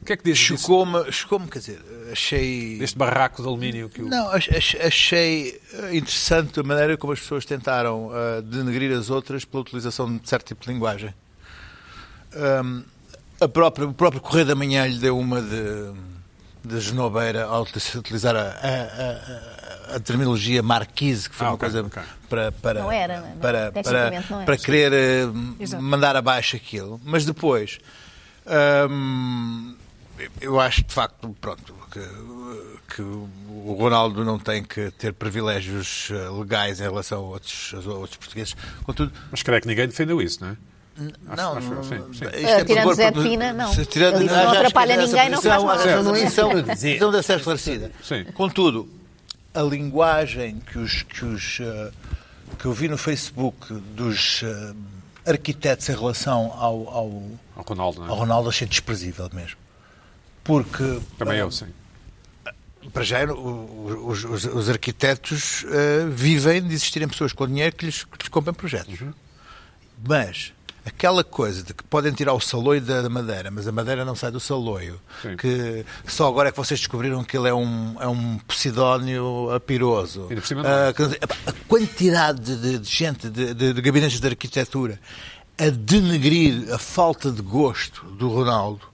[SPEAKER 1] O que é que dizes disso?
[SPEAKER 5] chocou-me, chocou-me, quer dizer, achei.
[SPEAKER 1] deste barraco de alumínio que o...
[SPEAKER 5] Não, ach- ach- achei eh, interessante a maneira como as pessoas tentaram eh, denegrir as outras pela utilização de certo tipo de linguagem. Ahm, a própria, o próprio Correio da Manhã lhe deu uma de, de genobeira ao uti- utilizar a, a- a- a terminologia marquise, que foi
[SPEAKER 1] Ah,
[SPEAKER 5] uma
[SPEAKER 1] ok,
[SPEAKER 5] coisa
[SPEAKER 1] ok.
[SPEAKER 5] para, para,
[SPEAKER 4] Não era, não é?
[SPEAKER 5] para, para,
[SPEAKER 4] Tecnicamente não era.
[SPEAKER 5] para querer eh,
[SPEAKER 3] Exato.
[SPEAKER 5] mandar abaixo aquilo. Mas depois, hum, eu acho de facto, pronto, que, que o Ronaldo não tem que ter privilégios eh, legais em relação a outros, a outros portugueses. Contudo,
[SPEAKER 1] Mas creio que ninguém defendeu isso, não é?
[SPEAKER 5] Não,
[SPEAKER 1] acho
[SPEAKER 5] não.
[SPEAKER 1] eu, sim, sim.
[SPEAKER 5] isto é
[SPEAKER 4] Eh,
[SPEAKER 5] por
[SPEAKER 4] tirando
[SPEAKER 5] cor-
[SPEAKER 4] Zé
[SPEAKER 5] por-
[SPEAKER 4] Pina, não.
[SPEAKER 5] se tirando-
[SPEAKER 4] Ele disse, não
[SPEAKER 5] já
[SPEAKER 4] atrapalha
[SPEAKER 5] esqueci
[SPEAKER 4] ninguém, não
[SPEAKER 5] essa
[SPEAKER 4] faz mal.
[SPEAKER 5] posição,
[SPEAKER 4] Certo.
[SPEAKER 5] Essa posição, posição deve ser esclarecida.
[SPEAKER 1] Sim.
[SPEAKER 5] Contudo, a linguagem que, os, que, os, eh, que eu vi no Facebook dos eh, arquitetos em relação ao, ao,
[SPEAKER 1] Ao Ronaldo, não é?
[SPEAKER 5] ao Ronaldo achei desprezível mesmo. Porque
[SPEAKER 1] Também eu, sim.
[SPEAKER 5] para já, o- o- os, os- os arquitetos eh, vivem de existirem pessoas com dinheiro que lhes, que lhes comprem projetos.
[SPEAKER 1] Uhum.
[SPEAKER 5] Mas aquela coisa de que podem tirar o saloio da da madeira, mas a madeira não sai do saloio,
[SPEAKER 1] Sim.
[SPEAKER 5] que só agora é que vocês descobriram que ele é um, é um posidónio apiroso.
[SPEAKER 1] Ainda por cima não é.
[SPEAKER 5] Ah, que- a quantidade de, de- de gente, de, de- de gabinetes de arquitetura, a denegrir a falta de gosto do Ronaldo,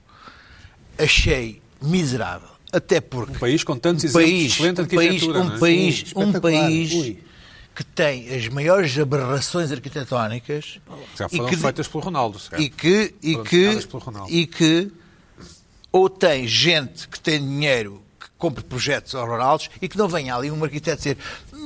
[SPEAKER 5] achei miserável. Até porque
[SPEAKER 1] Um país com tantos
[SPEAKER 5] um
[SPEAKER 1] exemplos de
[SPEAKER 5] país,
[SPEAKER 1] excelente
[SPEAKER 5] um país,
[SPEAKER 1] arquitetura, não
[SPEAKER 5] um
[SPEAKER 1] é?
[SPEAKER 5] país,
[SPEAKER 2] Sim,
[SPEAKER 5] um
[SPEAKER 2] espetacular.
[SPEAKER 5] país
[SPEAKER 2] Ui.
[SPEAKER 5] que tem as maiores aberrações arquitetónicas
[SPEAKER 1] Já
[SPEAKER 5] e
[SPEAKER 1] foram
[SPEAKER 5] que,
[SPEAKER 1] feitas pelo Ronaldo, se calhar.
[SPEAKER 5] e que e
[SPEAKER 1] Foram
[SPEAKER 5] que
[SPEAKER 1] desenhadas pelo Ronaldo.
[SPEAKER 5] e que ou tem gente que tem dinheiro que compre projetos aos Ronaldos e que não venha ali um arquiteto dizer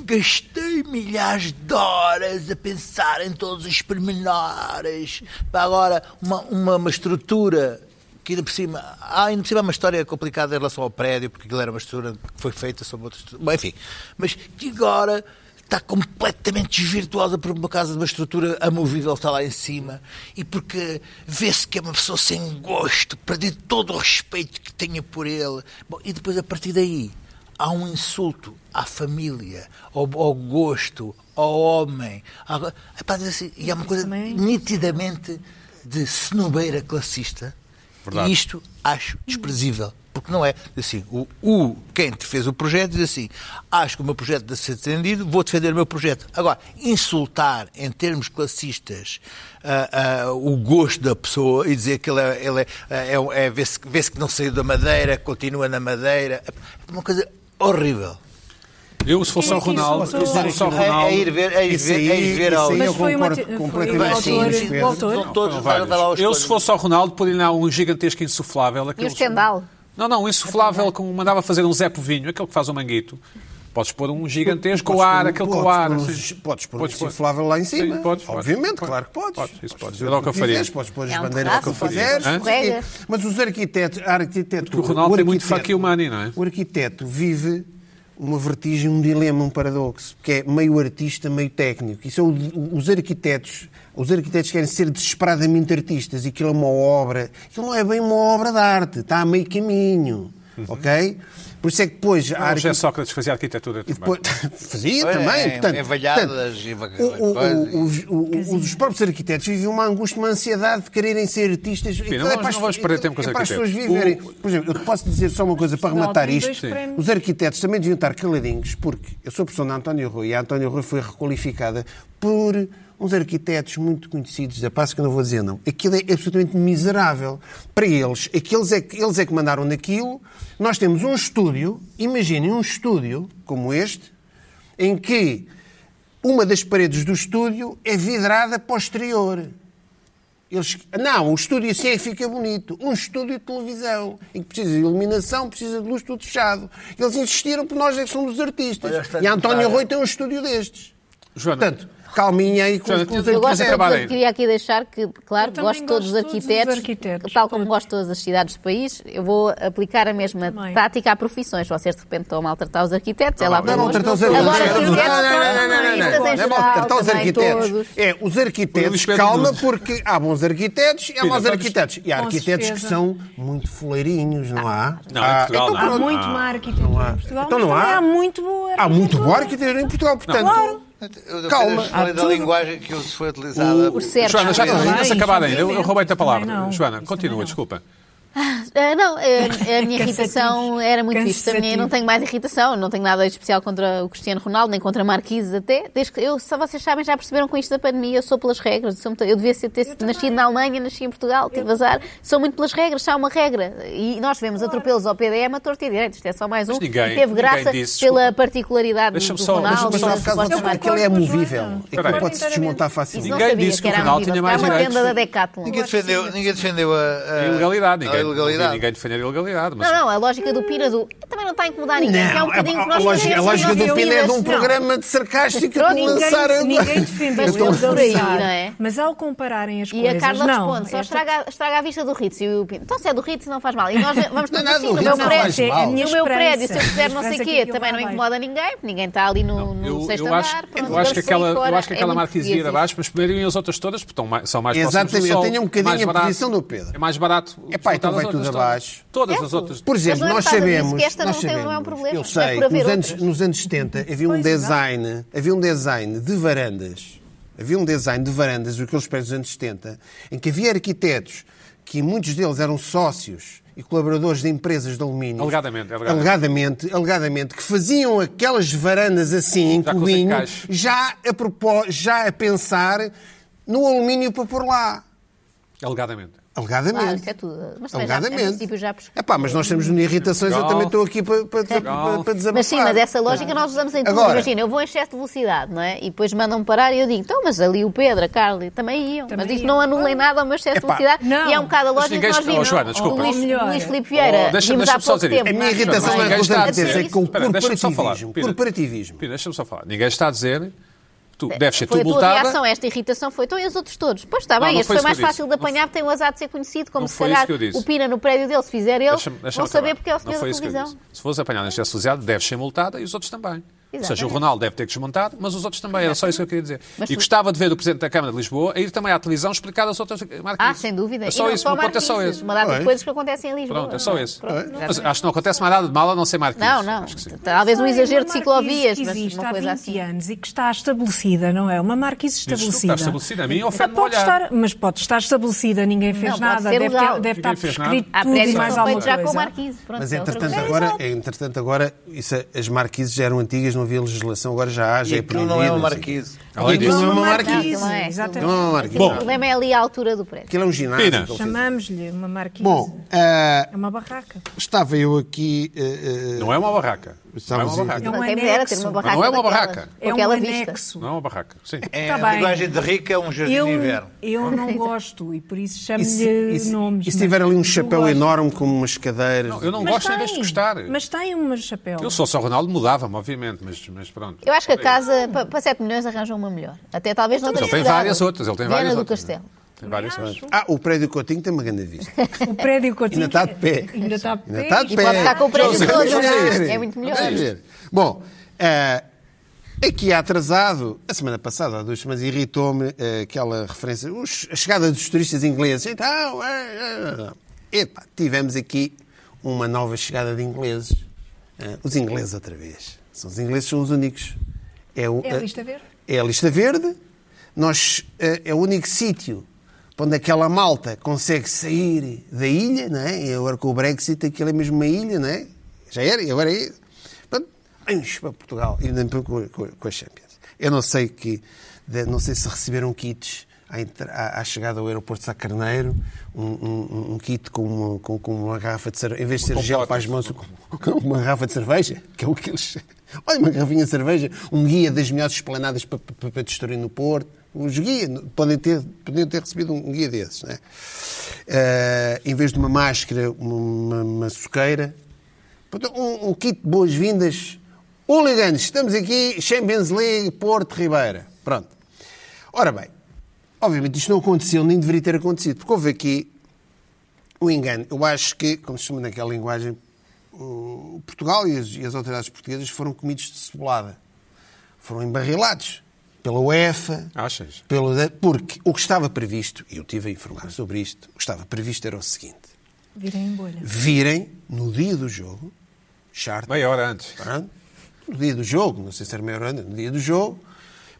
[SPEAKER 5] gastei milhares de horas a pensar em todos os pormenores para agora uma, uma, uma estrutura que ainda por cima há ainda por cima uma história complicada em relação ao prédio porque aquilo era uma estrutura que foi feita sobre outra estrutura Bom, enfim, mas que agora está completamente desvirtuada por uma casa de uma estrutura amovível está lá em cima e porque vê-se que é uma pessoa sem gosto, perder todo o respeito que tenha por ele. Bom, e depois a partir daí há um insulto à família, ao, ao gosto, ao homem. À... Epá, diz assim, e há uma coisa
[SPEAKER 3] também-
[SPEAKER 5] nitidamente de cenobeira classista.
[SPEAKER 1] Verdade.
[SPEAKER 5] E isto acho desprezível. Porque não é assim, o, o- quem te fez o projeto diz assim, acho que o meu projeto deve ser defendido, vou defender o meu projeto. Agora, insultar em termos classistas ah, ah, o gosto da pessoa e dizer que ele é, ele é- é um- é- vê-se vê-se que não saiu da madeira, continua na madeira, é uma coisa horrível.
[SPEAKER 1] Eu, se fosse ao Ronaldo, se
[SPEAKER 3] Posso dizer
[SPEAKER 1] fosse ao
[SPEAKER 5] aqui-
[SPEAKER 1] Ronaldo...
[SPEAKER 5] É- é ir ver- é ir
[SPEAKER 2] Isso
[SPEAKER 5] ver- é ir
[SPEAKER 2] aí-
[SPEAKER 5] ver
[SPEAKER 2] isso
[SPEAKER 5] ao-
[SPEAKER 2] aí um eu
[SPEAKER 3] Mas foi uma
[SPEAKER 2] concordo
[SPEAKER 3] te- foi-
[SPEAKER 2] completamente
[SPEAKER 3] foi o
[SPEAKER 2] com
[SPEAKER 3] autor-
[SPEAKER 2] isso, Pedro.
[SPEAKER 3] o autor-
[SPEAKER 5] São todos, vai,
[SPEAKER 1] Vários.
[SPEAKER 5] vai lá os
[SPEAKER 1] Eu,
[SPEAKER 5] coisas.
[SPEAKER 1] se fosse ao Ronaldo, podia lhe dar um gigantesco insuflável.
[SPEAKER 4] E
[SPEAKER 1] aquele
[SPEAKER 4] o estendal.
[SPEAKER 1] Não, não, um insuflável, como mandava fazer um Zé Povinho, aquele que faz o manguito. Podes pôr um gigantesco
[SPEAKER 2] Podes pôr
[SPEAKER 1] ar,
[SPEAKER 2] um-
[SPEAKER 1] aquele
[SPEAKER 2] podes
[SPEAKER 1] com ar.
[SPEAKER 2] pôr um-
[SPEAKER 1] assim.
[SPEAKER 2] Podes pôr um insuflável lá em
[SPEAKER 1] Sim,
[SPEAKER 2] cima.
[SPEAKER 1] podes, podes.
[SPEAKER 2] Obviamente,
[SPEAKER 1] Podes.
[SPEAKER 2] claro que podes.
[SPEAKER 1] Isso podes.
[SPEAKER 2] fazer
[SPEAKER 1] Era o que eu faria.
[SPEAKER 2] quiseres, Podes pôr as
[SPEAKER 4] É um
[SPEAKER 2] bandeiras
[SPEAKER 4] terraço,
[SPEAKER 2] que
[SPEAKER 4] podes
[SPEAKER 2] quiseres.
[SPEAKER 1] pôr
[SPEAKER 2] não sei
[SPEAKER 4] escorrega.
[SPEAKER 2] quê. Mas os arquitetos, a arquitetura.
[SPEAKER 1] Porque o Ronaldo tem muito
[SPEAKER 2] arquiteto-
[SPEAKER 1] fuck you money, não é?
[SPEAKER 2] O arquiteto vive uma vertigem, um dilema, um paradoxo, que é meio artista, meio técnico. E são o- os arquitetos. Os arquitetos querem ser desesperadamente artistas e aquilo é uma obra. Aquilo não é bem uma obra de arte, está a meio caminho. Ok? Por isso é que depois
[SPEAKER 1] Uhum. O
[SPEAKER 2] há
[SPEAKER 1] um José
[SPEAKER 2] arquitetos.
[SPEAKER 1] Sócrates fazia arquitetura
[SPEAKER 2] E
[SPEAKER 1] também.
[SPEAKER 2] depois, fazia
[SPEAKER 5] É,
[SPEAKER 2] também,
[SPEAKER 5] é,
[SPEAKER 2] portanto,
[SPEAKER 5] é valhadas
[SPEAKER 2] portanto,
[SPEAKER 5] e vaca-
[SPEAKER 2] o- o-
[SPEAKER 5] coisas.
[SPEAKER 2] o- os- o- os próprios arquitetos vivem uma angústia, uma ansiedade de quererem ser artistas. Aquilo
[SPEAKER 1] não
[SPEAKER 2] é
[SPEAKER 1] vamos-
[SPEAKER 2] para as-
[SPEAKER 1] não vamos perder tempo com os
[SPEAKER 2] é para as pessoas
[SPEAKER 1] arquitetos.
[SPEAKER 2] viverem. Por exemplo, eu posso dizer só uma coisa para
[SPEAKER 3] Não,
[SPEAKER 2] rematar
[SPEAKER 3] tem
[SPEAKER 2] isto.
[SPEAKER 3] dois Sim. prémios.
[SPEAKER 2] Os arquitetos também deviam estar caladinhos, porque eu sou professor de António Rui e a António Rui foi requalificada por uns arquitetos muito conhecidos da Paz, que eu não vou dizer não. Aquilo é absolutamente miserável. Para eles, aqueles é que, eles é que mandaram naquilo. Nós temos um estúdio, imaginem um estúdio como este, em que uma das paredes do estúdio é vidrada para o exterior. Eles, não, o estúdio assim é que fica bonito. Um estúdio de televisão, em que precisa de iluminação, precisa de luz, tudo fechado. Eles insistiram porque nós é que somos os
[SPEAKER 5] Olha,
[SPEAKER 2] artistas.
[SPEAKER 5] está
[SPEAKER 2] E António
[SPEAKER 5] cara.
[SPEAKER 2] Rui tem um estúdio destes.
[SPEAKER 1] Joana,
[SPEAKER 2] Portanto, calminha aí com
[SPEAKER 1] Joana,
[SPEAKER 2] os com os
[SPEAKER 1] tu-
[SPEAKER 4] Eu gosto
[SPEAKER 1] Mas
[SPEAKER 4] de
[SPEAKER 2] arquitetos.
[SPEAKER 1] acaba aí.
[SPEAKER 4] todos, queria aqui deixar que, claro,
[SPEAKER 3] Eu também
[SPEAKER 4] gosto de todos os
[SPEAKER 3] gosto de todos os
[SPEAKER 4] arquitetos,
[SPEAKER 3] arquitetos,
[SPEAKER 4] tal como
[SPEAKER 3] todos.
[SPEAKER 4] gosto de todas as cidades do país, eu vou aplicar a mesma
[SPEAKER 3] Também.
[SPEAKER 4] tática a profissões. Vocês de repente estão a maltratar os arquitetos, é lá
[SPEAKER 2] Não, não,
[SPEAKER 4] para
[SPEAKER 2] tratar os
[SPEAKER 4] nós.
[SPEAKER 2] arquitetos.
[SPEAKER 4] Agora,
[SPEAKER 2] Não, não, não,
[SPEAKER 4] arquitetos,
[SPEAKER 2] não, não, não,
[SPEAKER 4] urbanistas
[SPEAKER 2] não,
[SPEAKER 4] em
[SPEAKER 2] não. Não é mal
[SPEAKER 4] geral,
[SPEAKER 2] tratar os
[SPEAKER 4] também,
[SPEAKER 2] arquitetos.
[SPEAKER 4] todos.
[SPEAKER 2] É, os
[SPEAKER 1] O
[SPEAKER 2] arquitetos,
[SPEAKER 1] Luís Pedro
[SPEAKER 2] calma,
[SPEAKER 1] Nunes.
[SPEAKER 2] porque há bons arquitetos e há
[SPEAKER 1] Pina,
[SPEAKER 2] maus
[SPEAKER 1] vamos-
[SPEAKER 2] arquitetos. E há
[SPEAKER 3] Com
[SPEAKER 2] arquitetos que
[SPEAKER 3] certeza.
[SPEAKER 2] são muito fuleirinhos, não há?
[SPEAKER 1] Ah, Não, em
[SPEAKER 2] Há-
[SPEAKER 1] Portugal
[SPEAKER 2] Então,
[SPEAKER 1] não.
[SPEAKER 3] Há
[SPEAKER 2] pronto.
[SPEAKER 3] muito
[SPEAKER 1] há.
[SPEAKER 3] má arquitetura em Portugal,
[SPEAKER 2] Então
[SPEAKER 3] mas
[SPEAKER 2] não há.
[SPEAKER 3] também há muito boa
[SPEAKER 2] Há muito boa
[SPEAKER 3] arquitetura.
[SPEAKER 2] arquitetura em Portugal, portanto.
[SPEAKER 3] Claro.
[SPEAKER 5] Eu- eu-
[SPEAKER 2] Calma.
[SPEAKER 5] eu falei
[SPEAKER 3] Há
[SPEAKER 5] da
[SPEAKER 3] tudo.
[SPEAKER 5] linguagem que foi utilizada.
[SPEAKER 4] O certo.
[SPEAKER 1] Joana, já
[SPEAKER 4] Também
[SPEAKER 1] não
[SPEAKER 3] não.
[SPEAKER 1] se acabar ainda. Eu, eu roubei-te a palavra.
[SPEAKER 3] Também não.
[SPEAKER 1] Joana,
[SPEAKER 3] Também
[SPEAKER 1] continua,
[SPEAKER 3] não.
[SPEAKER 1] desculpa.
[SPEAKER 4] Ah, não, eh, a minha
[SPEAKER 3] Cansativo.
[SPEAKER 4] irritação era muito isto. A minha- Eu
[SPEAKER 3] Cansativo.
[SPEAKER 4] não tenho mais irritação, não tenho nada de especial contra o Cristiano Ronaldo, nem contra Marquise até. Desde que eu, só vocês sabem, já perceberam com isto da pandemia, eu sou pelas regras. Sou muito- eu devia ser, ter nascido na Alemanha, nasci em Portugal, tive azar. Sou muito pelas regras, só há uma regra. E nós vemos atropelos ao PDM a torta e direito. Isto é só mais um.
[SPEAKER 1] Mas ninguém-
[SPEAKER 4] e teve
[SPEAKER 1] ninguém
[SPEAKER 4] graça
[SPEAKER 1] disse,
[SPEAKER 4] pela
[SPEAKER 1] desculpa.
[SPEAKER 4] particularidade do
[SPEAKER 1] Deixa-me só- deixa-me
[SPEAKER 4] Ronaldo. e
[SPEAKER 2] Mas
[SPEAKER 1] só-
[SPEAKER 4] da
[SPEAKER 2] há casos
[SPEAKER 4] sua
[SPEAKER 2] de
[SPEAKER 4] forma.
[SPEAKER 3] concordo
[SPEAKER 2] aquilo é
[SPEAKER 3] com a
[SPEAKER 2] movível.
[SPEAKER 3] Joana.
[SPEAKER 1] Espera aí.
[SPEAKER 2] Aquilo pode se desmontar
[SPEAKER 4] Isso
[SPEAKER 2] facilmente.
[SPEAKER 4] não
[SPEAKER 1] Ninguém
[SPEAKER 4] sabia
[SPEAKER 1] disse que
[SPEAKER 4] que era
[SPEAKER 1] o Ronaldo
[SPEAKER 4] horrível.
[SPEAKER 1] tinha
[SPEAKER 4] Há
[SPEAKER 1] mais
[SPEAKER 4] uma
[SPEAKER 1] direitos.
[SPEAKER 4] tenda da Decathlon.
[SPEAKER 5] Ninguém defendeu, ninguém defendeu a, a-
[SPEAKER 1] A ilegalidade. Ninguém,
[SPEAKER 5] É. a
[SPEAKER 1] não vi
[SPEAKER 5] ilegalidade.
[SPEAKER 1] Ninguém defender a ilegalidade. Mas
[SPEAKER 4] Não, não, a lógica do Pina do. Também não está está a incomodar ninguém, que é um bocadinho que
[SPEAKER 2] a,
[SPEAKER 4] nós
[SPEAKER 2] lógica, a
[SPEAKER 4] fazemos
[SPEAKER 2] lógica
[SPEAKER 4] nas
[SPEAKER 2] do Pina é de
[SPEAKER 4] vilas.
[SPEAKER 2] um
[SPEAKER 4] Não.
[SPEAKER 2] programa de sarcástico para
[SPEAKER 4] Ninguém-
[SPEAKER 2] lançar a-
[SPEAKER 3] Ninguém defende
[SPEAKER 2] Eu
[SPEAKER 3] o
[SPEAKER 2] estou-
[SPEAKER 3] Will
[SPEAKER 4] por aí,
[SPEAKER 3] dançar,
[SPEAKER 4] não é?
[SPEAKER 3] Mas ao compararem as
[SPEAKER 4] E
[SPEAKER 3] coisas,
[SPEAKER 4] a Carla
[SPEAKER 3] não, é
[SPEAKER 4] responde, só
[SPEAKER 3] esta-
[SPEAKER 4] estraga, estraga a vista do Ritz. E o Pina, então se é do Ritz não faz mal. E nós vamos
[SPEAKER 2] Não é
[SPEAKER 4] todos
[SPEAKER 2] nada
[SPEAKER 4] assim,
[SPEAKER 2] do
[SPEAKER 4] no
[SPEAKER 2] Ritz,
[SPEAKER 4] meu
[SPEAKER 2] não faz
[SPEAKER 4] prédio.
[SPEAKER 3] mal.
[SPEAKER 4] No
[SPEAKER 3] Minha
[SPEAKER 4] meu prédio, se eu
[SPEAKER 3] esperança.
[SPEAKER 4] fizer não sei
[SPEAKER 3] Esperança
[SPEAKER 4] o
[SPEAKER 3] que
[SPEAKER 4] quê,
[SPEAKER 3] aquilo
[SPEAKER 4] também
[SPEAKER 3] vá
[SPEAKER 4] não
[SPEAKER 3] bem.
[SPEAKER 4] incomoda ninguém, porque ninguém está ali no, no sexto
[SPEAKER 1] eu acho,
[SPEAKER 4] Hum, andar. pronto,
[SPEAKER 1] eu acho que
[SPEAKER 4] vamos sair
[SPEAKER 1] aquela, eu
[SPEAKER 4] fora.
[SPEAKER 1] acho que aquela
[SPEAKER 4] É muito
[SPEAKER 1] marquesia
[SPEAKER 4] portuguesa.
[SPEAKER 1] abaixo, mas primeiro iam as outras todas, porque estão mais, são mais próximas
[SPEAKER 2] Exatamente,
[SPEAKER 1] do sol. é
[SPEAKER 2] eu tenho um bocadinho
[SPEAKER 1] mais
[SPEAKER 2] a
[SPEAKER 1] barato.
[SPEAKER 2] posição do Pedro.
[SPEAKER 1] É mais barato.
[SPEAKER 2] Epá,
[SPEAKER 1] explotar
[SPEAKER 2] então vai
[SPEAKER 1] as
[SPEAKER 2] tudo
[SPEAKER 1] outras todas.
[SPEAKER 2] abaixo.
[SPEAKER 1] Todas
[SPEAKER 4] Certo.
[SPEAKER 1] as outras.
[SPEAKER 2] Por
[SPEAKER 4] Mas
[SPEAKER 2] exemplo,
[SPEAKER 4] não é
[SPEAKER 2] nós
[SPEAKER 4] por causa disso,
[SPEAKER 2] sabemos.
[SPEAKER 4] que esta
[SPEAKER 2] nós
[SPEAKER 4] não tem- não é um
[SPEAKER 2] sabemos,
[SPEAKER 4] problema,
[SPEAKER 2] Eu
[SPEAKER 4] é por
[SPEAKER 2] sei,
[SPEAKER 4] haver
[SPEAKER 2] que nos
[SPEAKER 4] outras.
[SPEAKER 2] anos, nos anos 70 havia um
[SPEAKER 3] Pois,
[SPEAKER 2] design, havia um design de varandas, havia um design de varandas, o que eu espero dos anos 70, em que havia arquitetos que muitos deles eram sócios e colaboradores de empresas de alumínio.
[SPEAKER 1] Alegadamente, alegadamente.
[SPEAKER 2] alegadamente, alegadamente, que faziam aquelas varandas assim, em
[SPEAKER 1] Já com os
[SPEAKER 2] cubinho,
[SPEAKER 1] encaixe.
[SPEAKER 2] já a, propó- já a pensar no alumínio para pôr lá.
[SPEAKER 1] Alegadamente.
[SPEAKER 2] Alegadamente.
[SPEAKER 4] Claro, isso é tudo.
[SPEAKER 2] um
[SPEAKER 4] Mas também já, em
[SPEAKER 2] Alegadamente.
[SPEAKER 4] princípio já
[SPEAKER 2] É pá, mas nós temos irritações, eu
[SPEAKER 1] Legal.
[SPEAKER 2] também estou aqui para, para, para, para, para desabafar.
[SPEAKER 4] Mas sim, mas essa lógica nós usamos em tudo.
[SPEAKER 2] Agora-
[SPEAKER 4] Imagina, eu vou em excesso de velocidade, não é? E depois mandam parar e eu digo, então, mas ali o Pedro, a Carla, também iam.
[SPEAKER 3] Também
[SPEAKER 4] mas isto
[SPEAKER 3] iam.
[SPEAKER 4] não anula em nada o meu excesso de
[SPEAKER 2] Epá.
[SPEAKER 4] velocidade.
[SPEAKER 3] Não.
[SPEAKER 4] E é um bocado a
[SPEAKER 1] Mas
[SPEAKER 4] lógica que
[SPEAKER 1] ninguém
[SPEAKER 4] nós
[SPEAKER 1] está-
[SPEAKER 4] vimos.
[SPEAKER 1] Oh, Joana, desculpa.
[SPEAKER 4] O Luís,
[SPEAKER 3] Ou melhor.
[SPEAKER 4] Luís Felipe Vieira,
[SPEAKER 1] Oh, deixa-me-
[SPEAKER 4] vimos há
[SPEAKER 1] deixa-me só
[SPEAKER 4] pouco
[SPEAKER 1] dizer isto.
[SPEAKER 4] tempo.
[SPEAKER 2] A minha irritação
[SPEAKER 1] Ninguém
[SPEAKER 2] é com os
[SPEAKER 1] está a dizer-
[SPEAKER 2] arquitetos, é
[SPEAKER 1] isso.
[SPEAKER 2] com o
[SPEAKER 1] Espera, deixa-me só falar.
[SPEAKER 2] corporativismo.
[SPEAKER 1] Pina.
[SPEAKER 2] Corporativismo.
[SPEAKER 1] Pina, deixa-me só falar. Ninguém está a dizer. Tu deves ser
[SPEAKER 4] Foi a tua
[SPEAKER 1] tumultada.
[SPEAKER 4] reação a esta irritação, foi então e os outros todos? Pois está
[SPEAKER 1] Não,
[SPEAKER 4] bem,
[SPEAKER 1] não
[SPEAKER 4] este
[SPEAKER 1] foi isso
[SPEAKER 4] foi
[SPEAKER 1] que
[SPEAKER 4] mais
[SPEAKER 1] eu disse.
[SPEAKER 4] fácil de apanhar, porque tem o azar de ser conhecido, como
[SPEAKER 1] Não
[SPEAKER 4] se
[SPEAKER 1] foi isso
[SPEAKER 4] calhar
[SPEAKER 1] que eu disse.
[SPEAKER 4] o Pina no prédio dele, se fizer ele,
[SPEAKER 1] Deixa-me- deixa-me
[SPEAKER 4] vão saber
[SPEAKER 1] acabar.
[SPEAKER 4] porque é o senhor
[SPEAKER 1] Não
[SPEAKER 4] da
[SPEAKER 1] foi isso que eu
[SPEAKER 4] televisão.
[SPEAKER 1] disse. Se fosse apanhado em excesso de velocidade, deve ser multada e os outros também. Ou seja, o
[SPEAKER 4] Exatamente.
[SPEAKER 1] Ronaldo deve ter desmontado, mas os outros também. Era só isso que eu queria dizer.
[SPEAKER 4] Mas
[SPEAKER 1] e
[SPEAKER 4] tu-
[SPEAKER 1] gostava de ver o Presidente da Câmara de Lisboa a ir também à televisão explicar as outras marcas.
[SPEAKER 4] Ah, sem dúvida.
[SPEAKER 1] É só
[SPEAKER 4] e não
[SPEAKER 1] isso,
[SPEAKER 4] só
[SPEAKER 1] o meu ponto é só
[SPEAKER 4] marquises,
[SPEAKER 1] esse.
[SPEAKER 4] Uma data
[SPEAKER 2] Pois.
[SPEAKER 4] de coisas que acontecem em Lisboa.
[SPEAKER 1] Pronto, é só esse.
[SPEAKER 4] Pronto,
[SPEAKER 1] Mas
[SPEAKER 4] exatamente.
[SPEAKER 1] acho que não acontece mais nada de mal a não ser marqueses.
[SPEAKER 4] Não, não.
[SPEAKER 1] Acho que sim.
[SPEAKER 4] Talvez um
[SPEAKER 3] Sei, uma
[SPEAKER 4] exagero de
[SPEAKER 3] marca
[SPEAKER 4] ciclovias,
[SPEAKER 3] que
[SPEAKER 4] mas
[SPEAKER 3] é existe
[SPEAKER 4] uma coisa
[SPEAKER 3] há 20
[SPEAKER 4] assim.
[SPEAKER 3] anos e que está estabelecida, não é? Uma marca existe
[SPEAKER 1] Dizes tu que
[SPEAKER 3] estabelecida.
[SPEAKER 1] está estabelecida, a mim ofende-me
[SPEAKER 3] pode
[SPEAKER 1] olhar.
[SPEAKER 3] estar, mas pode estar estabelecida, ninguém fez
[SPEAKER 4] Não, pode
[SPEAKER 3] nada,
[SPEAKER 4] ser
[SPEAKER 3] deve, ter-
[SPEAKER 4] legal.
[SPEAKER 3] deve
[SPEAKER 1] Ninguém
[SPEAKER 3] estar
[SPEAKER 1] fez
[SPEAKER 3] prescrito
[SPEAKER 1] nada.
[SPEAKER 4] Há
[SPEAKER 3] tudo e
[SPEAKER 4] prédios que
[SPEAKER 3] mais
[SPEAKER 4] são
[SPEAKER 3] alguma
[SPEAKER 4] feitos já com o
[SPEAKER 3] coisa.
[SPEAKER 4] Marquise. Pronto,
[SPEAKER 2] Mas
[SPEAKER 4] é outra
[SPEAKER 2] entretanto
[SPEAKER 4] coisa.
[SPEAKER 2] agora, entretanto agora isso, é, as marquises já eram antigas, não havia legislação, agora já há, já
[SPEAKER 5] E
[SPEAKER 2] é
[SPEAKER 5] aquilo não é uma
[SPEAKER 2] proibido,
[SPEAKER 5] marquise.
[SPEAKER 1] Além
[SPEAKER 2] Aquilo
[SPEAKER 1] disso,
[SPEAKER 2] não é uma
[SPEAKER 4] Não,
[SPEAKER 2] marquise.
[SPEAKER 4] aquilo não é.
[SPEAKER 3] Exatamente.
[SPEAKER 2] Não é uma
[SPEAKER 4] Aquilo-
[SPEAKER 2] marquise.
[SPEAKER 4] O problema é ali a altura do prédio.
[SPEAKER 2] Aquilo é um ginásio.
[SPEAKER 1] Pina.
[SPEAKER 2] que ele fez.
[SPEAKER 3] Chamamos-lhe uma marquise.
[SPEAKER 2] Bom, ah,
[SPEAKER 3] É uma barraca.
[SPEAKER 2] estava eu aqui. ah, ah,
[SPEAKER 1] Não é uma barraca. Não é
[SPEAKER 2] Estávamos
[SPEAKER 1] uma
[SPEAKER 2] a-
[SPEAKER 1] barraca.
[SPEAKER 3] um
[SPEAKER 4] Quem me dera ter
[SPEAKER 3] anexo.
[SPEAKER 4] uma barraca
[SPEAKER 1] Não é uma
[SPEAKER 4] daquelas,
[SPEAKER 1] barraca.
[SPEAKER 4] com
[SPEAKER 3] É um
[SPEAKER 4] aquela vista.
[SPEAKER 3] anexo.
[SPEAKER 1] Não é uma barraca. Sim.
[SPEAKER 5] É
[SPEAKER 3] Tá
[SPEAKER 5] a
[SPEAKER 3] bem.
[SPEAKER 5] linguagem de rica, um jardim
[SPEAKER 3] Eu,
[SPEAKER 5] de inverno.
[SPEAKER 3] eu não gosto e por isso
[SPEAKER 2] E se,
[SPEAKER 3] chamo-lhe
[SPEAKER 2] e se-
[SPEAKER 3] nomes.
[SPEAKER 2] e se
[SPEAKER 3] mas
[SPEAKER 2] tiver ali um
[SPEAKER 3] eu
[SPEAKER 2] chapéu
[SPEAKER 3] gosto.
[SPEAKER 2] enorme com umas cadeiras.
[SPEAKER 1] Não, eu não
[SPEAKER 3] Mas
[SPEAKER 1] gosto nem
[SPEAKER 3] tem,
[SPEAKER 1] deste gostar.
[SPEAKER 3] Mas tem um chapéu.
[SPEAKER 1] Eu sou só Ronaldo, mudava-me, obviamente, mas, mas pronto.
[SPEAKER 4] Eu acho que a casa, pa- para 7 milhões, arranjam uma melhor. Até talvez
[SPEAKER 3] Então,
[SPEAKER 4] não
[SPEAKER 1] Mas
[SPEAKER 4] tenha
[SPEAKER 1] ele tem
[SPEAKER 4] cidade.
[SPEAKER 1] várias outras. Ele tem
[SPEAKER 4] Viana
[SPEAKER 1] várias
[SPEAKER 4] do
[SPEAKER 1] outras.
[SPEAKER 4] Castelo.
[SPEAKER 1] Tem várias outras.
[SPEAKER 2] Ah, o prédio Coutinho tem uma grande vista.
[SPEAKER 3] O Um prédio que eu
[SPEAKER 2] um Ainda está de pé.
[SPEAKER 3] Ainda está de pé.
[SPEAKER 2] Ainda está de
[SPEAKER 4] E
[SPEAKER 2] pé.
[SPEAKER 4] pode estar com o prédio
[SPEAKER 2] Vamos
[SPEAKER 4] todo,
[SPEAKER 3] né?
[SPEAKER 2] ver, vamos
[SPEAKER 4] não é?
[SPEAKER 2] ver.
[SPEAKER 4] É muito melhor.
[SPEAKER 2] Vamos ver. Bom, ah, aqui há atrasado, a semana passada, há duas semanas, irritou-me ah, aquela referência, os- a chegada dos turistas ingleses. Então, ah, ah, ah. Epá, tivemos aqui uma nova chegada de ingleses. Ah, os ingleses, outra vez. São os ingleses são os únicos. o-
[SPEAKER 3] É a lista verde?
[SPEAKER 2] É a lista verde. Nós, eh, é o único sítio onde aquela malta consegue sair da ilha, não é? E agora com o Brexit aquilo é mesmo uma ilha, não é? Já era e agora é. Pronto, vamos para Portugal e ainda com, com, com as Champions. Eu não sei que, de- não sei se receberam kits à, entra- à- à chegada ao aeroporto de Sacarneiro, um, um- um- um kit com uma, com- com uma garrafa de cerveja, em vez de ser gel para as mãos, com- com uma garrafa de cerveja, que é o que eles. Olha, uma garrafinha de cerveja, um guia das melhores esplanadas para, para, para destruir no Porto. Os guias podem ter, podem ter recebido um guia desses, não é? Eh, em vez de uma máscara, uma, uma, uma suqueira. Portanto, Um, um kit de boas-vindas. Hooligans, estamos aqui, Champions League, Porto, Ribeira. Pronto. Ora bem, obviamente isto não aconteceu, nem deveria ter acontecido, porque houve aqui um engano. Eu acho que, como se chama naquela linguagem, o Portugal e as, e as autoridades portuguesas foram comidos de cebolada. Foram embarrilados pela UEFA,
[SPEAKER 1] Achas?
[SPEAKER 2] pelo, porque o que estava previsto, e eu estive a informar sobre isto, o que estava previsto era o seguinte
[SPEAKER 3] Virem em bolha.
[SPEAKER 2] virem no dia do jogo, charter,
[SPEAKER 1] Meia hora antes.
[SPEAKER 2] pronto, no dia do jogo, não sei se era meia hora, antes, no dia do jogo,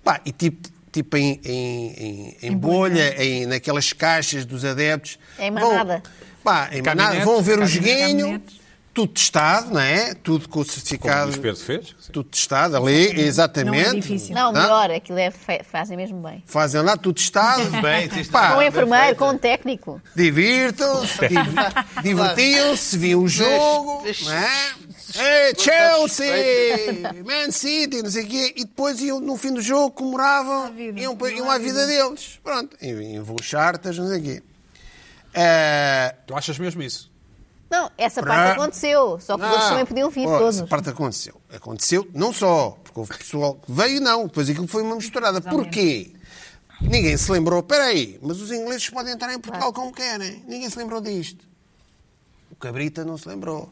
[SPEAKER 2] pá, e tipo, tipo em, em, em- em bolha, em, naquelas caixas dos adeptos.
[SPEAKER 4] Em
[SPEAKER 2] vão-
[SPEAKER 4] manada.
[SPEAKER 2] pá, em manada,
[SPEAKER 1] Caminhonetes,
[SPEAKER 2] vão ver o
[SPEAKER 1] caminhonetes.
[SPEAKER 2] joguinho, tudo testado, não é? Tudo com o
[SPEAKER 1] Como o
[SPEAKER 2] certificado.
[SPEAKER 1] Luís Pedro fez. Sim.
[SPEAKER 2] Tudo testado ali, exatamente.
[SPEAKER 3] difícil.
[SPEAKER 4] é Não,
[SPEAKER 2] Tá?
[SPEAKER 4] melhor, aquilo é, fe- fazem mesmo bem.
[SPEAKER 2] Fazem lá, tudo testado.
[SPEAKER 5] Bem, existe-
[SPEAKER 2] Pá,
[SPEAKER 1] Ah,
[SPEAKER 4] Com um enfermeiro,
[SPEAKER 5] perfeito.
[SPEAKER 4] com um técnico.
[SPEAKER 2] Divirtam-se, div- divertiam-se, viam o jogo,
[SPEAKER 5] Deixa-
[SPEAKER 2] não é? É, Chelsea, Man City, não sei o quê, e depois iam, no fim do jogo comemoravam,
[SPEAKER 3] vida,
[SPEAKER 2] iam, pa-
[SPEAKER 3] não
[SPEAKER 2] iam
[SPEAKER 3] há
[SPEAKER 2] à vida deles. Pronto, iam iam voos chartas, não sei o quê. Ah,
[SPEAKER 1] Tu achas mesmo isso?
[SPEAKER 4] Não, essa parte aconteceu. Só que os outros
[SPEAKER 2] Ah,
[SPEAKER 4] também podiam vir
[SPEAKER 2] olha,
[SPEAKER 4] todos.
[SPEAKER 2] Essa parte aconteceu. Aconteceu, não só, porque houve pessoal que veio, não. Depois aquilo foi uma misturada. Porquê? Ninguém se lembrou. Espera aí, mas os ingleses podem entrar em Portugal como querem. Ninguém se lembrou disto. O Cabrita não se lembrou.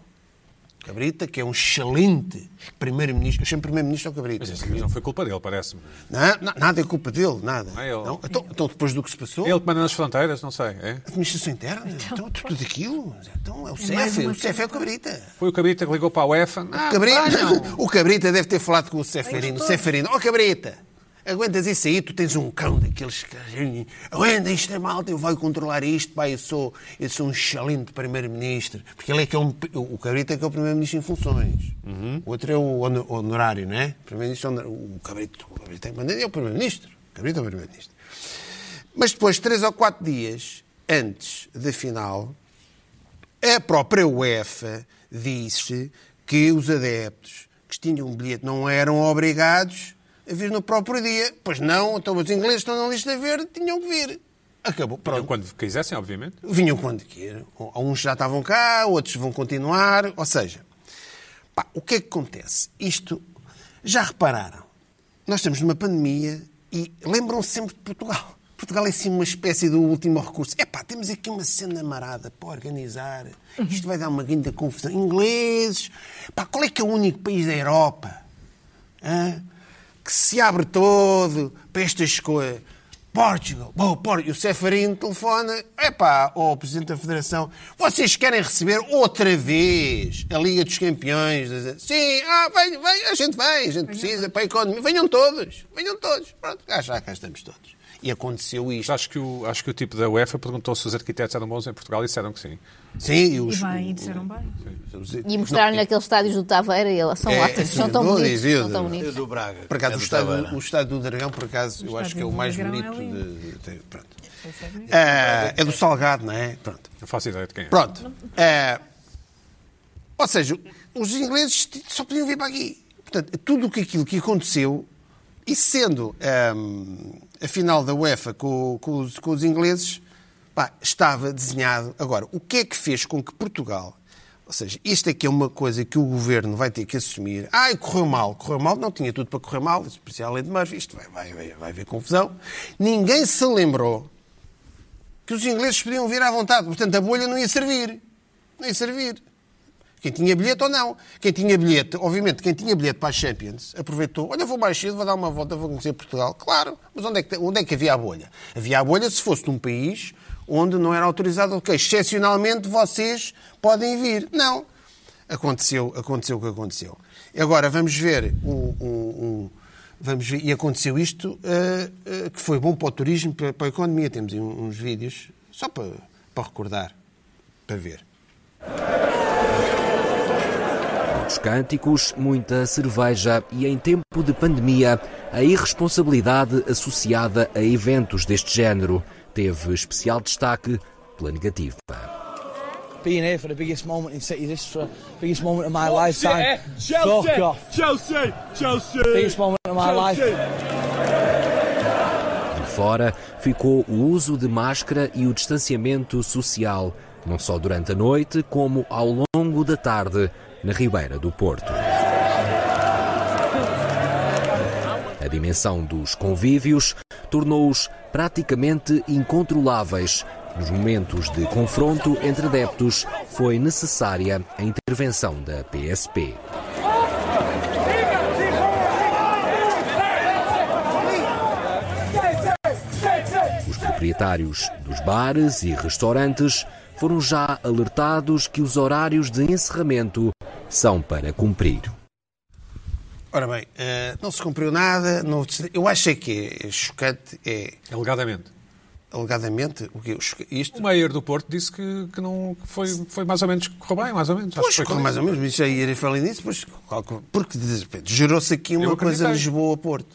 [SPEAKER 2] O Cabrita, que é um excelente primeiro-ministro. Eu chamo primeiro-ministro ao Cabrita.
[SPEAKER 1] Mas esse não foi culpa dele, parece-me.
[SPEAKER 2] Não, não, nada é culpa dele, nada.
[SPEAKER 1] Não é ele.
[SPEAKER 2] Não, então, então, depois do que se passou...
[SPEAKER 1] Ele que manda nas fronteiras, não sei. é?
[SPEAKER 2] Administração interna? Então, tudo aquilo? Então, é o
[SPEAKER 3] mais
[SPEAKER 2] CEF,
[SPEAKER 3] uma
[SPEAKER 2] o CEF é o Cabrita.
[SPEAKER 1] Foi o Cabrita que ligou para a UEFA. Ah, Não,
[SPEAKER 2] Cabrita,
[SPEAKER 1] venham.
[SPEAKER 2] o Cabrita deve ter falado com o Ceferino. O Ceferino, ó Cabrita, aguentas isso aí? Tu tens um cão daqueles que. Aguenta, isto é malta, eu vou controlar isto, pá, eu sou, eu sou um excelente primeiro-ministro. Porque ele é que é um. O Cabrita é que é o primeiro-ministro em funções. O outro é o hono- honorário, não é? Primeiro-ministro honor- O Cabrita, o Cabrita é que manda, é o primeiro-ministro. O Cabrita é o primeiro-ministro. Mas depois, três ou quatro dias antes da final, a própria UEFA disse que os adeptos que tinham um bilhete não eram obrigados a vir no próprio dia. Pois não, então os ingleses estão na lista verde, tinham que vir. Acabou, pronto.
[SPEAKER 1] Quando quisessem, obviamente.
[SPEAKER 2] Vinham quando queiram. Uns já estavam cá, outros vão continuar. Ou seja, pá, o que é que acontece? Isto, já repararam? Nós estamos numa pandemia e lembram-se sempre de Portugal. Portugal é assim uma espécie do último recurso. É pá, temos aqui uma cena marada para organizar. Isto vai dar uma grande confusão. Ingleses, pá, qual é que é o único país da Europa hã, que se abre todo para estas coisas. Portugal, bom, Por- e o Seferino telefona, epá, ó Presidente da Federação, vocês querem receber outra vez a Liga dos Campeões? Sim, ah, vem, vem, a gente vem, a gente precisa para a economia, venham todos, venham todos, pronto, cá já, cá estamos todos. E aconteceu
[SPEAKER 1] Mas
[SPEAKER 2] isto.
[SPEAKER 1] Acho que, o, acho que o tipo da UEFA perguntou se os arquitetos eram bons em Portugal e disseram que sim.
[SPEAKER 2] Sim, e
[SPEAKER 3] E
[SPEAKER 2] os...
[SPEAKER 3] bem, e disseram bem.
[SPEAKER 2] os-
[SPEAKER 4] E mostraram-lhe aqueles estádios do Taveira e ele, são
[SPEAKER 2] É,
[SPEAKER 4] ótimos,
[SPEAKER 2] sim,
[SPEAKER 4] são tão
[SPEAKER 2] não
[SPEAKER 4] bonitos.
[SPEAKER 2] dizia,
[SPEAKER 4] São tão
[SPEAKER 2] não.
[SPEAKER 5] É
[SPEAKER 4] bonitos.
[SPEAKER 5] do Braga.
[SPEAKER 2] Por
[SPEAKER 5] é
[SPEAKER 2] acaso,
[SPEAKER 5] do
[SPEAKER 2] o estádio,
[SPEAKER 5] Tavana.
[SPEAKER 2] o estádio do Dragão, por acaso, eu acho que é o
[SPEAKER 3] estádio do
[SPEAKER 2] mais
[SPEAKER 3] Dragão
[SPEAKER 2] bonito.
[SPEAKER 3] é lindo.
[SPEAKER 2] de- de- pronto. Ah, é do Salgado, não é? Pronto.
[SPEAKER 1] Não faço ideia de quem é.
[SPEAKER 2] Pronto. Eh, ou seja, os ingleses t- só podiam vir para aqui. Portanto, tudo que- aquilo que aconteceu, e sendo ehm, a final da UEFA com, com os, com os ingleses, pá, estava desenhado. Agora, o que é que fez com que Portugal. Ou seja, isto aqui é uma coisa que o governo vai ter que assumir. Ai, correu mal. Correu mal, não tinha tudo para correr mal, especial além de Murphy. Isto vai, vai, vai, vai haver confusão. Ninguém se lembrou que os ingleses podiam vir à vontade. Portanto, a bolha não ia servir. Não ia servir. Quem tinha bilhete ou não. Quem tinha bilhete, obviamente, quem tinha bilhete para a Champions aproveitou. Olha, vou mais cedo, vou dar uma volta, vou conhecer Portugal. Claro, mas onde é que, onde é que havia a bolha? Havia a bolha se fosse num país onde não era autorizado, ok, excepcionalmente vocês podem vir. Não. Aconteceu, aconteceu o que aconteceu. E Agora vamos ver o- o- o- Vamos ver, e aconteceu isto, ah, ah, que foi bom para o turismo, para, para a economia. Temos aí um- uns vídeos, só para, para recordar, para ver.
[SPEAKER 7] Muitos cânticos, muita cerveja e, em tempo de pandemia, a irresponsabilidade associada a eventos deste género teve especial destaque pela negativa.
[SPEAKER 8] being here for the biggest moment in City's history, biggest moment of my lifetime. Fuck off.
[SPEAKER 9] eh? Chelsea, Chelsea.
[SPEAKER 8] Biggest moment of my life.
[SPEAKER 7] De fora ficou o uso de máscara e o distanciamento social, não só durante a noite, como ao longo da tarde, na Ribeira do Porto. A dimensão dos convívios tornou-os praticamente incontroláveis. Nos momentos de confronto entre adeptos, foi necessária a intervenção da PSP. Os proprietários dos bares e restaurantes foram já alertados que os horários de encerramento são para cumprir.
[SPEAKER 2] Ora bem, eh, não se cumpriu nada, não houve destri- eu acho é que é chocante, é
[SPEAKER 1] Alegadamente.
[SPEAKER 2] alegadamente o que isto.
[SPEAKER 1] O Maier do Porto disse que, que não que foi, foi mais ou menos que correu bem, mais ou menos. Acho
[SPEAKER 2] Pois,
[SPEAKER 1] que foi
[SPEAKER 2] como
[SPEAKER 1] correto.
[SPEAKER 2] mais ou menos, mas já irei falar nisso, pois, qualquer- porque de repente gerou-se aqui uma
[SPEAKER 1] acreditei.
[SPEAKER 2] coisa Lisboa-Porto,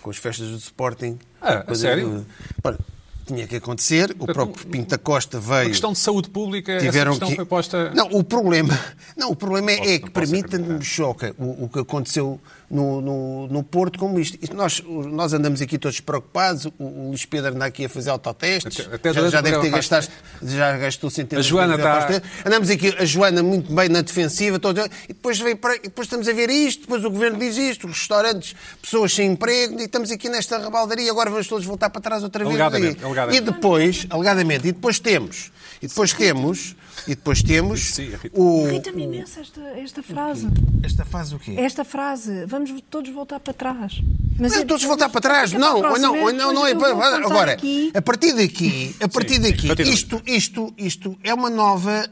[SPEAKER 2] com as festas do Sporting.
[SPEAKER 1] Ah, a
[SPEAKER 2] coisas
[SPEAKER 1] sério?
[SPEAKER 2] do- Ora, tinha que acontecer. O próprio Pinta Costa veio.
[SPEAKER 1] A questão de saúde pública,
[SPEAKER 2] tiveram
[SPEAKER 1] essa questão
[SPEAKER 2] que...
[SPEAKER 1] foi posta...
[SPEAKER 2] Não, o problema, não, o problema
[SPEAKER 1] Posso-
[SPEAKER 2] é que
[SPEAKER 1] não
[SPEAKER 2] para
[SPEAKER 1] posso
[SPEAKER 2] mim
[SPEAKER 1] acreditar.
[SPEAKER 2] tanto me choca o, o que aconteceu no, no, no Porto como isto. Isto Nós, nós andamos aqui todos preocupados, o, o Luís Pedro anda aqui a fazer autotestes,
[SPEAKER 1] Até- até
[SPEAKER 2] já,
[SPEAKER 1] durante
[SPEAKER 2] já
[SPEAKER 1] o
[SPEAKER 2] deve ter
[SPEAKER 1] programa faz-
[SPEAKER 2] gastado, já gastou centenas
[SPEAKER 1] A Joana tá-
[SPEAKER 2] de milhões
[SPEAKER 1] está-
[SPEAKER 2] de autotestes. Andamos aqui, a Joana muito bem na defensiva, toda- e depois, vem para- e depois estamos a ver isto, depois o Governo diz isto, os restaurantes, pessoas sem emprego, e estamos aqui nesta rebaldaria, agora vamos todos voltar para trás outra vez.
[SPEAKER 1] Alegadamente,
[SPEAKER 2] E-
[SPEAKER 1] alegadamente.
[SPEAKER 2] E depois, alegadamente, e depois temos, e depois temos, e depois temos
[SPEAKER 1] Sim, Rita.
[SPEAKER 2] o.
[SPEAKER 3] Irrita-me imenso esta, esta frase.
[SPEAKER 2] Esta faz o quê?
[SPEAKER 3] Esta frase. Vamos todos voltar para trás. é
[SPEAKER 2] Mas
[SPEAKER 3] eu-
[SPEAKER 2] todos voltar para trás,
[SPEAKER 3] Fica para a
[SPEAKER 2] não, ou
[SPEAKER 3] próxima,
[SPEAKER 2] não, ou não, não é
[SPEAKER 3] depois
[SPEAKER 2] para.
[SPEAKER 3] eu vou contar
[SPEAKER 2] Agora,
[SPEAKER 3] aqui.
[SPEAKER 2] a partir daqui, a partir
[SPEAKER 1] sim,
[SPEAKER 2] daqui,
[SPEAKER 1] continua.
[SPEAKER 2] isto, isto, isto é uma nova.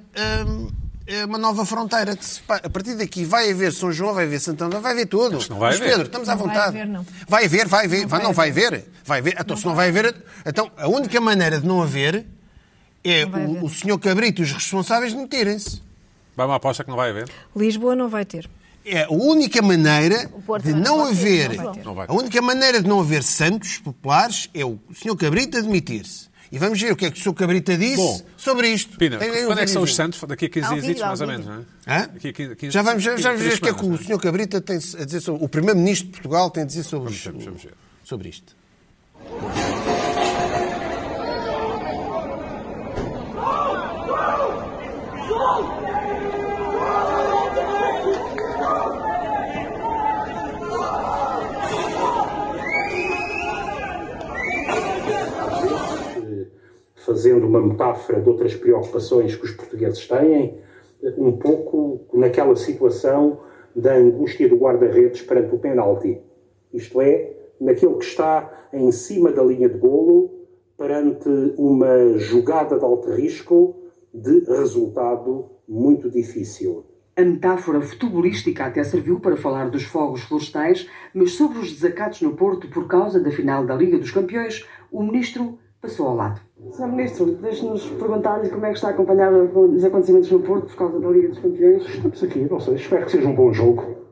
[SPEAKER 2] hum, é uma nova fronteira que se separa. A partir daqui vai haver São João, vai haver Santana, vai haver tudo.
[SPEAKER 1] não vai
[SPEAKER 2] Mas
[SPEAKER 1] haver.
[SPEAKER 2] Pedro, estamos à
[SPEAKER 3] Não vai
[SPEAKER 2] vontade.
[SPEAKER 3] haver, não.
[SPEAKER 2] Vai haver, vai haver, vai, não vai haver. Vai haver. Então, se não vai haver, então a única maneira de não haver é
[SPEAKER 3] Não vai haver.
[SPEAKER 2] o, o senhor Cabrito e os responsáveis meterem-se.
[SPEAKER 1] Vai uma aposta que não vai haver.
[SPEAKER 3] Lisboa não vai ter.
[SPEAKER 2] É a única maneira
[SPEAKER 4] Porto
[SPEAKER 2] de
[SPEAKER 4] também
[SPEAKER 2] não
[SPEAKER 4] não vai ter,
[SPEAKER 2] haver.
[SPEAKER 4] não vai
[SPEAKER 1] ter. Não vai ter.
[SPEAKER 2] A única maneira de não haver santos populares é o Sr. Cabrita admitir-se. E vamos ver o que é que o Sr. Cabrita disse
[SPEAKER 1] Bom,
[SPEAKER 2] sobre isto.
[SPEAKER 1] Pina,
[SPEAKER 2] Tem aí um
[SPEAKER 1] quando é que são os
[SPEAKER 2] videozinho.
[SPEAKER 1] santos? Daqui a 15
[SPEAKER 4] Ao
[SPEAKER 1] dias,
[SPEAKER 4] vivo, ao
[SPEAKER 1] mais ou menos,
[SPEAKER 4] vivo.
[SPEAKER 1] não é?
[SPEAKER 2] Hã?
[SPEAKER 1] Daqui a 15, 15,
[SPEAKER 2] Já vamos, já, já vamos ver o que é que o
[SPEAKER 1] semanas, não
[SPEAKER 2] Sr. Cabrita tem a dizer sobre. O Primeiro-Ministro de Portugal tem a dizer sobre,
[SPEAKER 1] Vamos ver, vamos ver.
[SPEAKER 2] sobre isto.
[SPEAKER 9] fazendo uma metáfora de outras preocupações que os portugueses têm, um pouco naquela situação da angústia do guarda-redes perante o penalti. Isto é, naquele que está em cima da linha de golo perante uma jogada de alto risco de resultado muito difícil.
[SPEAKER 10] A metáfora futebolística até serviu para falar dos fogos florestais, mas sobre os desacatos no Porto por causa da final da Liga dos Campeões, o ministro passou ao lado.
[SPEAKER 11] Sr. Ministro, deixe-nos perguntar-lhe como é que está a acompanhar os acontecimentos no Porto por causa da Liga dos Campeões.
[SPEAKER 9] Estamos aqui, não sei, espero que seja um bom jogo.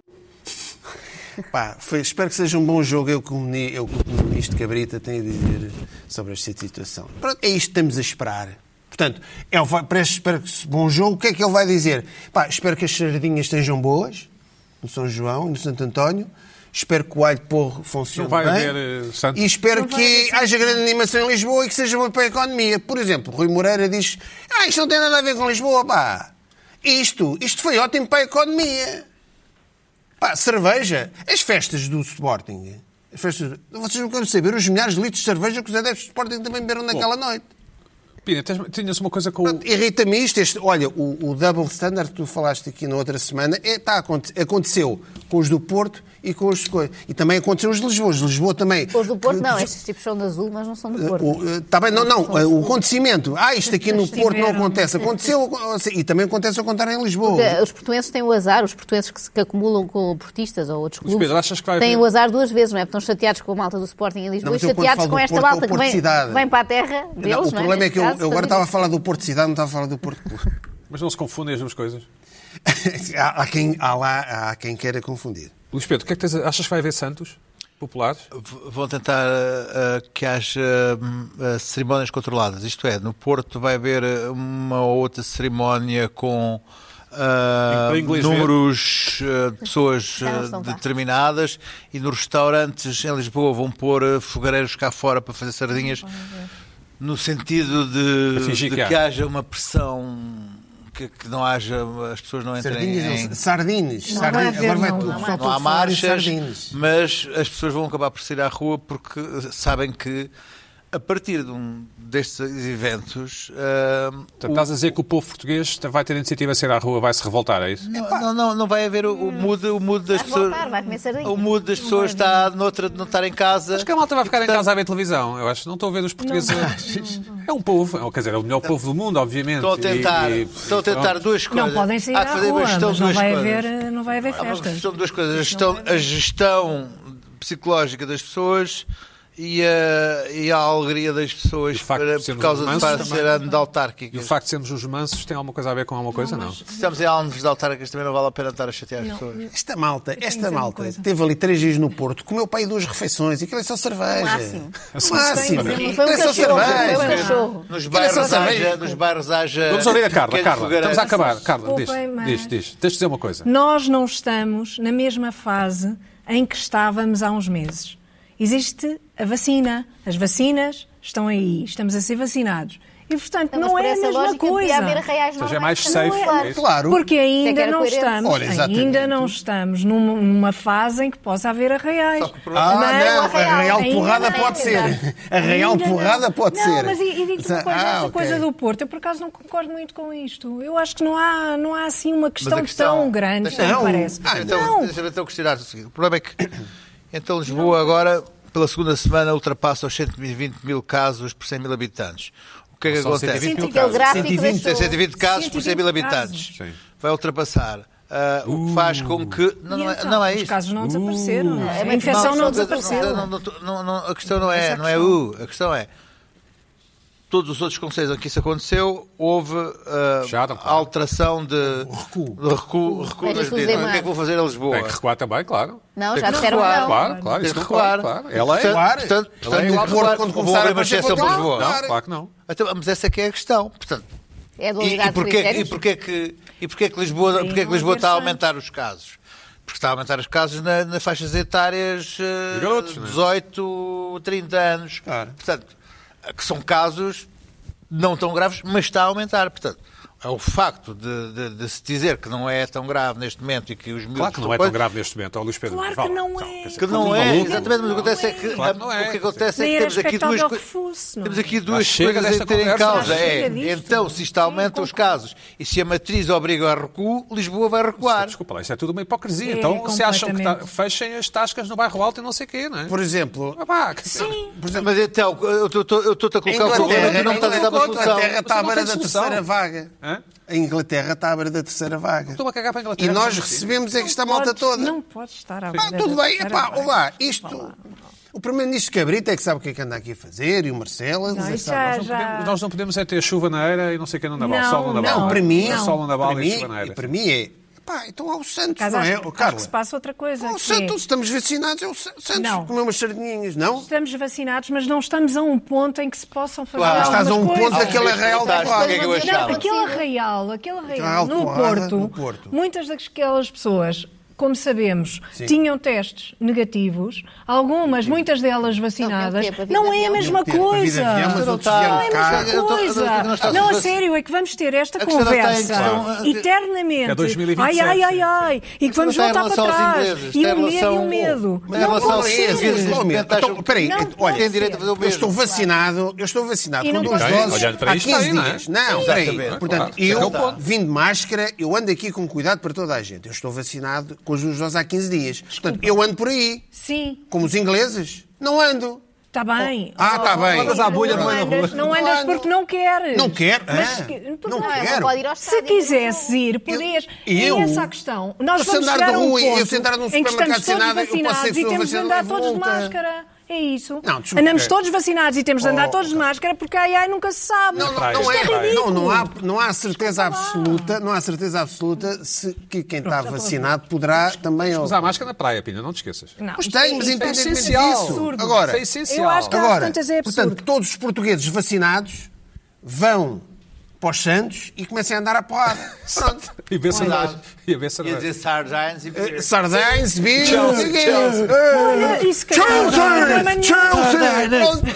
[SPEAKER 2] Pá, foi- espero que seja um bom jogo. Eu, como, ni- eu, como ministro Cabrita, tenho a dizer sobre esta situação. Pronto, é isto que estamos a esperar. Portanto, ele vai, para este- espero que se- bom jogo, o que é que ele vai dizer? Pá, espero que as sardinhas estejam boas no São João e no Santo António. Espero que o alho porro funcione
[SPEAKER 1] Não vai
[SPEAKER 2] bem.
[SPEAKER 1] haver, eh, santo.
[SPEAKER 2] E espero
[SPEAKER 3] Não vai
[SPEAKER 2] que
[SPEAKER 3] haver
[SPEAKER 2] haja grande animação em Lisboa e que seja bom para a economia. Por exemplo, Rui Moreira diz: Ah, isto não tem nada a ver com Lisboa, pá. Isto, isto foi ótimo para a economia. Pá, cerveja. As festas do Sporting. As festas... Vocês não querem saber os milhares de litros de cerveja que os adeptos do Sporting também beberam naquela noite.
[SPEAKER 1] é? Pina, tens- tinhas uma coisa com o...
[SPEAKER 2] Portanto, Irrita-me isto. Este, olha, o, o double standard que tu falaste aqui na outra semana é, tá, aconte- aconteceu com os do Porto e com os... co- E também aconteceu os de Lisboa. Os de Lisboa também...
[SPEAKER 4] Os do Porto, não, estes tipos são de azul, mas não
[SPEAKER 2] Eh,
[SPEAKER 4] são do Porto.
[SPEAKER 2] Está bem, não, não, eh, o acontecimento. Ah, isto aqui no Porto não
[SPEAKER 3] tiveram.
[SPEAKER 2] acontece. Aconteceu, e também acontece ao contrário em Lisboa.
[SPEAKER 4] Porque Eh, os portuenses têm o azar, os portuenses que se que acumulam com portistas ou outros clubes,
[SPEAKER 1] Pedro, achas que vai
[SPEAKER 4] têm
[SPEAKER 1] haver-
[SPEAKER 4] o azar duas vezes, não é? Porque estão chateados com a malta do Sporting em Lisboa
[SPEAKER 2] Não, mas
[SPEAKER 4] e
[SPEAKER 2] eu quando
[SPEAKER 4] chateados
[SPEAKER 2] falo
[SPEAKER 4] com
[SPEAKER 2] do
[SPEAKER 4] esta
[SPEAKER 2] Porto, é o
[SPEAKER 4] malta que
[SPEAKER 2] Porto
[SPEAKER 4] vem,
[SPEAKER 2] cidade.
[SPEAKER 4] vem para a terra deles,
[SPEAKER 2] Não,
[SPEAKER 4] não
[SPEAKER 2] o problema é
[SPEAKER 4] Neste
[SPEAKER 2] que eu,
[SPEAKER 4] caso,
[SPEAKER 2] eu agora estava a
[SPEAKER 4] fazer
[SPEAKER 2] falar do Porto Cidade, não estava a falar do Porto.
[SPEAKER 1] Mas não se confundem as duas coisas.
[SPEAKER 2] há, há quem, há, lá, há quem queira confundir.
[SPEAKER 1] Luís Pedro, o que é que tens a- achas que vai haver santos populares?
[SPEAKER 5] V- Vão tentar ah, ah, que haja hum, ah, cerimónias controladas. Isto é, no Porto vai haver ah, uma ou outra cerimónia com ah,
[SPEAKER 1] Em inglês ver.
[SPEAKER 5] números ah, de pessoas
[SPEAKER 4] Já não
[SPEAKER 5] ah,
[SPEAKER 4] estão lá.
[SPEAKER 5] determinadas e nos restaurantes em Lisboa vão pôr ah, fogareiros cá fora para fazer sardinhas no sentido
[SPEAKER 1] Para
[SPEAKER 5] de,
[SPEAKER 1] fingir
[SPEAKER 5] de
[SPEAKER 1] que há.
[SPEAKER 5] que haja uma pressão que, que não haja as pessoas não entrem
[SPEAKER 2] Sardinhas,
[SPEAKER 5] em,
[SPEAKER 2] não, sardines. Sardines.
[SPEAKER 3] Não vai haver,
[SPEAKER 2] Agora vai
[SPEAKER 3] não,
[SPEAKER 2] tudo,
[SPEAKER 3] não
[SPEAKER 2] só
[SPEAKER 3] há.
[SPEAKER 2] tudo
[SPEAKER 5] não há
[SPEAKER 2] falar em
[SPEAKER 5] marchas,
[SPEAKER 2] sardines.
[SPEAKER 5] mas as pessoas vão acabar por sair à rua porque eh, sabem que a partir de um destes eventos ah,
[SPEAKER 1] Portanto, estás a dizer que o povo português vai ter iniciativa a ser à rua, vai se revoltar, é isso?
[SPEAKER 5] não, não, não, não vai haver o, o mood, o mood das
[SPEAKER 4] Vai
[SPEAKER 5] pessoas.
[SPEAKER 4] voltar, vai comer sardinha.
[SPEAKER 5] o mood das pessoas está noutra de não estar em casa.
[SPEAKER 1] Acho que é um a malta vai ficar em casa a ver televisão. Eu acho que não estou a ver os portugueses. É um povo, é, quer dizer, é o melhor povo do mundo, obviamente.
[SPEAKER 5] Estão a tentar,
[SPEAKER 1] E- e-
[SPEAKER 5] estão a tentar
[SPEAKER 1] pronto.
[SPEAKER 5] duas coisas.
[SPEAKER 3] Não podem sair
[SPEAKER 5] Há que
[SPEAKER 3] à
[SPEAKER 5] fazer uma
[SPEAKER 3] rua,
[SPEAKER 5] gestão
[SPEAKER 3] mas
[SPEAKER 5] de
[SPEAKER 3] não
[SPEAKER 5] duas
[SPEAKER 3] vai,
[SPEAKER 5] coisas.
[SPEAKER 3] haver, eh, não vai haver
[SPEAKER 5] Há uma
[SPEAKER 3] festas.
[SPEAKER 5] questão de duas coisas. A gestão, a gestão psicológica das pessoas e a, e a alegria das pessoas
[SPEAKER 1] facto
[SPEAKER 5] para-
[SPEAKER 1] de
[SPEAKER 5] por
[SPEAKER 1] sermos
[SPEAKER 5] causa de
[SPEAKER 1] mansos
[SPEAKER 5] para
[SPEAKER 1] também.
[SPEAKER 5] ser ano
[SPEAKER 1] E
[SPEAKER 5] de
[SPEAKER 1] o
[SPEAKER 5] autárquicas.
[SPEAKER 1] facto de sermos os mansos tem alguma coisa a ver com alguma coisa? Não.
[SPEAKER 5] Se estamos em anos de autárquicas também não vale a pena estar a chatear as pessoas.
[SPEAKER 2] Esta malta, esta
[SPEAKER 5] dizer uma
[SPEAKER 2] malta,
[SPEAKER 5] coisa.
[SPEAKER 2] teve ali três dias no Porto, comeu para aí duas refeições, e aquilo é só cerveja.
[SPEAKER 5] Máximo.
[SPEAKER 2] O Máximo.
[SPEAKER 5] Tem que dizer,
[SPEAKER 2] Aquilo é só
[SPEAKER 5] foi um cachorro, foi um
[SPEAKER 2] cerveja.
[SPEAKER 5] cachorro. Nos
[SPEAKER 2] Aquilo é só
[SPEAKER 5] bairros haja-
[SPEAKER 2] cerveja.
[SPEAKER 5] nos bairros haja-
[SPEAKER 1] Vamos ouvir a Carla.
[SPEAKER 5] Quem
[SPEAKER 1] Carla,
[SPEAKER 5] fogueira-
[SPEAKER 1] estamos a acabar. Carla, diz,
[SPEAKER 3] Desculpem, mas-
[SPEAKER 1] diz, diz. Deixa-te dizer uma coisa.
[SPEAKER 3] Nós não estamos na mesma fase em que estávamos há uns meses. Existe a vacina. As vacinas estão aí. Estamos a ser vacinados. E, portanto,
[SPEAKER 4] Então, mas
[SPEAKER 3] não
[SPEAKER 4] por
[SPEAKER 3] é a
[SPEAKER 4] essa
[SPEAKER 3] mesma
[SPEAKER 4] lógica, devia
[SPEAKER 3] coisa.
[SPEAKER 4] haver reais
[SPEAKER 1] Ou seja, é mais normais safe, também. é isso?
[SPEAKER 2] Claro.
[SPEAKER 3] Porque
[SPEAKER 4] Isso é que
[SPEAKER 3] ainda
[SPEAKER 4] era
[SPEAKER 3] não
[SPEAKER 4] coerente.
[SPEAKER 3] estamos,
[SPEAKER 4] Olha, exatamente.
[SPEAKER 3] ainda não estamos numa, numa fase em que possa haver arraiais.
[SPEAKER 2] Ah, não, a real
[SPEAKER 3] é Ainda
[SPEAKER 2] porrada
[SPEAKER 3] não. é-
[SPEAKER 2] pode ser. A real
[SPEAKER 3] Ainda não.
[SPEAKER 2] porrada pode
[SPEAKER 3] não,
[SPEAKER 2] ser.
[SPEAKER 3] Mas e, e digo-te uma coisa,
[SPEAKER 2] Ah,
[SPEAKER 3] esta
[SPEAKER 2] ok.
[SPEAKER 3] coisa do Porto, eu por acaso não concordo muito com isto. Eu acho que não há, não há assim uma
[SPEAKER 5] Mas a
[SPEAKER 3] questão, tão grande,
[SPEAKER 5] Deixa-
[SPEAKER 3] não, me parece.
[SPEAKER 5] Ah, então, Deixa-me então questionar o seguinte. O problema é que então Lisboa agora, pela segunda semana, ultrapassa os 120 mil casos por 100 mil habitantes. O que é que
[SPEAKER 1] São
[SPEAKER 5] acontece?
[SPEAKER 1] 120 mil
[SPEAKER 4] Aquele casos. gráfico
[SPEAKER 5] 120,
[SPEAKER 4] deixou-
[SPEAKER 5] 120 casos por 100 mil
[SPEAKER 4] 120 casos.
[SPEAKER 5] habitantes. Vai ultrapassar. Ah, o que faz
[SPEAKER 1] Uh.
[SPEAKER 5] com que. Não, não, é, não é
[SPEAKER 3] então,
[SPEAKER 5] isso.
[SPEAKER 3] Os casos não desapareceram. A É infecção não, desapareceu.
[SPEAKER 5] não, não, não, não, a questão não
[SPEAKER 3] Essa é
[SPEAKER 5] é,
[SPEAKER 3] a
[SPEAKER 5] não é
[SPEAKER 3] questão.
[SPEAKER 5] o. A questão é. Todos os outros conselhos em que isso aconteceu, houve ah, alteração de recuo, de recuo, recuo
[SPEAKER 4] Mas
[SPEAKER 5] das
[SPEAKER 4] isso
[SPEAKER 5] medidas.
[SPEAKER 4] dizem
[SPEAKER 5] O que é que
[SPEAKER 4] mais.
[SPEAKER 5] vou fazer a Lisboa?
[SPEAKER 1] Tem que recuar também, claro.
[SPEAKER 4] Não,
[SPEAKER 5] Tem
[SPEAKER 4] já
[SPEAKER 5] que
[SPEAKER 4] disseram que
[SPEAKER 5] recuar.
[SPEAKER 4] não.
[SPEAKER 1] Claro, claro,
[SPEAKER 5] Tem
[SPEAKER 1] isso
[SPEAKER 5] que
[SPEAKER 1] recuar.
[SPEAKER 5] recuar.
[SPEAKER 1] Claro. Ela é.
[SPEAKER 5] Portanto, portanto,
[SPEAKER 1] Ela é
[SPEAKER 5] portanto,
[SPEAKER 1] igual.
[SPEAKER 5] o Porto, quando
[SPEAKER 1] Vou
[SPEAKER 5] começar
[SPEAKER 1] abrir
[SPEAKER 5] a aparecer
[SPEAKER 1] uma exceção para
[SPEAKER 5] Portugal,
[SPEAKER 1] Lisboa. Não,
[SPEAKER 5] claro.
[SPEAKER 1] claro que não.
[SPEAKER 5] Então, mas essa é que é a questão. Portanto,
[SPEAKER 4] É a
[SPEAKER 5] e,
[SPEAKER 4] dualidade
[SPEAKER 5] e,
[SPEAKER 4] de
[SPEAKER 5] porquê, e,
[SPEAKER 4] critérios.
[SPEAKER 5] porquê que, e porquê que Lisboa,
[SPEAKER 4] Sim,
[SPEAKER 5] porquê que
[SPEAKER 4] não
[SPEAKER 5] Lisboa está a
[SPEAKER 4] interessante.
[SPEAKER 5] aumentar os casos? Porque está a aumentar os casos na- nas faixas etárias eh,
[SPEAKER 1] De garotos, não é?
[SPEAKER 5] 18, 30 anos. Portanto, que são casos não tão graves, mas está a aumentar. Portanto, é o facto de, de- de se dizer que não é tão grave neste momento e que os miúdos...
[SPEAKER 1] Claro que não é tão grave neste momento, ó Luís Pedro.
[SPEAKER 3] Claro
[SPEAKER 1] vá
[SPEAKER 3] que
[SPEAKER 1] lá.
[SPEAKER 3] não
[SPEAKER 1] Então,
[SPEAKER 3] é.
[SPEAKER 1] quer dizer,
[SPEAKER 5] Que não
[SPEAKER 1] estamos
[SPEAKER 5] é,
[SPEAKER 1] malucos.
[SPEAKER 5] exatamente, mas o que acontece é que,
[SPEAKER 1] Claro que não é.
[SPEAKER 5] o que acontece é
[SPEAKER 3] Nem
[SPEAKER 5] que
[SPEAKER 3] era
[SPEAKER 5] temos aqui duas
[SPEAKER 3] expectável que
[SPEAKER 5] coisas.
[SPEAKER 3] fosse. não
[SPEAKER 5] Temos
[SPEAKER 3] é?
[SPEAKER 5] aqui duas
[SPEAKER 1] chega
[SPEAKER 5] coisas
[SPEAKER 1] desta
[SPEAKER 5] a ter em
[SPEAKER 1] conversa.
[SPEAKER 5] causa.
[SPEAKER 1] Já
[SPEAKER 5] É,
[SPEAKER 3] chega disto.
[SPEAKER 5] então, se isto aumenta os casos e se a matriz obriga a recuo, Lisboa vai recuar.
[SPEAKER 1] Desculpa lá, isto é tudo uma hipocrisia.
[SPEAKER 3] É,
[SPEAKER 1] então, se acham que tá-
[SPEAKER 3] completamente.
[SPEAKER 1] fechem as tascas no bairro alto e não sei o quê, não é?
[SPEAKER 2] Por exemplo,
[SPEAKER 1] Ah, pá, que-
[SPEAKER 5] Por exemplo, Mas então, eu estou- eu estou-te a
[SPEAKER 2] a
[SPEAKER 5] colocar o
[SPEAKER 1] é
[SPEAKER 5] problema e não me estás a dar uma solução.
[SPEAKER 2] Inglaterra está à
[SPEAKER 1] Você não
[SPEAKER 2] beira
[SPEAKER 1] tem
[SPEAKER 2] da
[SPEAKER 1] solução.
[SPEAKER 2] terceira vaga.
[SPEAKER 1] Hã?
[SPEAKER 2] A Inglaterra está à beira da terceira vaga.
[SPEAKER 1] Estou a cagar para a
[SPEAKER 2] E
[SPEAKER 1] Inglaterra.
[SPEAKER 2] nós
[SPEAKER 1] Sim.
[SPEAKER 2] recebemos é que esta
[SPEAKER 3] Não
[SPEAKER 2] malta
[SPEAKER 3] pode-
[SPEAKER 2] toda.
[SPEAKER 3] Não pode estar à
[SPEAKER 2] Ah,
[SPEAKER 3] beira
[SPEAKER 2] tudo
[SPEAKER 3] da
[SPEAKER 2] bem,
[SPEAKER 3] terceira
[SPEAKER 2] epá,
[SPEAKER 3] vaga.
[SPEAKER 2] olá, isto. O primeiro-ministro Cabrita é que sabe o que é que anda aqui a fazer, e o Marcelo, eles é que
[SPEAKER 3] isso
[SPEAKER 2] sabem.
[SPEAKER 3] já-
[SPEAKER 1] Nós não, podemos, nós não podemos é ter chuva na era e não sei o que no Naval.
[SPEAKER 3] Não,
[SPEAKER 1] sol no Naval.
[SPEAKER 2] Não, para mim,
[SPEAKER 1] É sol no Naval e
[SPEAKER 2] para mim-
[SPEAKER 1] chuva na era.
[SPEAKER 2] Para mim é. Pá, então há o Santos,
[SPEAKER 3] Caso,
[SPEAKER 2] não
[SPEAKER 3] acho,
[SPEAKER 2] é?
[SPEAKER 3] acho
[SPEAKER 2] O
[SPEAKER 3] que
[SPEAKER 2] Carlos.
[SPEAKER 3] se passa outra coisa.
[SPEAKER 2] Há o
[SPEAKER 3] que
[SPEAKER 2] Santos,
[SPEAKER 3] é,
[SPEAKER 2] estamos vacinados, é o Sa- Santos.
[SPEAKER 3] Não.
[SPEAKER 2] Comeu umas sardinhas, não?
[SPEAKER 3] Estamos vacinados, mas não estamos a um ponto em que se possam fazer
[SPEAKER 2] Claro, estás a um
[SPEAKER 3] algumas
[SPEAKER 2] ponto
[SPEAKER 3] coisas.
[SPEAKER 2] daquele arraial da
[SPEAKER 5] Estás, o que é que eu
[SPEAKER 3] Não,
[SPEAKER 5] achava?
[SPEAKER 3] aquele arraial, aquele arraial
[SPEAKER 2] Arraial de
[SPEAKER 3] no
[SPEAKER 2] Porrada,
[SPEAKER 3] Porto,
[SPEAKER 2] no Porto.
[SPEAKER 3] muitas daquelas pessoas, como sabemos,
[SPEAKER 2] Sim.
[SPEAKER 3] tinham testes negativos, algumas, muitas delas vacinadas.
[SPEAKER 4] Não, para vida
[SPEAKER 3] Não é a
[SPEAKER 4] avião.
[SPEAKER 3] mesma
[SPEAKER 2] Para vida
[SPEAKER 3] coisa.
[SPEAKER 2] avião, mas
[SPEAKER 3] Não
[SPEAKER 2] outros vieram
[SPEAKER 3] é a
[SPEAKER 2] cá.
[SPEAKER 3] mesma
[SPEAKER 5] Eu tô- eu tô- eu tô- eu tô- eu tô- eu tô-
[SPEAKER 3] coisa.
[SPEAKER 5] eu tô-
[SPEAKER 3] Não, a
[SPEAKER 5] eu tô-
[SPEAKER 3] sério, é que vamos ter esta
[SPEAKER 5] A questão não está em
[SPEAKER 3] conversa
[SPEAKER 5] questão-
[SPEAKER 1] É
[SPEAKER 3] eternamente.
[SPEAKER 1] 2027,
[SPEAKER 3] Ai, ai, ai, ai. E que
[SPEAKER 5] Isto não
[SPEAKER 3] vamos
[SPEAKER 5] está em
[SPEAKER 3] voltar para
[SPEAKER 5] relação aos
[SPEAKER 3] trás.
[SPEAKER 5] ingleses,
[SPEAKER 3] E
[SPEAKER 5] está
[SPEAKER 3] o
[SPEAKER 5] em
[SPEAKER 3] medo e o
[SPEAKER 5] relação-
[SPEAKER 3] medo.
[SPEAKER 5] Mas em
[SPEAKER 3] Não
[SPEAKER 5] relação aos
[SPEAKER 3] pode
[SPEAKER 5] ingleses,
[SPEAKER 3] ser.
[SPEAKER 5] eles-
[SPEAKER 2] Então, peraí,
[SPEAKER 3] Não
[SPEAKER 2] olha,
[SPEAKER 3] pode
[SPEAKER 5] Têm direito a fazer o
[SPEAKER 2] Eu
[SPEAKER 5] mesmo.
[SPEAKER 2] estou vacinado, eu estou vacinado
[SPEAKER 3] E
[SPEAKER 2] com
[SPEAKER 3] não
[SPEAKER 2] duas
[SPEAKER 3] pode-
[SPEAKER 2] doses
[SPEAKER 1] Olhando para
[SPEAKER 2] há
[SPEAKER 1] isto,
[SPEAKER 2] 15
[SPEAKER 1] está aí,
[SPEAKER 2] dias.
[SPEAKER 1] não é?
[SPEAKER 2] Não,
[SPEAKER 1] Sim,
[SPEAKER 2] peraí.
[SPEAKER 5] exatamente.
[SPEAKER 2] Portanto,
[SPEAKER 1] Claro, é
[SPEAKER 2] eu
[SPEAKER 1] o ponto.
[SPEAKER 2] vim de máscara, eu ando aqui com cuidado para toda a gente. Eu estou vacinado com as duas doses há 15 dias. Portanto, eu ando por aí,
[SPEAKER 3] Sim,
[SPEAKER 2] como os ingleses. Não ando.
[SPEAKER 3] está bem.
[SPEAKER 2] Ah, está bem.
[SPEAKER 1] Andas à bolha, não é na
[SPEAKER 3] andas,
[SPEAKER 1] rua.
[SPEAKER 3] não andas porque não queres.
[SPEAKER 2] Não quer?
[SPEAKER 3] Mas
[SPEAKER 2] Ah,
[SPEAKER 3] que-
[SPEAKER 2] não
[SPEAKER 3] não é,
[SPEAKER 4] Não,
[SPEAKER 2] quero.
[SPEAKER 4] pode ir ao
[SPEAKER 3] Se
[SPEAKER 4] estádio.
[SPEAKER 3] quisesses ir, podias.
[SPEAKER 2] E eu?
[SPEAKER 3] é essa a questão. Nós
[SPEAKER 2] Eu se
[SPEAKER 3] vamos
[SPEAKER 2] andar na
[SPEAKER 3] chegar a um
[SPEAKER 2] rua e eu
[SPEAKER 3] ponto
[SPEAKER 2] se andar num
[SPEAKER 3] em que
[SPEAKER 2] supermercado
[SPEAKER 3] estamos
[SPEAKER 2] sem
[SPEAKER 3] todos
[SPEAKER 2] nada, eu posso ser
[SPEAKER 3] vacinados e
[SPEAKER 2] pessoa
[SPEAKER 3] temos de
[SPEAKER 2] vacinada
[SPEAKER 3] andar
[SPEAKER 2] e
[SPEAKER 3] todos de
[SPEAKER 2] volta.
[SPEAKER 3] máscara. É isso.
[SPEAKER 2] Não, desculpa. é.
[SPEAKER 3] Andamos todos vacinados e temos de andar
[SPEAKER 2] Oh,
[SPEAKER 3] todos de máscara porque ai ai nunca se sabe.
[SPEAKER 2] Não, não,
[SPEAKER 1] praia,
[SPEAKER 2] não
[SPEAKER 3] Isto
[SPEAKER 2] é.
[SPEAKER 1] praia.
[SPEAKER 2] Não,
[SPEAKER 3] ridículo.
[SPEAKER 2] não há, não há certeza absoluta, não há certeza absoluta se que quem está vacinado poderá também.
[SPEAKER 1] Usar máscara na praia, Pina, não te esqueças.
[SPEAKER 3] Não,
[SPEAKER 2] Mas
[SPEAKER 3] isto é
[SPEAKER 2] tem, mas
[SPEAKER 3] isto
[SPEAKER 2] independentemente
[SPEAKER 1] essencial.
[SPEAKER 2] disso.
[SPEAKER 1] Absurdo.
[SPEAKER 2] Agora,
[SPEAKER 1] Isso é essencial.
[SPEAKER 3] Eu acho que às
[SPEAKER 2] agora,
[SPEAKER 3] tantas é absurdo.
[SPEAKER 2] portanto, todos os portugueses vacinados vão para os Santos e comecem a andar à porrada. Pronto.
[SPEAKER 1] E ver se é.
[SPEAKER 5] Olha.
[SPEAKER 1] E ver se
[SPEAKER 5] Ia dizer sardines
[SPEAKER 2] Eh,
[SPEAKER 5] e...
[SPEAKER 2] Sardines, bichos,
[SPEAKER 1] Chelsea, Chelsea.
[SPEAKER 2] Eh,
[SPEAKER 3] Olha, isso que é problema nenhum.
[SPEAKER 2] Chelsea!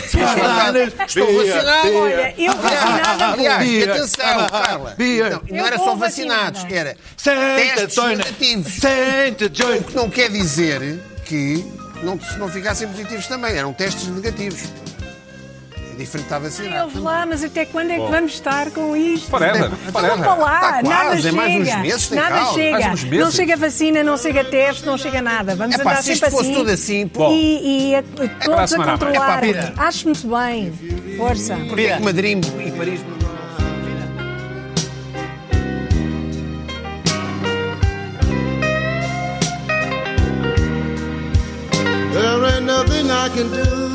[SPEAKER 2] Estou vacinado!
[SPEAKER 3] Olha, eu vacinada.
[SPEAKER 2] Aliás,
[SPEAKER 5] Bia.
[SPEAKER 2] e atenção, Carla. Então,
[SPEAKER 5] Bia.
[SPEAKER 2] Não, não
[SPEAKER 3] Eu
[SPEAKER 2] era
[SPEAKER 3] vou
[SPEAKER 2] só vacinados,
[SPEAKER 3] vacinada.
[SPEAKER 2] era
[SPEAKER 5] Santa
[SPEAKER 2] testes
[SPEAKER 5] Joana!
[SPEAKER 2] negativos.
[SPEAKER 5] Santa Joana!
[SPEAKER 2] O que não quer dizer que não, se não ficassem positivos também, eram testes negativos. É diferente estar vacinado.
[SPEAKER 3] Ouve lá, mas até quando é que vamos estar com isto?
[SPEAKER 1] Forever, forever.
[SPEAKER 3] Vamos para lá,
[SPEAKER 2] Tá quase,
[SPEAKER 3] nada
[SPEAKER 2] é
[SPEAKER 3] chega.
[SPEAKER 2] mais uns meses, tem
[SPEAKER 3] nada
[SPEAKER 2] calma.
[SPEAKER 1] Mais
[SPEAKER 3] chega.
[SPEAKER 1] uns meses.
[SPEAKER 3] Não chega vacina, não chega teste, não chega nada. Vamos
[SPEAKER 2] Epá,
[SPEAKER 3] andar
[SPEAKER 2] se isto
[SPEAKER 3] sempre
[SPEAKER 2] É fosse
[SPEAKER 3] assim.
[SPEAKER 2] tudo assim, pô.
[SPEAKER 3] E, e a,
[SPEAKER 1] para a
[SPEAKER 3] todos a
[SPEAKER 1] semana,
[SPEAKER 2] É
[SPEAKER 3] controlar.
[SPEAKER 2] mãe. Epá, pira.
[SPEAKER 3] Acho muito bem. Força.
[SPEAKER 2] Porque é Madrid e Paris
[SPEAKER 12] There ain't nothing I can do